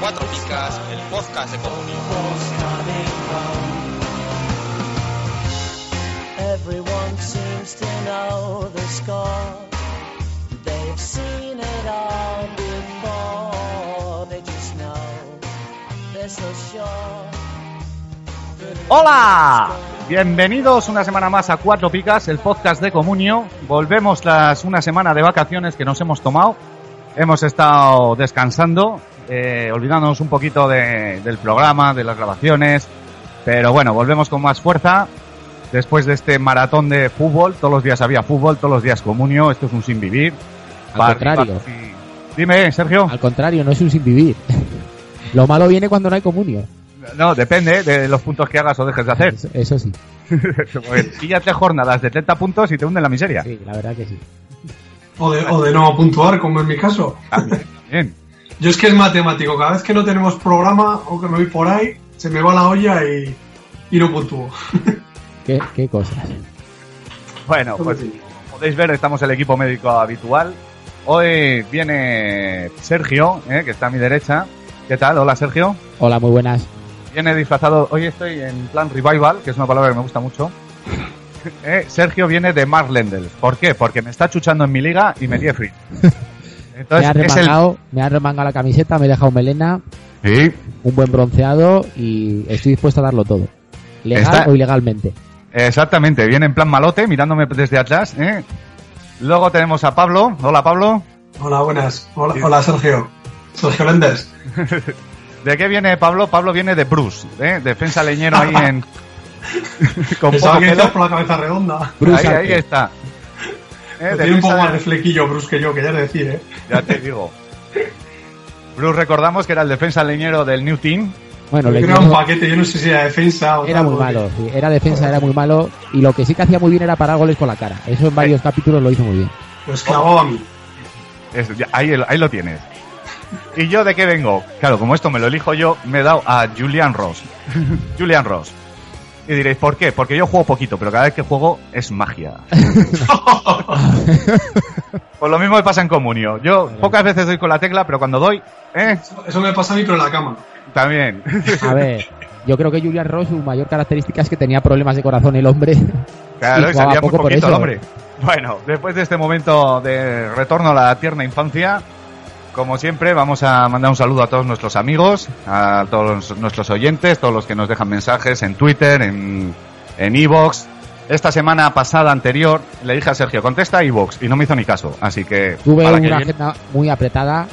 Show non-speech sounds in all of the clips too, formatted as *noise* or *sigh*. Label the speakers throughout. Speaker 1: Cuatro Picas, el podcast de comunio.
Speaker 2: Everyone seems to know the score. They've seen it all before. They just know they're so sure.
Speaker 3: ¡Hola! Bienvenidos una semana más a Cuatro Picas, el podcast de Comunio. Volvemos tras una semana de vacaciones que nos hemos tomado. Hemos estado descansando, eh, olvidándonos un poquito de- del programa, de las grabaciones. Pero bueno, volvemos con más fuerza. Después de este maratón de fútbol, todos los días había fútbol, todos los días Comunio. Esto es un sin vivir.
Speaker 4: Al contrario.
Speaker 3: Dime, Sergio.
Speaker 4: Al contrario, no es un sin vivir. *laughs* Lo malo viene cuando no hay comunio.
Speaker 3: No, depende eh, de los puntos que hagas o dejes de
Speaker 4: *laughs*
Speaker 3: hacer.
Speaker 4: Eso, eso sí.
Speaker 3: Porque Píllate jornadas de 30 puntos y te hunde en la miseria.
Speaker 4: Sí, la verdad que sí.
Speaker 5: O de, o de no puntuar, como en mi caso.
Speaker 3: Bien.
Speaker 5: Yo es que es matemático. Cada vez que no tenemos programa o que me voy por ahí, se me va la olla y, y no puntúo.
Speaker 4: Qué, qué cosas.
Speaker 3: Bueno, pues como podéis ver, estamos el equipo médico habitual. Hoy viene Sergio, ¿eh? que está a mi derecha. ¿Qué tal? Hola, Sergio.
Speaker 4: Hola, muy buenas.
Speaker 3: Viene disfrazado. Hoy estoy en plan revival, que es una palabra que me gusta mucho. *laughs* Eh, Sergio viene de Marlendel. ¿Por qué? Porque me está chuchando en mi liga y me die
Speaker 4: *laughs*
Speaker 3: free.
Speaker 4: Me ha
Speaker 3: Entonces, es el.
Speaker 4: remangado, me ha remangado la camiseta, me he dejado melena,
Speaker 3: Sí,
Speaker 4: un buen bronceado y estoy dispuesto a darlo todo. Legal
Speaker 3: Está-
Speaker 4: o ilegalmente.
Speaker 3: exactamente. Viene en plan malote, mirándome desde atrás. ¿eh? Luego tenemos a Pablo. Hola, Pablo.
Speaker 5: Hola, buenas. Hola, hola, Sergio. Sergio Lenders.
Speaker 3: ¿De qué viene Pablo? Pablo viene de Bruce, ¿eh? defensa leñero ahí
Speaker 5: *laughs*
Speaker 3: en. con
Speaker 5: Pensaba
Speaker 3: poco
Speaker 5: que
Speaker 3: pelo.
Speaker 5: estás por la cabeza redonda.
Speaker 3: Ahí,
Speaker 4: Bruce
Speaker 3: ahí
Speaker 4: Arthur.
Speaker 5: *laughs*
Speaker 3: está. ¿Eh?
Speaker 5: Tiene un
Speaker 3: defensa
Speaker 5: poco
Speaker 3: de-
Speaker 5: más de flequillo, Bruce, que yo, que ya es decir, ¿eh?
Speaker 3: Ya te digo. Bruce, recordamos que era el defensa leñero del New Team.
Speaker 4: Bueno,
Speaker 5: Yo
Speaker 4: le
Speaker 5: creo que era un paquete, yo no sé si era defensa o
Speaker 4: era
Speaker 5: tal,
Speaker 4: muy
Speaker 5: porque-
Speaker 4: malo, sí, era defensa, era muy malo y lo que sí que hacía muy bien era parar goles con la cara. Eso en varios capítulos lo hizo muy bien.
Speaker 5: Lo esclavaba a mí.
Speaker 3: Es- ya- ahí, ahí lo tienes. ¿Y yo de qué vengo? Claro, como esto me lo elijo yo, me he dado a Julian Ross. Julian Ross. Y diréis, ¿por qué? Porque yo juego poquito, pero cada vez que juego es magia. Pues lo mismo me pasa en Comunio. Yo pocas veces doy con la tecla, pero cuando doy, ¿eh?
Speaker 5: Eso me pasa a mí, pero en la cama.
Speaker 3: También.
Speaker 4: A ver, yo creo que Julian Ross su mayor característica es que tenía problemas de corazón el hombre. *laughs*
Speaker 3: Claro,
Speaker 4: Y
Speaker 3: y
Speaker 4: jugaba
Speaker 3: salía muy
Speaker 4: poco por
Speaker 3: poquito el
Speaker 4: eso.
Speaker 3: hombre. Bueno, después de este momento de retorno a la tierna infancia, como siempre, vamos a mandar un saludo a todos nuestros amigos, a todos nuestros oyentes, todos los que nos dejan mensajes en Twitter, en en Evox. Esta semana pasada anterior le dije a Sergio, contesta Evox, y no me hizo ni caso. Así que,
Speaker 4: Tuve
Speaker 3: para que
Speaker 4: una
Speaker 3: viene-
Speaker 4: agenda muy apretada,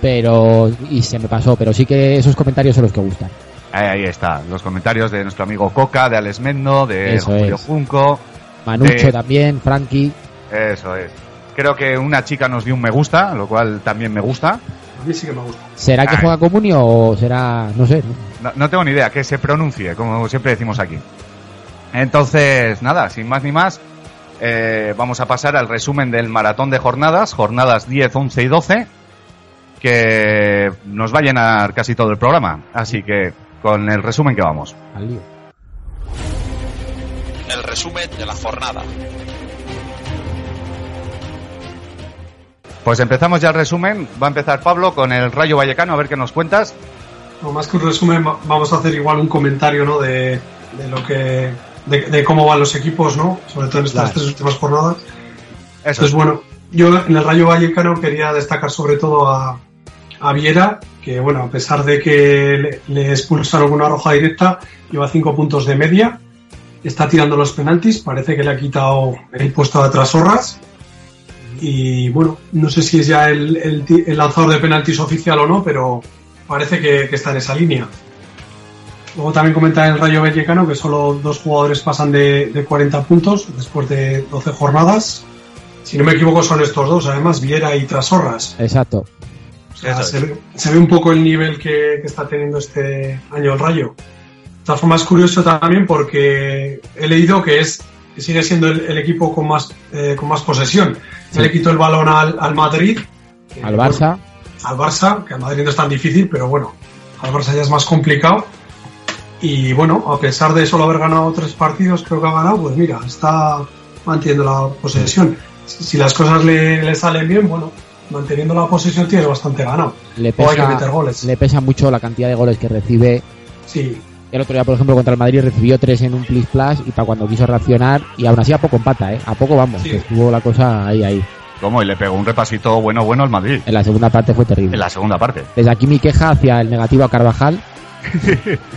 Speaker 4: pero y se me pasó, pero sí que esos comentarios son los que gustan.
Speaker 3: ahí, ahí está, los comentarios de nuestro amigo Coca, de Alex Mendo, de
Speaker 4: Eso
Speaker 3: Julio
Speaker 4: es.
Speaker 3: Junco.
Speaker 4: Manucho
Speaker 3: Sí.
Speaker 4: también, Frankie,
Speaker 3: Eso es. Creo que una chica nos dio un me gusta, lo cual también me gusta.
Speaker 5: A mí sí que me gusta.
Speaker 4: ¿será que
Speaker 3: Ay.
Speaker 4: juega Comunio o será, no sé, ¿no?
Speaker 3: No, no tengo ni idea, que se pronuncie, como siempre decimos aquí. Entonces, nada, sin más ni más, eh, vamos a pasar al resumen del maratón de jornadas, jornadas 10, 11 y 12, que nos va a llenar casi todo el programa. Así que, con el resumen que vamos.
Speaker 4: al lío.
Speaker 1: El resumen de la jornada.
Speaker 3: Pues empezamos ya el resumen. Va a empezar Pablo con el Rayo Vallecano, a ver qué nos cuentas.
Speaker 5: No, más que un resumen, va- vamos a hacer igual un comentario, ¿no? De, de lo que. De, de cómo van los equipos, ¿no? Sobre todo en estas
Speaker 4: Claro.
Speaker 5: tres últimas jornadas.
Speaker 3: Eso
Speaker 5: Entonces,
Speaker 3: es.
Speaker 5: bueno, yo en el Rayo Vallecano quería destacar sobre todo a, a Viera, que, bueno, a pesar de que le, le expulsaron una roja directa, lleva cinco puntos de media, está tirando los penaltis, parece que le ha quitado el puesto a Trasorras. Y bueno, no sé si es ya el, el ti- el lanzador de penaltis oficial o no, pero parece que, que está en esa línea. Luego también comentar el Rayo Vallecano que solo dos jugadores pasan de, de 40 puntos después de 12 jornadas. Si no me equivoco son estos dos, además Viera y Trasorras.
Speaker 4: Exacto.
Speaker 5: O sea,
Speaker 3: Eso es.
Speaker 5: Ah, se, ve- se ve un poco el nivel que, que está teniendo este año el Rayo. De todas formas, es curioso también porque he leído que es que sigue siendo el, el equipo con más, eh, con más posesión. Se le quitó el balón al, al Madrid. que,
Speaker 4: Al Barça,
Speaker 5: al Barça, que al Madrid no es tan difícil, pero bueno, al Barça ya es más complicado. Y bueno, a pesar de solo haber ganado tres partidos, creo que ha ganado, pues mira, está manteniendo la posesión. Si, si las cosas le, le salen bien, bueno, manteniendo la posesión tienes bastante ganado.
Speaker 4: Le
Speaker 5: O hay que meter
Speaker 4: pesa,
Speaker 5: goles.
Speaker 4: le pesa mucho la cantidad de goles que recibe.
Speaker 5: Sí,
Speaker 4: El otro día, por ejemplo, contra el Madrid recibió tres en un plis plus y para cuando quiso reaccionar, y aún así a poco empata, ¿eh? A poco vamos,
Speaker 5: Sí.
Speaker 4: que estuvo la cosa ahí, ahí.
Speaker 3: ¿Cómo? Y le pegó un repasito bueno, bueno al Madrid.
Speaker 4: En la segunda parte fue terrible.
Speaker 3: En la segunda parte.
Speaker 4: Desde aquí mi queja hacia el negativo
Speaker 3: *laughs*
Speaker 4: a Carvajal,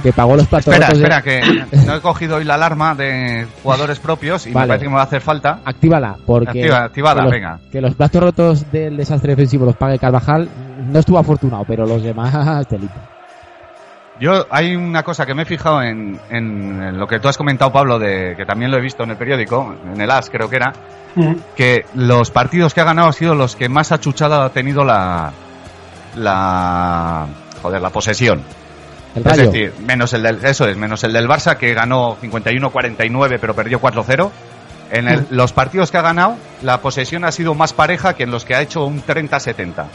Speaker 4: que pagó los platos
Speaker 3: Espera,
Speaker 4: rotos de-
Speaker 3: espera, que no he cogido hoy la alarma de jugadores propios y me
Speaker 4: Vale.
Speaker 3: parece que me va a hacer falta.
Speaker 4: Actívala, porque
Speaker 3: Activa- activada,
Speaker 4: que los,
Speaker 3: venga.
Speaker 4: que los platos rotos del desastre defensivo los pague Carvajal, no estuvo afortunado, pero los demás, *laughs* telita.
Speaker 3: Yo hay una cosa que me he fijado en, en lo que tú has comentado, Pablo, de que también lo he visto en el periódico, en el AS creo que era,
Speaker 5: Mm,
Speaker 3: que los partidos que ha ganado han sido los que más achuchada ha tenido la la joder, la posesión.
Speaker 4: El
Speaker 3: Es
Speaker 4: rayo.
Speaker 3: decir, menos el del eso es, menos el del Barça que ganó 51-49 pero perdió 4-0. En el- los partidos que ha ganado, la posesión ha sido más pareja que en los que ha hecho un 30-70.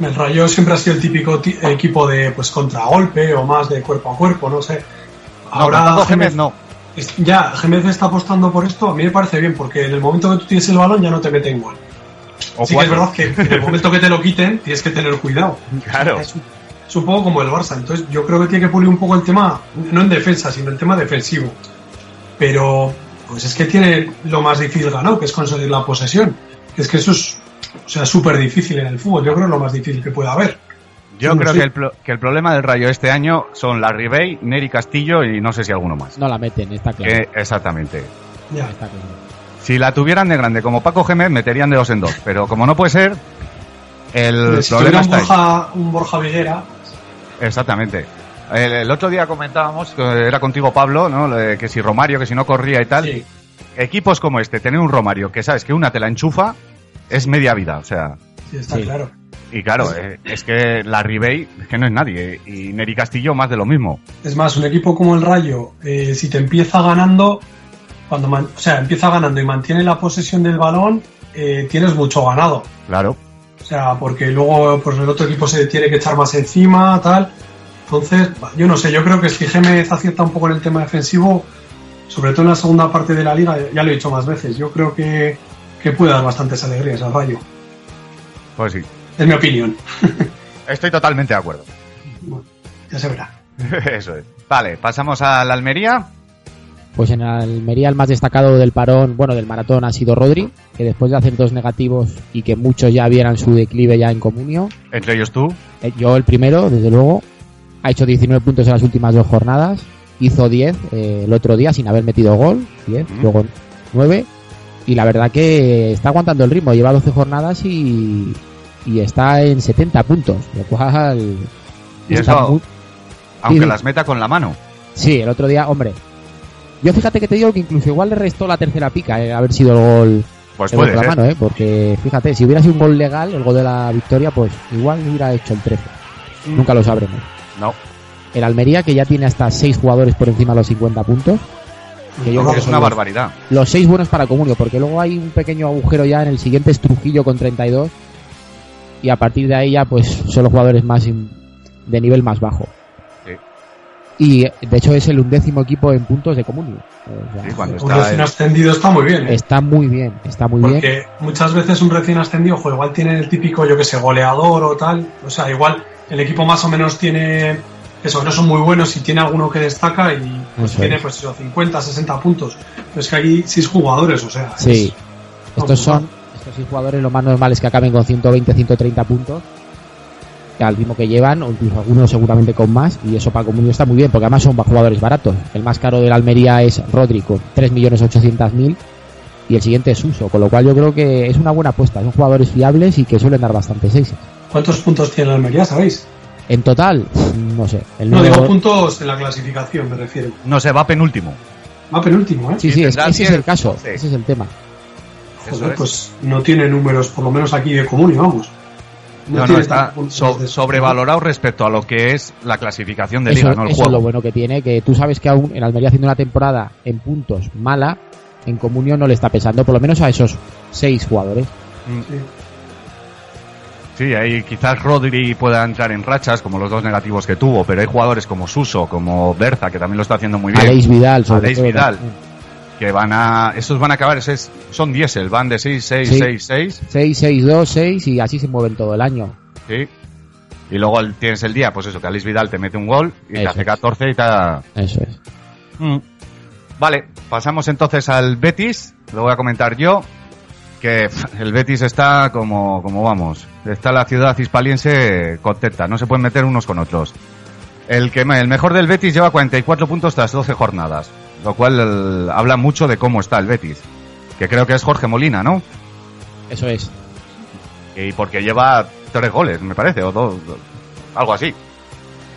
Speaker 5: el Rayo siempre ha sido el típico ti- equipo de pues contragolpe o más de cuerpo a cuerpo, no sé.
Speaker 3: no, Gonzalo
Speaker 5: Gémez-
Speaker 3: Gémez no.
Speaker 5: Es- Ya, Gémez está apostando por esto, a mí me parece bien, porque en el momento que tú tienes el balón ya no te meten gol.
Speaker 3: O
Speaker 5: sí que es
Speaker 3: cuatro.
Speaker 5: verdad que en el momento que te lo quiten tienes que tener cuidado.
Speaker 3: Claro.
Speaker 5: Es un, es un poco como el Barça, entonces yo creo que tiene que pulir un poco el tema, no en defensa, sino el tema defensivo. Pero pues es que tiene lo más difícil ganado, que es conseguir la posesión. Es que eso es o sea, súper difícil en el fútbol, yo creo que es lo más difícil que pueda haber.
Speaker 3: Yo
Speaker 5: Sí,
Speaker 3: creo
Speaker 5: sí.
Speaker 3: que, el, pro- que el problema del Rayo este año son Larry Bay, Neri Castillo y no sé si alguno más.
Speaker 4: No la meten, está claro.
Speaker 3: Que- exactamente.
Speaker 5: Ya.
Speaker 4: Está claro.
Speaker 3: Si la tuvieran de grande como Paco Gémez, meterían de dos en dos. Pero como no puede ser, el
Speaker 5: si
Speaker 3: problema
Speaker 5: tuviera un
Speaker 3: está ahí.
Speaker 5: Borja, un Borja Viguera,
Speaker 3: Exactamente. El, el otro día comentábamos, que era contigo Pablo, ¿no? Lo de Que si Romario, que si no corría y tal.
Speaker 5: sí,
Speaker 3: Equipos como este, tener un Romario que sabes que una te la enchufa, es media vida. O sea,
Speaker 5: sí, está
Speaker 4: Sí.
Speaker 5: claro.
Speaker 3: y claro, eh, es que Larry Bay, es que no es nadie. Y Neri Castillo, más de lo mismo.
Speaker 5: Es más, un equipo como el Rayo, eh, si te empieza ganando, cuando man- o sea, empieza ganando y mantiene la posesión del balón, eh, tienes mucho ganado.
Speaker 3: Claro.
Speaker 5: O sea, porque luego pues, el otro equipo se tiene que echar más encima, tal. Entonces, bah, yo no sé, yo creo que si Gémez acierta un poco en el tema defensivo, sobre todo en la segunda parte de la liga, ya lo he dicho más veces, yo creo que, que puede dar bastantes alegrías al Rayo.
Speaker 3: Pues sí.
Speaker 5: Es mi opinión.
Speaker 3: Estoy totalmente de acuerdo. *laughs*
Speaker 5: Bueno, ya se verá.
Speaker 3: Eso es. Vale, pasamos a la Almería.
Speaker 4: Pues en Almería el más destacado del parón, bueno, del maratón ha sido Rodri, que después de hacer dos negativos y que muchos ya vieran su declive ya en comunio,
Speaker 3: Entre ellos tú.
Speaker 4: eh, yo el primero, desde luego, ha hecho 19 puntos en las últimas dos jornadas, hizo 10 eh, el otro día sin haber metido gol, 10,
Speaker 3: Ujú.
Speaker 4: luego 9, y la verdad que está aguantando el ritmo, lleva 12 jornadas y, y está en 70 puntos, lo cual...
Speaker 3: Y
Speaker 4: está
Speaker 3: eso,
Speaker 4: muy-
Speaker 3: aunque
Speaker 4: sí.
Speaker 3: las meta con la mano.
Speaker 4: Sí, el otro día, hombre. Yo fíjate que te digo que incluso igual le restó la tercera pica eh, haber sido el gol
Speaker 3: Pues
Speaker 4: el gol
Speaker 3: puede
Speaker 4: con la
Speaker 3: ser.
Speaker 4: mano, ¿eh? Porque fíjate, si hubiera sido un gol legal, el gol de la victoria, pues igual hubiera hecho el 13.
Speaker 5: Mm.
Speaker 4: Nunca lo sabremos.
Speaker 3: No.
Speaker 4: El Almería, que ya tiene hasta 6 jugadores por encima de los 50 puntos. Que yo creo que
Speaker 3: Es
Speaker 4: son
Speaker 3: una
Speaker 4: los-
Speaker 3: barbaridad.
Speaker 4: Los 6 buenos para Comunio, porque luego hay un pequeño agujero ya en el siguiente es Trujillo con 32. Y a partir de ahí ya, pues son los jugadores más in- de nivel más bajo.
Speaker 3: Sí.
Speaker 4: Y de hecho es el undécimo equipo en puntos de Comunio. O sea,
Speaker 3: Sí, cuando
Speaker 5: Un
Speaker 3: está
Speaker 4: eh.
Speaker 5: recién
Speaker 3: el-
Speaker 5: ascendido está muy bien. ¿eh?
Speaker 4: Está muy bien, está muy bien.
Speaker 5: Porque muchas veces un recién ascendido, ojo, igual tiene el típico, yo que sé, goleador o tal. O sea, igual el equipo más o menos tiene. Eso, no son muy buenos y tiene alguno que destaca y pues,
Speaker 4: Eso
Speaker 5: tiene
Speaker 4: es.
Speaker 5: pues eso, 50, 60 puntos. Pero es que aquí seis jugadores, o sea.
Speaker 4: Sí.
Speaker 5: No,
Speaker 4: Estos
Speaker 5: pues
Speaker 4: son, estos seis jugadores, lo más normal es que acaben con 120, 130 puntos. Al ritmo que llevan, o incluso algunos seguramente con más, y eso para Comunio está muy bien, porque además son jugadores baratos. El más caro del Almería es Rodri con 3.800.000 y el siguiente es Uso, con lo cual yo creo que es una buena apuesta. Son jugadores fiables y que suelen dar bastantes seis.
Speaker 5: es- ¿Cuántos puntos tiene la Almería, sabéis?
Speaker 4: En total, no sé. El
Speaker 5: No
Speaker 4: número-
Speaker 5: digo puntos en la clasificación, me refiero.
Speaker 3: No se va penúltimo.
Speaker 5: Va penúltimo, ¿eh?
Speaker 4: Sí, sí, es-
Speaker 3: Tendrá
Speaker 4: ese es
Speaker 3: 10,
Speaker 4: el caso,
Speaker 3: 12.
Speaker 4: ese es el tema.
Speaker 5: Joder,
Speaker 3: es.
Speaker 5: pues no tiene números, por lo menos aquí de común, vamos.
Speaker 3: No, no,
Speaker 5: tiene
Speaker 3: está
Speaker 5: tantos puntos
Speaker 3: so-
Speaker 5: de-
Speaker 3: sobrevalorado respecto a lo que es la clasificación de
Speaker 4: eso,
Speaker 3: liga, no el
Speaker 4: eso es
Speaker 3: juego.
Speaker 4: lo bueno que tiene, que tú sabes que aún en Almería haciendo una temporada en puntos mala, en comunión no le está pesando, por lo menos a esos seis jugadores.
Speaker 5: Sí.
Speaker 3: Sí, ahí quizás Rodri pueda entrar en rachas, como los dos negativos que tuvo, pero hay jugadores como Suso, como Berza, que también lo está haciendo muy bien.
Speaker 4: Aleix Vidal, sobre
Speaker 3: Aleix
Speaker 4: todo.
Speaker 3: Vidal. Que van a. Esos van a acabar, ese es- son diésel, van de 6, 6,
Speaker 4: Sí.
Speaker 3: 6, 6.
Speaker 4: 6, 6, 2, 6 y así se mueven todo el año.
Speaker 3: Sí. Y luego el- tienes el día, pues eso, que Alice Vidal te mete un gol y te
Speaker 4: Eso
Speaker 3: hace
Speaker 4: es.
Speaker 3: 14 y te. ha-
Speaker 4: Eso es.
Speaker 3: Mm. Vale, pasamos entonces al Betis. Lo voy a comentar yo. Que pf, el Betis está como, como vamos. Está la ciudad hispaliense contenta. No se pueden meter unos con otros. El, que, me- el mejor del Betis lleva 44 puntos tras 12 jornadas. Lo cual el- habla mucho de cómo está el Betis. Que creo que es Jorge Molina, ¿no?
Speaker 4: Eso es.
Speaker 3: Y porque lleva tres goles, me parece, o dos, dos- algo así.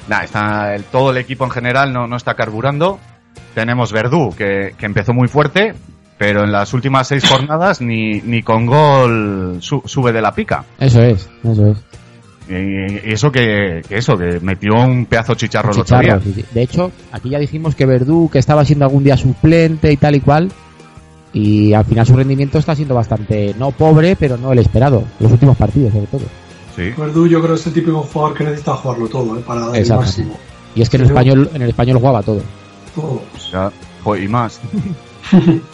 Speaker 3: Nah, está el, todo el equipo en general no, no está carburando. Tenemos Verdú, que, que empezó muy fuerte, pero en las últimas seis jornadas ni, ni con gol su- sube de la pica.
Speaker 4: Eso es. Eso es.
Speaker 3: Y, y eso que, que eso, que metió un pedazo de chicharro el otro
Speaker 4: Chicharro,
Speaker 3: día.
Speaker 4: sí, sí. De hecho, aquí ya dijimos que Verdú, que estaba siendo algún día suplente y tal y cual. Y al final su rendimiento está siendo bastante, no pobre, pero no el esperado. Los últimos partidos, sobre todo.
Speaker 3: Sí.
Speaker 5: Verdú yo creo que es el típico jugador que necesita jugarlo todo, ¿eh? para dar el
Speaker 4: Exacto.
Speaker 5: máximo.
Speaker 4: Y es que en el
Speaker 5: Pero-
Speaker 4: español, en el español jugaba todo.
Speaker 5: Todo.
Speaker 3: Ya, jo, y más.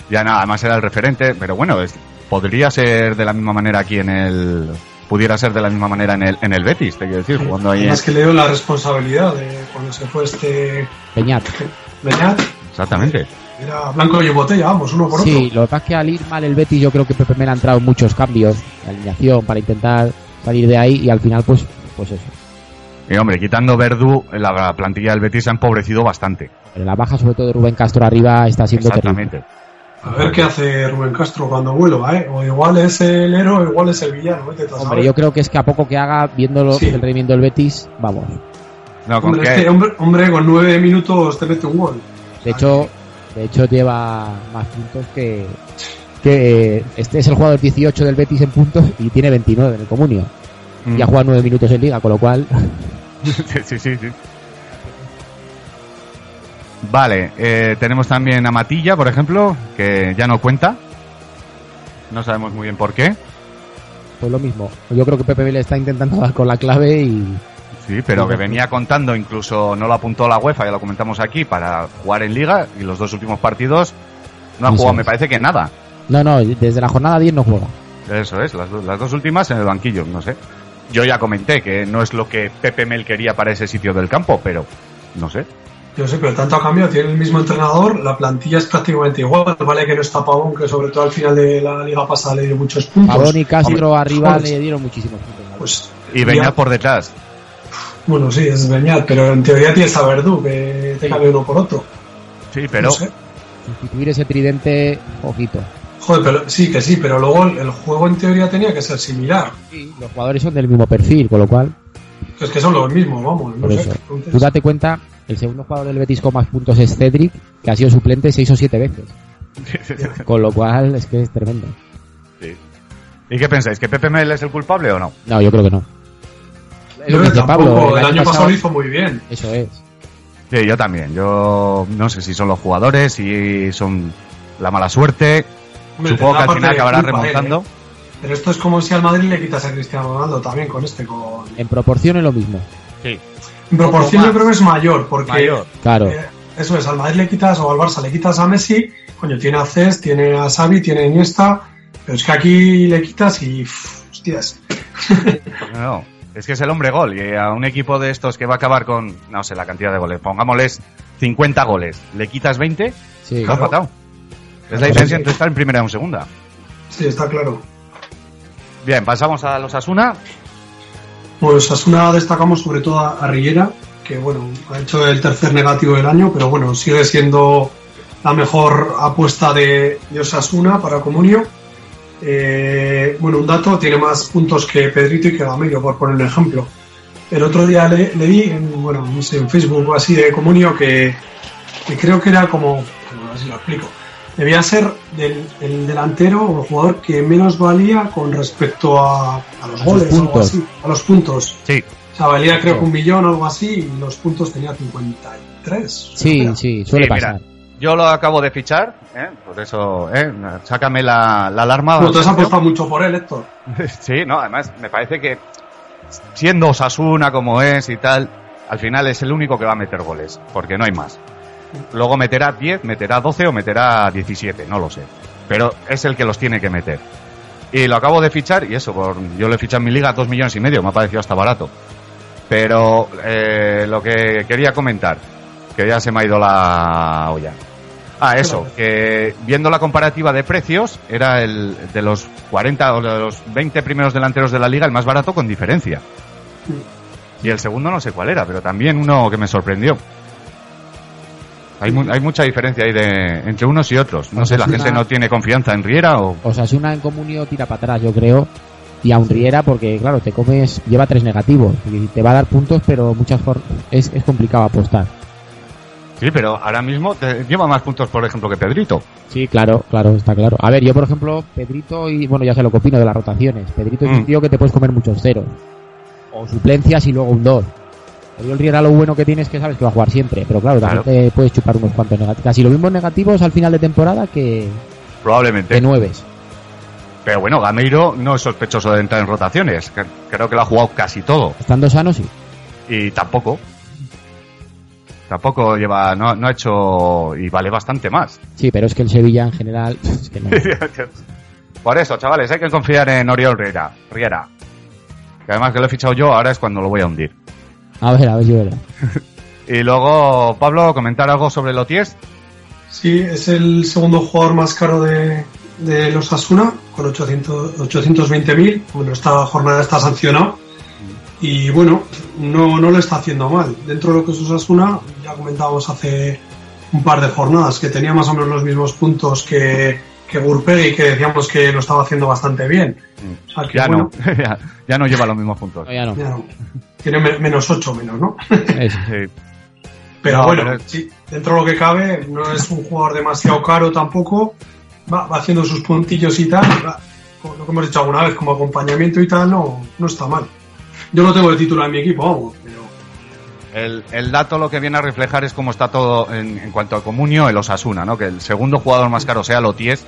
Speaker 3: ya nada, más era el referente, pero bueno, es- podría ser de la misma manera aquí en el. Pudiera ser de la misma manera en el, en el Betis, te quiero decir, jugando ahí. en-
Speaker 5: Además que le dio la responsabilidad de cuando se fue este
Speaker 4: Peñat.
Speaker 5: Beñat,
Speaker 3: Exactamente.
Speaker 5: era blanco y en botella, vamos, uno por
Speaker 4: Sí, lo que pasa es que al ir mal el Betis, yo creo que Pepe Mel ha entrado en muchos cambios, de alineación, para intentar salir de ahí y al final, pues, pues eso.
Speaker 3: Y hombre, quitando Verdú, la plantilla del Betis se ha empobrecido bastante.
Speaker 4: Pero la baja, sobre todo de Rubén Castro arriba, está siendo terrible.
Speaker 3: Exactamente.
Speaker 5: otro. A ver qué hace Rubén Castro cuando vuelva, ¿eh? O igual es el héroe, o igual es el villano, ¿eh? Vete a
Speaker 4: Hombre,
Speaker 5: saber.
Speaker 4: yo creo que es que a poco que haga, viendo lo-
Speaker 5: Sí.
Speaker 4: el rendimiento del Betis, vamos.
Speaker 3: No, con
Speaker 5: Hombre,
Speaker 3: que-
Speaker 5: este hombre, hombre, con nueve minutos te mete un gol.
Speaker 4: De hecho, de hecho lleva más puntos que, que este es el jugador 18 del Betis en puntos y tiene 29 en el comunio.
Speaker 3: Mm.
Speaker 4: Y ha jugado 9 minutos en liga, con lo cual *laughs*
Speaker 3: *laughs* sí, sí, sí. Vale, eh, tenemos también a Matilla, por ejemplo, que ya no cuenta. No sabemos muy bien por qué.
Speaker 4: pues lo mismo. Yo creo que Pepe Mel está intentando *laughs* dar con la clave y
Speaker 3: Sí, pero que venía contando, incluso no lo apuntó la UEFA, ya lo comentamos aquí, para jugar en Liga y los dos últimos partidos no han
Speaker 4: Eso
Speaker 3: jugado, me
Speaker 4: es.
Speaker 3: parece que nada.
Speaker 4: no, no, desde la jornada 10 no juega.
Speaker 3: Eso es, las, do- las dos últimas en el banquillo, no sé. Yo ya comenté que no es lo que Pepe Mel quería para ese sitio del campo, pero no sé.
Speaker 5: Yo sé, pero tanto ha cambiado. Tiene el mismo entrenador, la plantilla es prácticamente igual. Vale que no está Pavón, que sobre todo al final de la liga pasada le dio muchos puntos.
Speaker 4: Pavón y Castro
Speaker 5: hombre,
Speaker 4: arriba
Speaker 5: joder.
Speaker 4: le dieron muchísimos puntos.
Speaker 5: Pues,
Speaker 3: Y
Speaker 5: venía
Speaker 3: venía por detrás.
Speaker 5: Bueno, sí, es Beñat, pero en teoría tienes a Verdú, que te cambia uno por otro.
Speaker 3: Sí, pero
Speaker 5: No sé.
Speaker 4: Sustituir ese tridente, ojito.
Speaker 5: Joder, pero sí, que sí, pero luego el el juego en teoría tenía que ser similar.
Speaker 4: Los jugadores son del mismo perfil, con lo cual,
Speaker 5: Es que son los mismos, vamos. No
Speaker 4: por
Speaker 5: sé.
Speaker 4: eso.
Speaker 5: Entonces,
Speaker 4: Tú date cuenta, el segundo jugador del Betis con más puntos es Cedric, que ha sido suplente 6 o 7
Speaker 5: *laughs*
Speaker 4: veces. Con lo cual, es que es tremendo.
Speaker 3: ¿Y qué pensáis? ¿Que Pepe Mel es el culpable o no?
Speaker 4: No, yo creo que no. Es lo que
Speaker 5: yo creo que
Speaker 4: dice Pablo.
Speaker 5: tampoco, el año pasado lo hizo muy bien.
Speaker 4: Eso es.
Speaker 3: Sí, yo también. Yo no sé si son los jugadores, si son la mala suerte.
Speaker 5: Hombre,
Speaker 3: Supongo
Speaker 5: tendrá
Speaker 3: que al final
Speaker 5: parte de
Speaker 3: acabará
Speaker 5: culpa él,
Speaker 3: remontando.
Speaker 5: ¿eh? Pero esto es como si al Madrid le quitas a Cristiano Ronaldo también con este. Con...
Speaker 4: En proporción es lo mismo.
Speaker 5: En proporción
Speaker 3: más.
Speaker 5: yo creo que es mayor, porque
Speaker 3: Mayor.
Speaker 4: Claro.
Speaker 5: Eh, Eso es, al Madrid le quitas o al Barça le quitas a Messi, coño, tiene a Cés, tiene a Xavi, tiene a Iniesta, pero es que aquí le quitas y uff, hostias.
Speaker 3: No, es que es el hombre gol. Y a un equipo de estos que va a acabar con, no sé, la cantidad de goles. Pongámosles 50 goles. ¿Le quitas 20?
Speaker 4: Sí.
Speaker 3: Lo has matado. Es la
Speaker 4: Claro,
Speaker 3: diferencia
Speaker 5: sí.
Speaker 3: entre estar en primera o en segunda.
Speaker 5: Sí, está claro.
Speaker 3: Bien, pasamos a los Asuna.
Speaker 5: Pues Asuna destacamos sobre todo a a Riera, que bueno, ha hecho el tercer negativo del año, pero bueno, sigue siendo la mejor apuesta de, de Osasuna para Comunio. Eh, bueno, un dato, tiene más puntos que Pedrito y que Gamelio, por poner un ejemplo. El otro día le- leí, en, bueno, no sé, en Facebook o así de Comunio que, que creo que era como, bueno, así lo explico, debía ser del, el delantero o el jugador que menos valía con respecto a, a los
Speaker 4: A sus
Speaker 5: goles o algo
Speaker 4: puntos.
Speaker 5: así, a los puntos.
Speaker 3: Sí.
Speaker 5: O sea, valía creo que un millón o algo así y los puntos tenía 53.
Speaker 4: Sí,
Speaker 5: Era.
Speaker 4: sí, suele
Speaker 3: Sí, mira.
Speaker 4: pasar.
Speaker 3: Yo lo acabo de fichar, ¿eh? por eso, ¿eh? sácame la, la alarma. Ah,
Speaker 5: Bueno, te has apostado mucho por él, Héctor.
Speaker 3: Sí, no, además me parece que siendo Osasuna como es y tal, al final es el único que va a meter goles, porque no hay más. Luego meterá 10, meterá 12 o meterá 17, no lo sé. Pero es el que los tiene que meter. Y lo acabo de fichar, y eso, por, yo lo he fichado en mi liga dos millones y medio, me ha parecido hasta barato. Pero eh, lo que quería comentar, que ya se me ha ido la olla. Ah, eso, que viendo la comparativa de precios, era el de los 40 o de los 20 primeros delanteros de la liga el más barato con diferencia. Y el segundo no sé cuál era, pero también uno que me sorprendió. Hay, mu- hay mucha diferencia ahí de, entre unos y otros. No sé, la
Speaker 4: Osasuna-
Speaker 3: gente no tiene confianza en Riera o...
Speaker 4: Osasuna en Comunio tira para atrás, yo creo. Y a un Riera, porque claro, te comes, lleva tres negativos. Y te va a dar puntos, pero muchas for- es, es complicado apostar.
Speaker 3: Sí, pero ahora mismo te- lleva más puntos, por ejemplo, que Pedrito.
Speaker 4: Sí, claro, claro, está claro. A ver, yo por ejemplo, Pedrito, y bueno, ya sé lo que opino de las rotaciones. Pedrito es
Speaker 3: Mm.
Speaker 4: un tío que te puedes comer muchos ceros. O suplencias y luego un 2. El Riera lo bueno que tienes es que sabes que va a jugar siempre, pero claro, también te puedes chupar unos cuantos negativos. Casi los mismos negativos al final de temporada que,
Speaker 3: Probablemente.
Speaker 4: que nueves.
Speaker 3: Pero bueno, Gameiro no es sospechoso de entrar en rotaciones. que- Creo que lo ha jugado casi todo.
Speaker 4: Estando sano, sí.
Speaker 3: Y tampoco. Tampoco lleva, no, no ha hecho y vale bastante más.
Speaker 4: Sí, pero es que el Sevilla en general. *laughs* es que no.
Speaker 3: *laughs* Por eso, chavales, hay que confiar en Oriol Riera. Riera. Que además que lo he fichado yo, ahora es cuando lo voy a hundir.
Speaker 4: A ver, a ver, yo veré.
Speaker 3: Y luego, Pablo, comentar algo sobre Lotiés.
Speaker 5: Sí, es el segundo jugador más caro de, de los Asuna, con 800 820.000. Bueno, esta jornada está sancionado. Y bueno, no, no lo está haciendo mal. Dentro de lo que es Osasuna, ya comentábamos hace un par de jornadas que tenía más o menos los mismos puntos que, que Gurpegui, que decíamos que lo estaba haciendo bastante bien. O sea, que
Speaker 3: Mm. Ya
Speaker 5: bueno,
Speaker 3: no, *laughs* ya, ya no lleva los mismos puntos.
Speaker 4: No, ya no.
Speaker 5: ya no. Tiene me- menos 8 menos, ¿no?
Speaker 4: Eso.
Speaker 3: Sí.
Speaker 5: Pero
Speaker 3: No,
Speaker 5: bueno,
Speaker 3: pero-
Speaker 5: sí, dentro de lo que cabe, no es un jugador demasiado caro tampoco. Va, va haciendo sus puntillos y tal. va- como lo que hemos dicho alguna vez, como acompañamiento y tal, no, no está mal. Yo no tengo el título en mi equipo, vamos, pero
Speaker 3: El, el dato lo que viene a reflejar es cómo está todo en, en cuanto a Comunio, el Osasuna, ¿no? Que el segundo jugador más caro sea Lotiés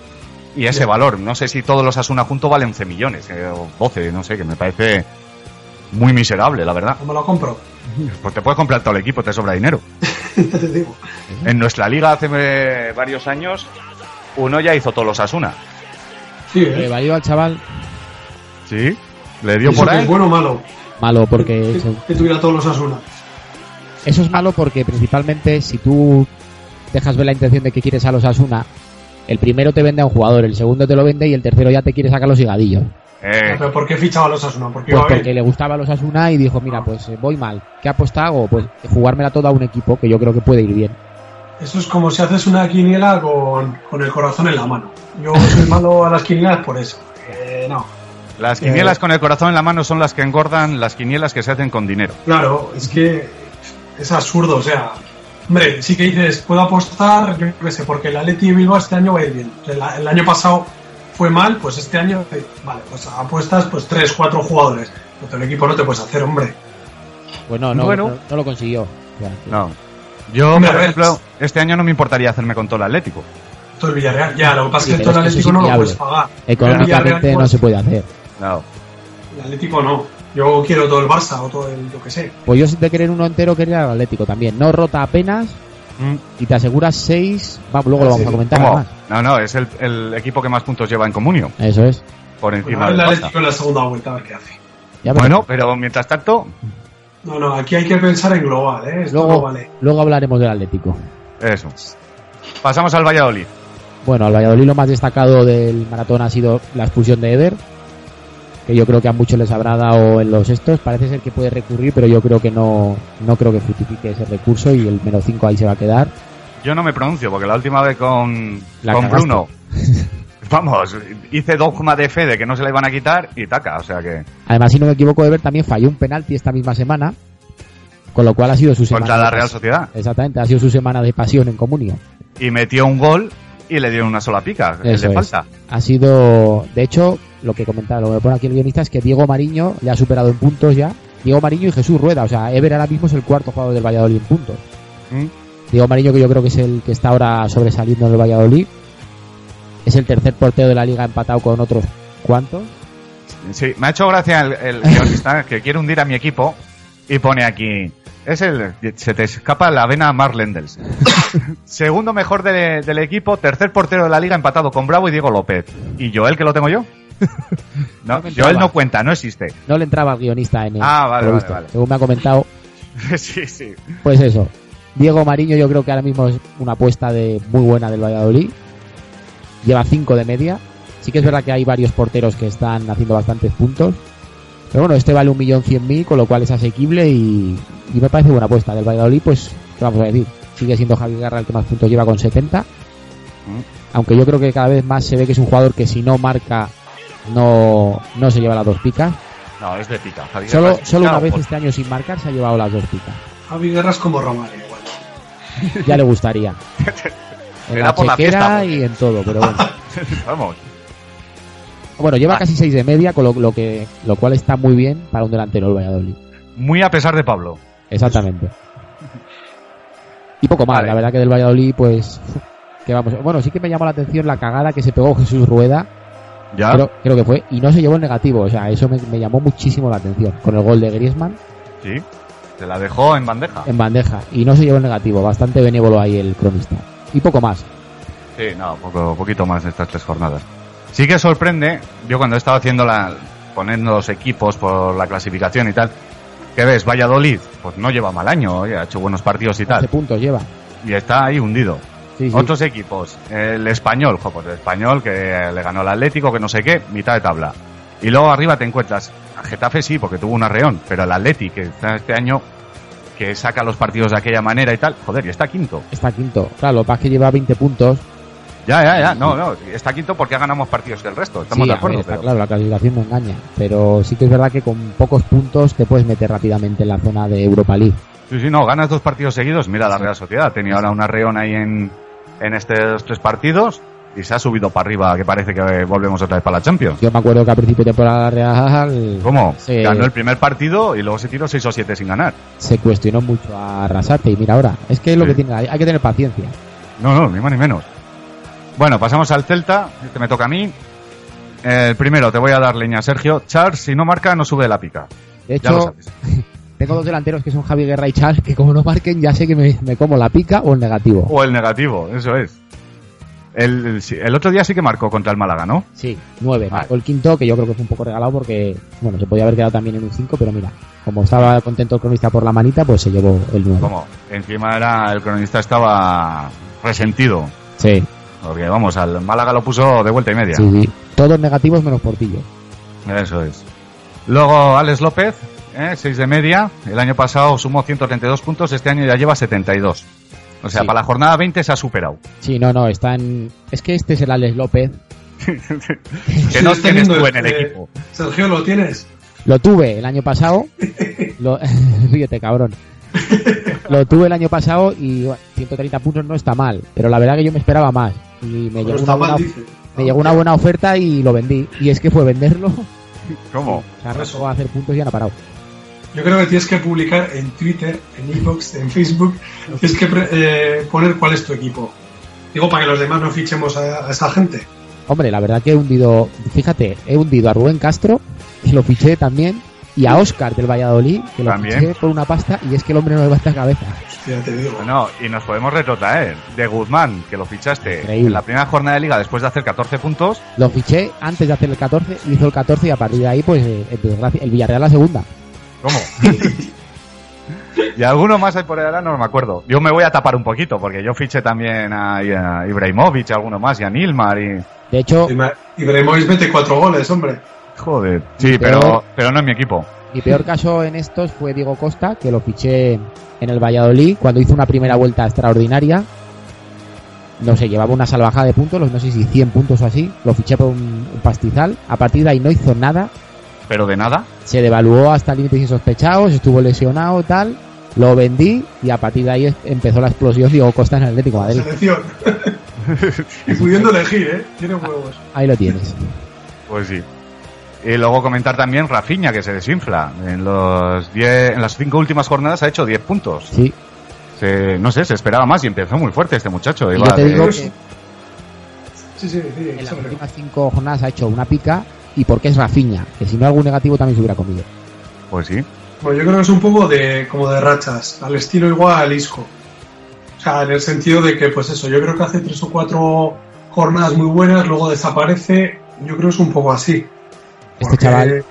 Speaker 3: y ese
Speaker 5: Ya.
Speaker 3: valor. No sé si todos los Asuna juntos valen 11 millones eh, o 12, no sé, que me parece muy miserable, la verdad.
Speaker 5: no me lo compro. *laughs*
Speaker 3: Pues te puedes comprar todo el equipo, te sobra dinero.
Speaker 5: Ya te digo.
Speaker 3: En nuestra liga hace eh, varios años, uno ya hizo todos los Asuna.
Speaker 5: Sí,
Speaker 4: Le
Speaker 5: ¿eh?
Speaker 4: valió al chaval
Speaker 3: ¿Sí? Le dio
Speaker 5: Eso
Speaker 3: por
Speaker 5: que
Speaker 3: ahí.
Speaker 5: es bueno o malo.
Speaker 4: malo porque.
Speaker 5: que,
Speaker 4: se-
Speaker 5: que tuviera todos los Asuna.
Speaker 4: Eso es malo porque principalmente si tú dejas ver la intención de que quieres a los Asuna, el primero te vende a un jugador, el segundo te lo vende y el tercero ya te quiere sacar los higadillos.
Speaker 3: Eh,
Speaker 5: Pero ¿por qué fichaba a los Asuna? Porque
Speaker 4: Pues
Speaker 5: iba bien.
Speaker 4: porque le gustaba a los Asuna y dijo, mira, pues eh, voy mal. ¿Qué apuesta hago? Pues jugármela toda a un equipo que yo creo que puede ir bien.
Speaker 5: Eso es como si haces una quiniela con, con el corazón en la mano. Yo soy malo a las quinielas por eso. Eh, no.
Speaker 3: las
Speaker 5: eh,
Speaker 3: quinielas con el corazón en la mano son las que engordan las quinielas que se hacen con dinero.
Speaker 5: Claro, es que es absurdo, o sea, hombre, sí que dices, puedo apostar, yo qué sé, porque el Atleti de Bilbao este año va a ir bien. El, el año pasado fue mal, pues este año, eh, vale, pues apuestas pues tres, cuatro jugadores. Pero todo el equipo no te puedes hacer, hombre.
Speaker 4: Pues no, no,
Speaker 3: Bueno.
Speaker 4: no, no lo consiguió. O sea,
Speaker 3: No. Yo,
Speaker 5: Hombre,
Speaker 3: por
Speaker 5: a ver.
Speaker 3: ejemplo, este año no me importaría hacerme con todo el Atlético.
Speaker 5: Todo el Villarreal, ya, lo que pasa
Speaker 4: Sí,
Speaker 5: es que
Speaker 4: pero
Speaker 5: todo el
Speaker 4: es que eso
Speaker 5: Atlético
Speaker 4: es
Speaker 5: no lo
Speaker 4: inviable.
Speaker 5: puedes pagar.
Speaker 4: Económicamente
Speaker 5: Villarreal, pues,
Speaker 4: no se puede hacer.
Speaker 3: No.
Speaker 5: El Atlético no. Yo quiero todo el Barça o todo el, yo qué sé.
Speaker 4: Pues yo si te querer uno entero quería al Atlético también. No rota apenas
Speaker 5: Mm,
Speaker 4: y te aseguras seis. Vamos, luego lo vamos a comentar
Speaker 3: ¿Cómo?
Speaker 4: además.
Speaker 3: No, no, es el, el equipo que más puntos lleva en comunio,
Speaker 4: Eso es.
Speaker 3: por
Speaker 5: Bueno,
Speaker 3: encima
Speaker 5: ahora el
Speaker 3: del Barça.
Speaker 5: Atlético en la segunda vuelta, a ver qué hace.
Speaker 4: Ya verás.
Speaker 3: Bueno, pero mientras tanto,
Speaker 5: No, no, aquí hay que pensar en global, ¿eh? Esto no
Speaker 4: luego,
Speaker 5: vale.
Speaker 4: luego hablaremos del Atlético.
Speaker 3: eso. Pasamos al Valladolid.
Speaker 4: Bueno, al Valladolid lo más destacado del maratón ha sido la expulsión de Eder, que yo creo que a muchos les habrá dado en los estos. Parece ser que puede recurrir, pero yo creo que no, no creo que justifique ese recurso y el menos 5 ahí se va a quedar.
Speaker 3: Yo no me pronuncio, porque la última vez con,
Speaker 4: La
Speaker 3: con
Speaker 4: cagaste. *laughs*
Speaker 3: Bruno, vamos, hice dogma de fe de que no se la iban a quitar y taca, o sea que
Speaker 4: Además, si no me equivoco, Eder también falló un penalti esta misma semana, con lo cual ha sido su semana.
Speaker 3: contra la
Speaker 4: de
Speaker 3: Real
Speaker 4: pas-
Speaker 3: Sociedad.
Speaker 4: Exactamente, ha sido su semana de pasión en comunio.
Speaker 3: Y metió un gol y le dieron una sola pica, el
Speaker 4: Eso
Speaker 3: de
Speaker 4: es.
Speaker 3: falta.
Speaker 4: Ha sido, de hecho, lo que comentaba, lo que pone aquí el guionista es que Diego Mariño le ha superado en puntos ya. Diego Mariño y Jesús Rueda, o sea, Ever ahora mismo es el cuarto jugador del Valladolid en puntos.
Speaker 3: Mm.
Speaker 4: Diego Mariño, que yo creo que es el que está ahora sobresaliendo en el Valladolid. Es el tercer portero de la liga empatado con otros cuantos.
Speaker 3: Sí, me ha hecho gracia el, el guionista que quiere hundir a mi equipo y pone aquí. Es el. Se te escapa la vena Mark
Speaker 4: *laughs*
Speaker 3: Lendels. Segundo mejor de- del equipo, tercer portero de la liga empatado con Bravo y Diego López. ¿Y Joel que lo tengo
Speaker 4: *laughs*
Speaker 3: yo?
Speaker 4: No
Speaker 3: no,
Speaker 4: me
Speaker 3: Joel
Speaker 4: entraba.
Speaker 3: no cuenta, no existe. *laughs*
Speaker 4: No le entraba al guionista en el.
Speaker 3: Ah, vale,
Speaker 4: por lo
Speaker 3: vale,
Speaker 4: visto.
Speaker 3: vale.
Speaker 4: Según me ha comentado,
Speaker 3: sí, sí.
Speaker 4: pues eso. Diego Mariño, yo creo que ahora mismo es una apuesta de muy buena del Valladolid. Lleva 5 de media. Sí que es verdad que hay varios porteros que están haciendo bastantes puntos. Pero bueno, este vale un millón cien mil, con lo cual es asequible y, y me parece buena apuesta. Del Valladolid, pues, ¿qué vamos a decir? Sigue siendo Javier Garra el que más puntos lleva con 70. Aunque yo creo que cada vez más se ve que es un jugador que si no marca, no, no se lleva las dos picas.
Speaker 3: No, es de pica. Javier pues,
Speaker 4: Solo,
Speaker 3: Vázquez,
Speaker 4: solo una
Speaker 3: claro,
Speaker 4: vez
Speaker 3: por-
Speaker 4: este año sin marcar se ha llevado las dos picas.
Speaker 5: Javi Guerra es como Romario. igual.
Speaker 4: Ya le gustaría.
Speaker 3: *laughs*
Speaker 4: En
Speaker 3: Le
Speaker 4: la
Speaker 3: da por la
Speaker 4: chequera
Speaker 3: fiesta,
Speaker 4: y en todo,
Speaker 3: *laughs*
Speaker 4: pero bueno.
Speaker 3: Vamos.
Speaker 4: Bueno, lleva
Speaker 3: Ah.
Speaker 4: casi seis de media, con lo, lo que, lo cual está muy bien para un delantero del Valladolid.
Speaker 3: Muy a pesar de Pablo.
Speaker 4: Exactamente. Y poco más,
Speaker 3: Vale.
Speaker 4: la verdad que del Valladolid, pues. Que vamos. Bueno, sí que me llamó la atención la cagada que se pegó Jesús Rueda,
Speaker 3: Ya.
Speaker 4: creo, creo que fue, y no se llevó el negativo, o sea, eso me, me llamó muchísimo la atención, con el gol de Griezmann
Speaker 3: Sí. Se la dejó en bandeja.
Speaker 4: en bandeja, y no se llevó el negativo, bastante benévolo ahí el cronista. Y poco más,
Speaker 3: Sí, no, poco, poquito más de estas tres jornadas. Sí que sorprende, yo cuando he estado haciendo la, poniendo los equipos por la clasificación y tal, que ves, Valladolid, pues no lleva mal año, oye, ha hecho buenos partidos y
Speaker 4: 11
Speaker 3: tal,
Speaker 4: puntos lleva.
Speaker 3: y está ahí hundido.
Speaker 4: Sí, sí.
Speaker 3: Otros equipos, el español, jo, pues el español que le ganó al Atlético, que no sé qué, mitad de tabla. Y luego arriba te encuentras, a Getafe sí, porque tuvo un arreón, pero el Atlético, que está este año, que saca los partidos de aquella manera y tal, joder, y está quinto.
Speaker 4: Está quinto. Claro, lo que pasa es que lleva 20 puntos.
Speaker 3: Ya, ya, ya. No, no. Está quinto porque ganamos partidos del resto. Estamos
Speaker 4: Sí,
Speaker 3: de
Speaker 4: a ver,
Speaker 3: acuerdo.
Speaker 4: está
Speaker 3: pero-
Speaker 4: claro, la clasificación no engaña. Pero sí que es verdad que con pocos puntos te puedes meter rápidamente en la zona de Europa League.
Speaker 3: Sí, sí, no. Ganas dos partidos seguidos. Mira la Real Sociedad. Ha tenido ahora una reón ahí en, en estos tres partidos y se ha subido para arriba, que parece que volvemos otra vez para la Champions.
Speaker 4: Yo me acuerdo que a principio de temporada la Real
Speaker 3: ¿Cómo?
Speaker 4: Sí.
Speaker 3: Ganó el primer partido y luego se tiró 6 o 7 sin ganar.
Speaker 4: se cuestionó mucho a Arrasate. Y mira ahora, es que es lo
Speaker 3: Sí.
Speaker 4: que tiene, hay hay que tener paciencia.
Speaker 3: No, no, ni más ni menos. Bueno, pasamos al Celta. Este me toca a mí. El primero, te voy a dar leña, Sergio. Charles, si no marca, no sube de la pica.
Speaker 4: De
Speaker 3: Ya lo
Speaker 4: hecho,
Speaker 3: sabes.
Speaker 4: tengo dos delanteros que son Javi Guerra y Charles, que como no marquen ya sé que me, me como la pica o el negativo.
Speaker 3: O el negativo, eso es. El, el- sí, el otro día sí que marcó contra el Málaga, ¿no?
Speaker 4: Sí, nueve.
Speaker 3: Vale.
Speaker 4: Marcó el quinto, que yo creo que fue un poco regalado porque, bueno, se podía haber quedado también en un cinco, pero mira, como estaba contento el cronista por la manita, pues se llevó el nueve.
Speaker 3: Como encima era el cronista estaba resentido.
Speaker 4: Sí.
Speaker 3: Porque vamos, al Málaga lo puso de vuelta y media.
Speaker 4: Sí, sí. Todos negativos menos Portillo.
Speaker 3: Eso es. Luego Alex López, 6 de media. El año pasado sumó 132 puntos, este año ya lleva 72. O sea,
Speaker 4: Sí.
Speaker 3: para la jornada 20 se ha superado.
Speaker 4: Sí, no, no, están... Es que este es el Alex López.
Speaker 3: Que no
Speaker 5: Sí,
Speaker 3: tienes
Speaker 5: teniendo
Speaker 3: tú en el
Speaker 5: este-
Speaker 3: equipo.
Speaker 5: Sergio, ¿lo tienes?
Speaker 4: Lo tuve el año pasado. Lo... *laughs* Ríete, cabrón. Lo tuve el año pasado y bueno, 130 puntos no está mal. Pero la verdad que yo me esperaba más. Y me,
Speaker 5: Pero
Speaker 4: llegó
Speaker 5: está
Speaker 4: una,
Speaker 5: mal,
Speaker 4: buena...
Speaker 5: dice.
Speaker 4: me llegó una buena oferta y lo vendí. Y es que fue venderlo. O
Speaker 3: ¿Cómo?
Speaker 4: sea, no va a hacer puntos y ya no ha parado.
Speaker 5: Yo creo que tienes que publicar en Twitter, en Evox, en Facebook, tienes que pre- eh, poner cuál es tu equipo. Digo, para que los demás no fichemos a, a esta gente.
Speaker 4: Hombre, la verdad que he hundido... Fíjate, he hundido a Rubén Castro, que lo fiché también. Y a Oscar del Valladolid, que lo
Speaker 3: También.
Speaker 4: fiché por una pasta. Y es que el hombre no levanta cabeza.
Speaker 5: Ya te digo.
Speaker 3: Bueno, y nos podemos retrotraer. De Guzmán, que lo fichaste
Speaker 4: Increíble.
Speaker 3: en la primera jornada de liga después de hacer 14 puntos.
Speaker 4: Lo fiché antes de hacer el 14, hizo el 14 y a partir de ahí, pues, eh, en desgracia- el Villarreal la segunda.
Speaker 3: ¿Cómo? *laughs* y alguno más hay por ahí ahora, no me acuerdo. Yo me voy a tapar un poquito, porque yo fiché también a, a Ibrahimovic, a alguno más, y a Nilmar, y...
Speaker 4: De hecho,
Speaker 5: Ima- Ibrahimovic mete cuatro goles, hombre.
Speaker 3: Joder. Sí,
Speaker 4: Pero-
Speaker 3: pero, pero no en mi equipo.
Speaker 4: mi peor caso en estos fue Diego Costa, que lo fiché en el Valladolid cuando hizo una primera vuelta extraordinaria. No sé, llevaba una salvajada de puntos, no sé si 100 puntos o así. Lo fiché por un, un pastizal. A partir de ahí no hizo nada.
Speaker 3: Pero de nada.
Speaker 4: Se devaluó hasta límites insospechados, estuvo lesionado, tal. Lo vendí y a partir de ahí es- empezó la explosión Diego Costa en el Atlético de Madrid.
Speaker 5: Selección. *laughs* y pudiendo elegir, ¿eh? Tiene huevos.
Speaker 4: Ahí lo tienes.
Speaker 3: Pues sí. Y luego comentar también Rafiña, que se desinfla. En, los diez, en las cinco últimas jornadas ha hecho 10 puntos.
Speaker 4: Sí,
Speaker 3: Se- no sé, se esperaba más y empezó muy fuerte este muchacho.
Speaker 4: y
Speaker 3: Iba
Speaker 4: yo te
Speaker 3: de-
Speaker 4: digo que
Speaker 5: Eh, Sí, sí, sí.
Speaker 4: en las
Speaker 5: sobre. *laughs*
Speaker 4: últimas cinco jornadas ha hecho una pica y porque es Rafiña, que si no algún negativo también se hubiera comido.
Speaker 3: Pues sí.
Speaker 5: Bueno, yo creo que es un poco de como de rachas, al estilo igual al Isco. O sea, en el sentido de que, pues eso, yo creo que hace tres o cuatro jornadas muy buenas, luego desaparece. Yo creo que es un poco así.
Speaker 4: Este
Speaker 5: Porque
Speaker 4: chaval,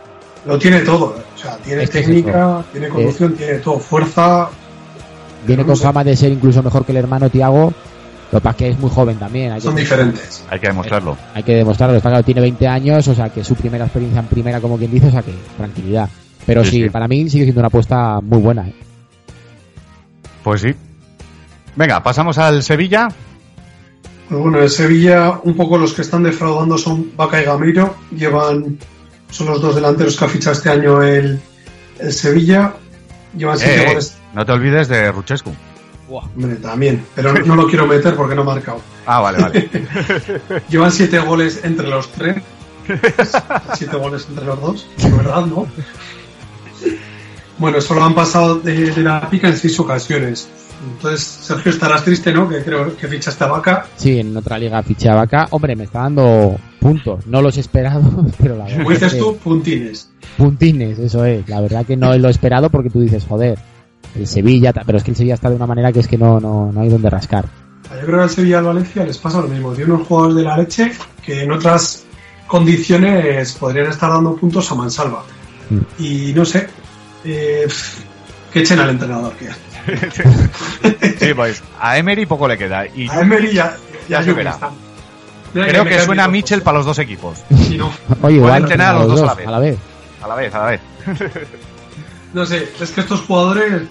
Speaker 5: Lo tiene todo. ¿eh? O sea, tiene
Speaker 4: Este es Eh,
Speaker 5: técnica, tiene conducción, tiene todo. Fuerza.
Speaker 4: Viene
Speaker 5: no
Speaker 4: con
Speaker 5: sé.
Speaker 4: fama de ser incluso mejor que el hermano Tiago. Lo que pasa es que es muy joven también. Hay que,
Speaker 5: Son diferentes.
Speaker 3: Hay que demostrarlo.
Speaker 4: hay que demostrarlo. Está claro, tiene 20 años, o sea que su primera experiencia en primera, como quien dice, o sea que tranquilidad. Pero
Speaker 3: Sí,
Speaker 4: sí,
Speaker 3: sí.
Speaker 4: para mí sigue siendo una apuesta muy buena. ¿eh?
Speaker 3: Pues sí. Venga, pasamos al Sevilla.
Speaker 5: Pero bueno, en Sevilla un poco los que están defraudando son Vaca y Gamiro. Llevan, son los dos delanteros que ha fichado este año el, el Sevilla. Llevan siete
Speaker 3: Eh, eh,
Speaker 5: goles.
Speaker 3: no te olvides de Ruchescu.
Speaker 5: Hombre, también, pero no, no lo quiero meter porque no ha marcado.
Speaker 3: Ah, vale,
Speaker 5: *laughs*
Speaker 3: vale.
Speaker 5: Llevan siete goles entre los tres. siete goles entre los dos, de verdad, ¿no? Bueno, solo han pasado de, de la pica en seis ocasiones. Entonces, Sergio, estarás triste, ¿no? Que creo que ficha esta vaca.
Speaker 4: Sí, en otra liga fichaba acá. Hombre, me está dando puntos. No los esperados, *laughs* pero la verdad.
Speaker 5: Como Pues dices
Speaker 4: es que-
Speaker 5: tú, puntines.
Speaker 4: Puntines, eso es. La verdad que no es lo esperado porque tú dices, joder, el Sevilla, ta- pero es que el Sevilla está de una manera que es que no, no, no hay donde rascar.
Speaker 5: Ah, Yo creo que al Sevilla y al Valencia les pasa lo mismo. Tiene unos jugadores de la leche que en otras condiciones podrían estar dando puntos a mansalva.
Speaker 4: Mm.
Speaker 5: Y no sé, eh, que echen al entrenador. Que
Speaker 3: Sí, pues. A Emery poco le queda. Y
Speaker 5: a Emery ya, ya,
Speaker 3: Ya se
Speaker 5: yo
Speaker 3: verá.
Speaker 5: está. Mira
Speaker 3: creo
Speaker 5: me
Speaker 3: que
Speaker 5: cae
Speaker 3: suena
Speaker 5: bien,
Speaker 3: Mitchell para los dos equipos.
Speaker 5: si no,
Speaker 4: Oye, igual
Speaker 3: entrenar a los dos a la vez.
Speaker 4: A la vez.
Speaker 3: A la vez, Pues a la vez.
Speaker 5: no sé, es que estos jugadores,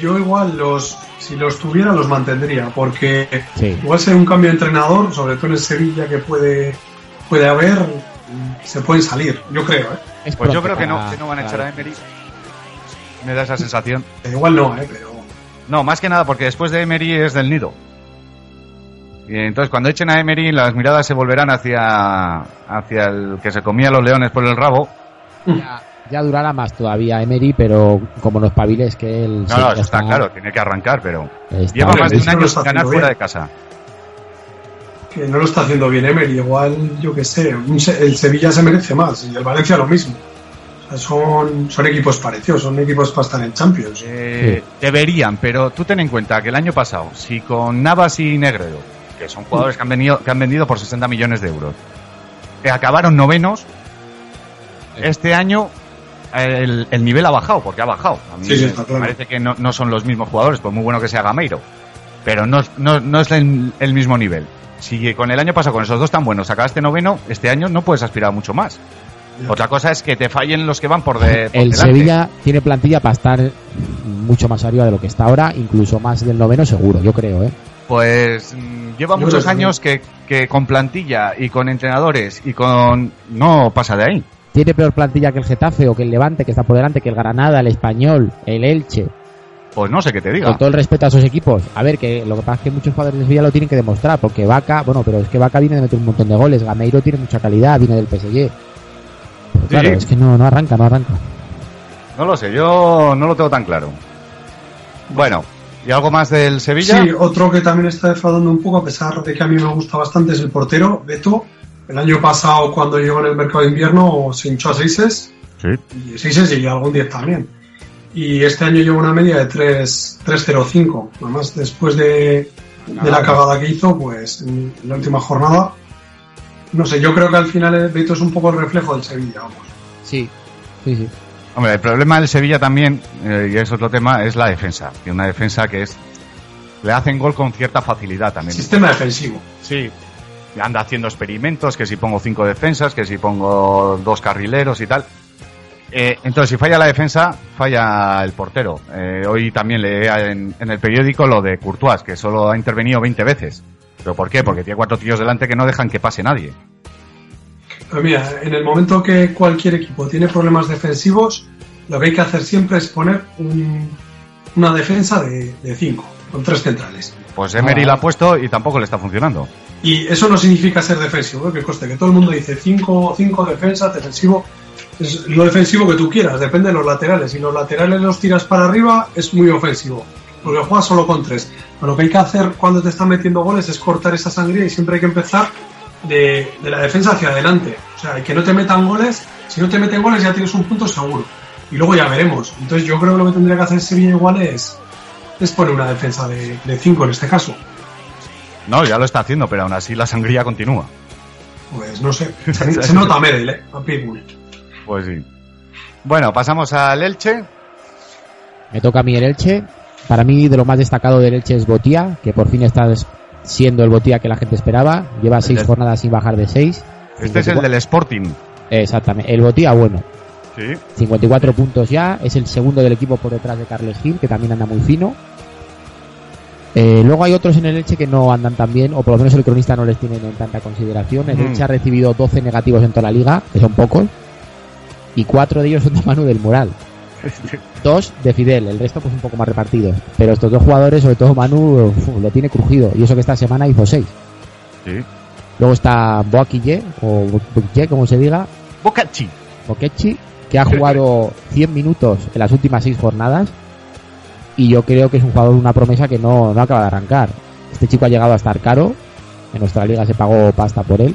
Speaker 5: yo igual los, si los tuviera los mantendría, porque
Speaker 4: Sí.
Speaker 5: igual ser un cambio de entrenador, sobre todo en el Sevilla que puede, puede haber, mm, se pueden salir, yo creo, ¿eh?
Speaker 4: Es
Speaker 3: Pues yo
Speaker 4: pronto
Speaker 3: creo que no,
Speaker 4: para-
Speaker 3: que no van a
Speaker 4: para-
Speaker 3: echar a Emery. Me da esa sensación.
Speaker 5: Eh, Igual no, ¿eh? Pero
Speaker 3: No, más que nada porque después de Emery es del nido. Y entonces cuando echen a Emery las miradas se volverán hacia, hacia el que se comía los leones por el rabo.
Speaker 4: Ya, ya durará más todavía Emery, pero como los paviles que él.
Speaker 3: No,
Speaker 4: sí,
Speaker 3: no,
Speaker 4: ya
Speaker 3: eso está claro, tiene que arrancar, pero
Speaker 4: está-
Speaker 3: lleva más de un
Speaker 5: eso
Speaker 3: año
Speaker 5: lo
Speaker 3: sin
Speaker 5: está
Speaker 3: ganar
Speaker 5: haciendo
Speaker 3: fuera de
Speaker 5: bien.
Speaker 3: casa.
Speaker 5: que no lo está haciendo bien Emery, igual, yo qué sé, un Se- el Sevilla se merece más y el Valencia lo mismo. O sea, son, son equipos parecidos, son equipos para estar en Champions.
Speaker 3: Eh, Deberían, pero tú ten en cuenta que el año pasado, si con Navas y Negredo, que son jugadores que han, venido, que han vendido por 60 millones de euros, que acabaron novenos, este año el, el nivel ha bajado, porque ha bajado. A mí
Speaker 5: Sí, sí,
Speaker 3: me
Speaker 5: está claro.
Speaker 3: Parece que no, no son los mismos jugadores, por muy bueno que sea Gameiro, pero no, es- no- no es el, el mismo nivel. Si con el año pasado, con esos dos tan buenos, acabaste noveno, este año no puedes aspirar a mucho más. Otra cosa es que te fallen los que van por, de, por
Speaker 4: El
Speaker 3: delante.
Speaker 4: Sevilla tiene plantilla para estar mucho más arriba de lo que está ahora, incluso más del noveno seguro, yo creo, ¿eh?
Speaker 3: Pues mm, lleva
Speaker 5: Yo creo
Speaker 3: muchos
Speaker 5: que
Speaker 3: años que, que con plantilla y con entrenadores y con... No pasa de ahí.
Speaker 4: Tiene peor plantilla que el Getafe o que el Levante, que está por delante, que el Granada, el Español, el Elche.
Speaker 3: Pues no sé qué te diga.
Speaker 4: Con todo el respeto a esos equipos. A ver, que lo que pasa es que muchos jugadores de Sevilla lo tienen que demostrar, porque Vaca, bueno, pero es que Vaca viene de meter un montón de goles. Gameiro tiene mucha calidad, viene del PSG. Pero claro,
Speaker 3: sí.
Speaker 4: es que no, no arranca, no arranca.
Speaker 3: No lo sé, yo no lo tengo tan claro. Bueno, ¿y algo más del Sevilla?
Speaker 5: Sí, otro que también está defraudando un poco, a pesar de que a mí me gusta bastante, es el portero, Beto. El año pasado, cuando llegó en el mercado de invierno, se hinchó a seises,
Speaker 3: Sí.
Speaker 5: y seises y algún 10 también. Y este año lleva una media de 3 3.05. Además, después de, de la cagada que hizo, pues en la última jornada, no sé, yo creo que al final eh, Beto es un poco el reflejo del Sevilla, vamos.
Speaker 4: Sí. Sí, sí.
Speaker 3: Hombre, el problema del Sevilla también, eh, y es otro tema, es la defensa. Tiene una defensa que es... Le hacen gol con cierta facilidad también.
Speaker 5: Sistema defensivo.
Speaker 3: Sí. Anda haciendo experimentos, que si pongo cinco defensas, que si pongo dos carrileros y tal. Eh, entonces, si falla la defensa, falla el portero. Eh, hoy también leía en, en el periódico lo de Courtois, que solo ha intervenido 20 veces. ¿Pero por qué? Porque tiene cuatro tíos delante que no dejan que pase nadie.
Speaker 5: Pero Pues mira, en el momento que cualquier equipo tiene problemas defensivos, lo que hay que hacer siempre es poner un- una defensa de 5, con tres centrales.
Speaker 3: Pues Emery
Speaker 4: Ah.
Speaker 3: la ha puesto y tampoco le está funcionando.
Speaker 5: Y eso no significa ser defensivo, ¿eh? que coste, que todo el mundo dice 5 cinco, cinco defensas, defensivo. Es lo defensivo que tú quieras, depende de los laterales. Si los laterales los tiras para arriba, es muy ofensivo, porque juegas solo con tres. Pero lo que hay que hacer cuando te están metiendo goles es cortar esa sangría y siempre hay que empezar de, de la defensa hacia adelante. O sea, que no te metan goles, si no te meten goles ya tienes un punto seguro. Y luego ya veremos. Entonces yo creo que lo que tendría que hacer Sevilla igual es, es poner una defensa de 5 en este caso.
Speaker 3: No, ya lo está haciendo, pero aún así la sangría continúa.
Speaker 5: Pues no sé.
Speaker 4: *laughs*
Speaker 5: Se, se nota a Medel, ¿eh? A Pitbull.
Speaker 3: Pues sí. Bueno, pasamos al Elche.
Speaker 4: Me toca a mí el Elche. Para mí, de lo más destacado del Elche es Botía, que por fin está des- siendo el Botía que la gente esperaba. Lleva seis
Speaker 3: del-
Speaker 4: jornadas sin bajar de seis.
Speaker 3: Este es el del Sporting.
Speaker 4: Exactamente. El Botía, bueno.
Speaker 3: Sí.
Speaker 4: 54 puntos ya. Es el segundo del equipo por detrás de Carles Gil, que también anda muy fino. Eh, luego hay otros en el Elche que no andan tan bien, o por lo menos el cronista no les tiene en tanta consideración. El
Speaker 3: Mm.
Speaker 4: Elche ha recibido 12 negativos en toda la liga, que son pocos, y cuatro de ellos son de Manu del Moral. Dos de Fidel, el resto pues un poco más repartidos. Pero estos dos jugadores, sobre todo Manu, uf, lo tiene crujido, y eso que esta semana hizo seis.
Speaker 3: Sí.
Speaker 4: Luego está Boaquille, o Boquille, como se diga,
Speaker 3: Bocachi.
Speaker 4: Pokechi, que ha jugado 100 minutos en las últimas 6 jornadas. Y yo creo que es un jugador, una promesa que no, no acaba de arrancar. Este chico ha llegado a estar caro. En nuestra liga se pagó pasta por él.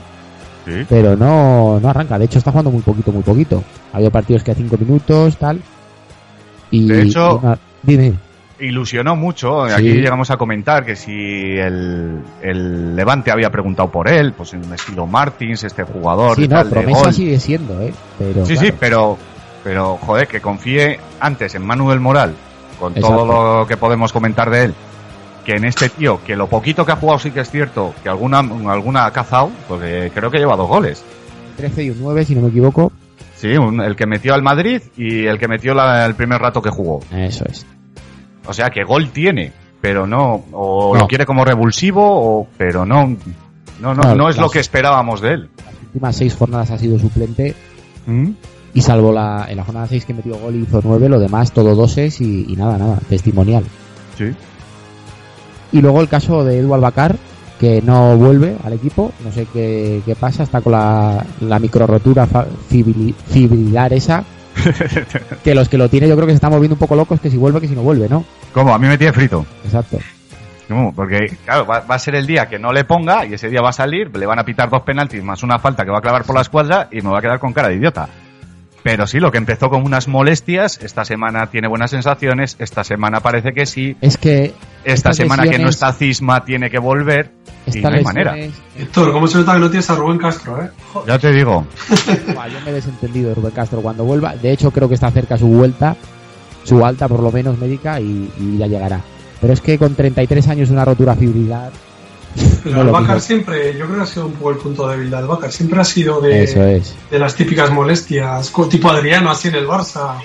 Speaker 3: Sí.
Speaker 4: Pero no, no arranca. De hecho, está jugando muy poquito, muy poquito. Ha habido partidos que a 5 minutos, tal. Y,
Speaker 3: De hecho-
Speaker 4: y una- dime.
Speaker 3: Ilusionó mucho. eh,
Speaker 4: Sí.
Speaker 3: Aquí llegamos a comentar que si el, el Levante había preguntado por él, pues en un estilo Martins, este jugador.
Speaker 4: Sí,
Speaker 3: de
Speaker 4: no,
Speaker 3: tal, de
Speaker 4: promesa
Speaker 3: gol.
Speaker 4: sigue siendo, ¿eh? Pero,
Speaker 3: Sí,
Speaker 4: claro,
Speaker 3: sí, pero, pero joder, que confíe antes en Manuel Moral, con
Speaker 4: Exacto.
Speaker 3: todo lo que podemos comentar de él, que en este tío, que lo poquito que ha jugado sí que es cierto, que alguna, alguna ha cazado, porque creo que lleva dos goles.
Speaker 4: 13 y un 9, si no me equivoco.
Speaker 3: Sí, un- el que metió al Madrid y el que metió la- el primer rato que jugó.
Speaker 4: Eso es.
Speaker 3: O sea que gol tiene, pero no, o
Speaker 4: No.
Speaker 3: lo quiere como revulsivo, o, pero no, no, no,
Speaker 4: No,
Speaker 3: no es
Speaker 4: las-
Speaker 3: lo que esperábamos de él.
Speaker 4: Las últimas 6 jornadas ha sido suplente.
Speaker 3: Mm,
Speaker 4: Y salvo la, en la jornada 6 que metió gol y hizo 9, lo demás todo doses y, y nada, nada, testimonial.
Speaker 3: Sí.
Speaker 4: Y luego el caso de Edu Albacar, que no vuelve al equipo, no sé qué, qué pasa, está con la, la micro rotura fa- fibri-
Speaker 3: *laughs*
Speaker 4: fibrilar esa. que los que lo tienen yo creo que se están volviendo un poco locos, que si vuelve, que si no vuelve, ¿no?
Speaker 3: ¿Cómo? A mí me tiene frito.
Speaker 4: Exacto.
Speaker 3: No, porque claro, va, va a ser el día que no le ponga y ese día va a salir, le van a pitar dos penaltis más una falta que va a clavar por la escuadra y me va a quedar con cara de idiota. Pero sí, lo que empezó con unas molestias, esta semana tiene buenas sensaciones, esta semana parece que sí,
Speaker 4: Es que
Speaker 3: esta
Speaker 4: Estas
Speaker 3: semana que no
Speaker 4: lesiones-
Speaker 3: está cisma tiene que volver. Y no
Speaker 4: esta
Speaker 3: hay manera.
Speaker 5: Héctor, ¿cómo se nota que no tienes a Rubén Castro, eh?
Speaker 3: Ya te digo.
Speaker 4: yo me he desentendido de Rubén Castro cuando vuelva. De hecho, creo que está cerca su vuelta, su alta por lo menos médica, y, y ya llegará. Pero es que con 33 años de una rotura fibrilar.
Speaker 5: Pero
Speaker 4: no lo
Speaker 5: Albacar
Speaker 4: digo.
Speaker 5: siempre, yo creo que ha sido un poco el punto débil de Albacar. Siempre ha sido de,
Speaker 4: Eso es.
Speaker 5: de las típicas molestias, co- tipo Adriano, así en el Barça.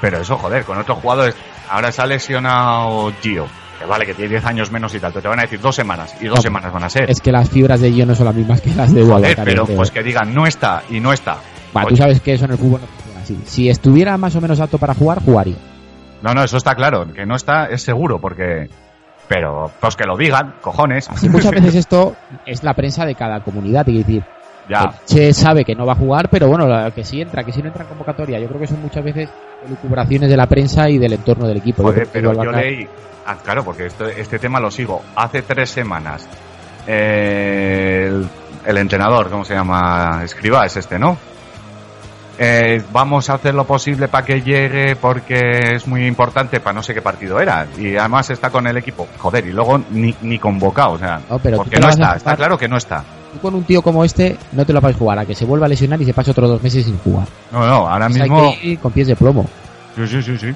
Speaker 3: Pero eso, joder, con otros jugadores. Ahora se ha lesionado Gio, que vale, que tiene 10 años menos y tal, pero te van a decir dos semanas, y dos
Speaker 4: No,
Speaker 3: semanas van a ser.
Speaker 4: Es que las fibras de Gio no son las mismas que las de Edu
Speaker 3: Joder,
Speaker 4: Albacar,
Speaker 3: pero
Speaker 4: yo creo.
Speaker 3: pues que digan no está y no está.
Speaker 4: Va, tú
Speaker 3: Oye.
Speaker 4: sabes que eso en el fútbol no funciona así. Si estuviera más o menos apto para jugar, jugaría.
Speaker 3: No, no, eso está claro. Que no está es seguro, porque. Pero, pues que lo digan, cojones.
Speaker 4: Así muchas veces esto es la prensa de cada comunidad. Y decir,
Speaker 3: *laughs* ya.
Speaker 4: el Che sabe que no va a jugar, pero bueno, la- que sí entra, que sí no entra en convocatoria. Yo creo que son muchas veces elucubraciones de la prensa y del entorno del equipo. Yo
Speaker 3: Joder,
Speaker 4: creo que
Speaker 3: pero yo
Speaker 4: Edu Albacar-
Speaker 3: leí. Ah, claro, porque esto- este tema lo sigo. Hace tres semanas. eh, el, el entrenador, ¿cómo se llama? Escriba, es este, ¿no? Eh, vamos a hacer lo posible para que llegue porque es muy importante para no sé qué partido era. Y además está con el equipo. Joder, y luego ni, ni convocado, o sea.
Speaker 4: No, pero tú
Speaker 3: porque
Speaker 4: te
Speaker 3: no
Speaker 4: la vas a
Speaker 3: está, está
Speaker 4: jugar.
Speaker 3: claro que no está.
Speaker 4: Tú con un tío como este no te lo vas a jugar, a que se vuelva a lesionar y se pase otros dos meses sin jugar.
Speaker 3: No, no, ahora
Speaker 4: O sea, hay
Speaker 3: mismo.
Speaker 4: que ir con pies de plomo.
Speaker 3: Sí, sí, sí, sí.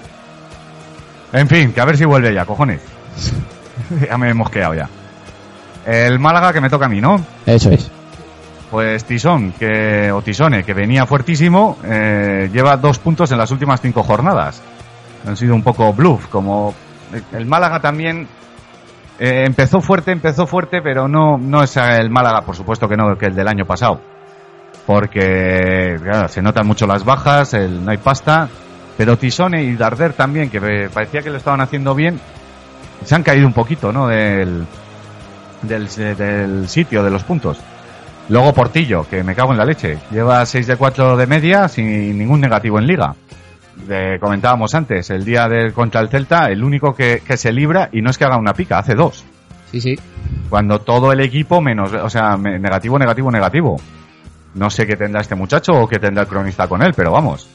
Speaker 3: En fin, que a ver si vuelve ya, cojones. *laughs* ya me he mosqueado ya. El Málaga que me toca a mí, ¿no?
Speaker 4: Eso es.
Speaker 3: Pues Tisón, que, o Tisone, que venía fuertísimo, eh, lleva dos puntos en las últimas cinco jornadas. Han sido un poco bluff, como el Málaga también eh, empezó fuerte, empezó fuerte, pero no, no es el Málaga, por supuesto que no, que el del año pasado. Porque, claro, se notan mucho las bajas, el, no hay pasta, pero Tisone y Darder también, que eh, parecía que lo estaban haciendo bien, se han caído un poquito, ¿no? Del, del, del sitio, de los puntos. Luego Portillo, que me cago en la leche. Lleva 6 de 4 de media sin ningún negativo en liga. Le comentábamos antes, el día del contra el Celta, el único que, que se libra y no es que haga una pica, hace dos.
Speaker 4: Sí, sí.
Speaker 3: Cuando todo el equipo menos, o sea, me- negativo, negativo, negativo. No sé qué tendrá este muchacho o qué tendrá el cronista con él, pero vamos,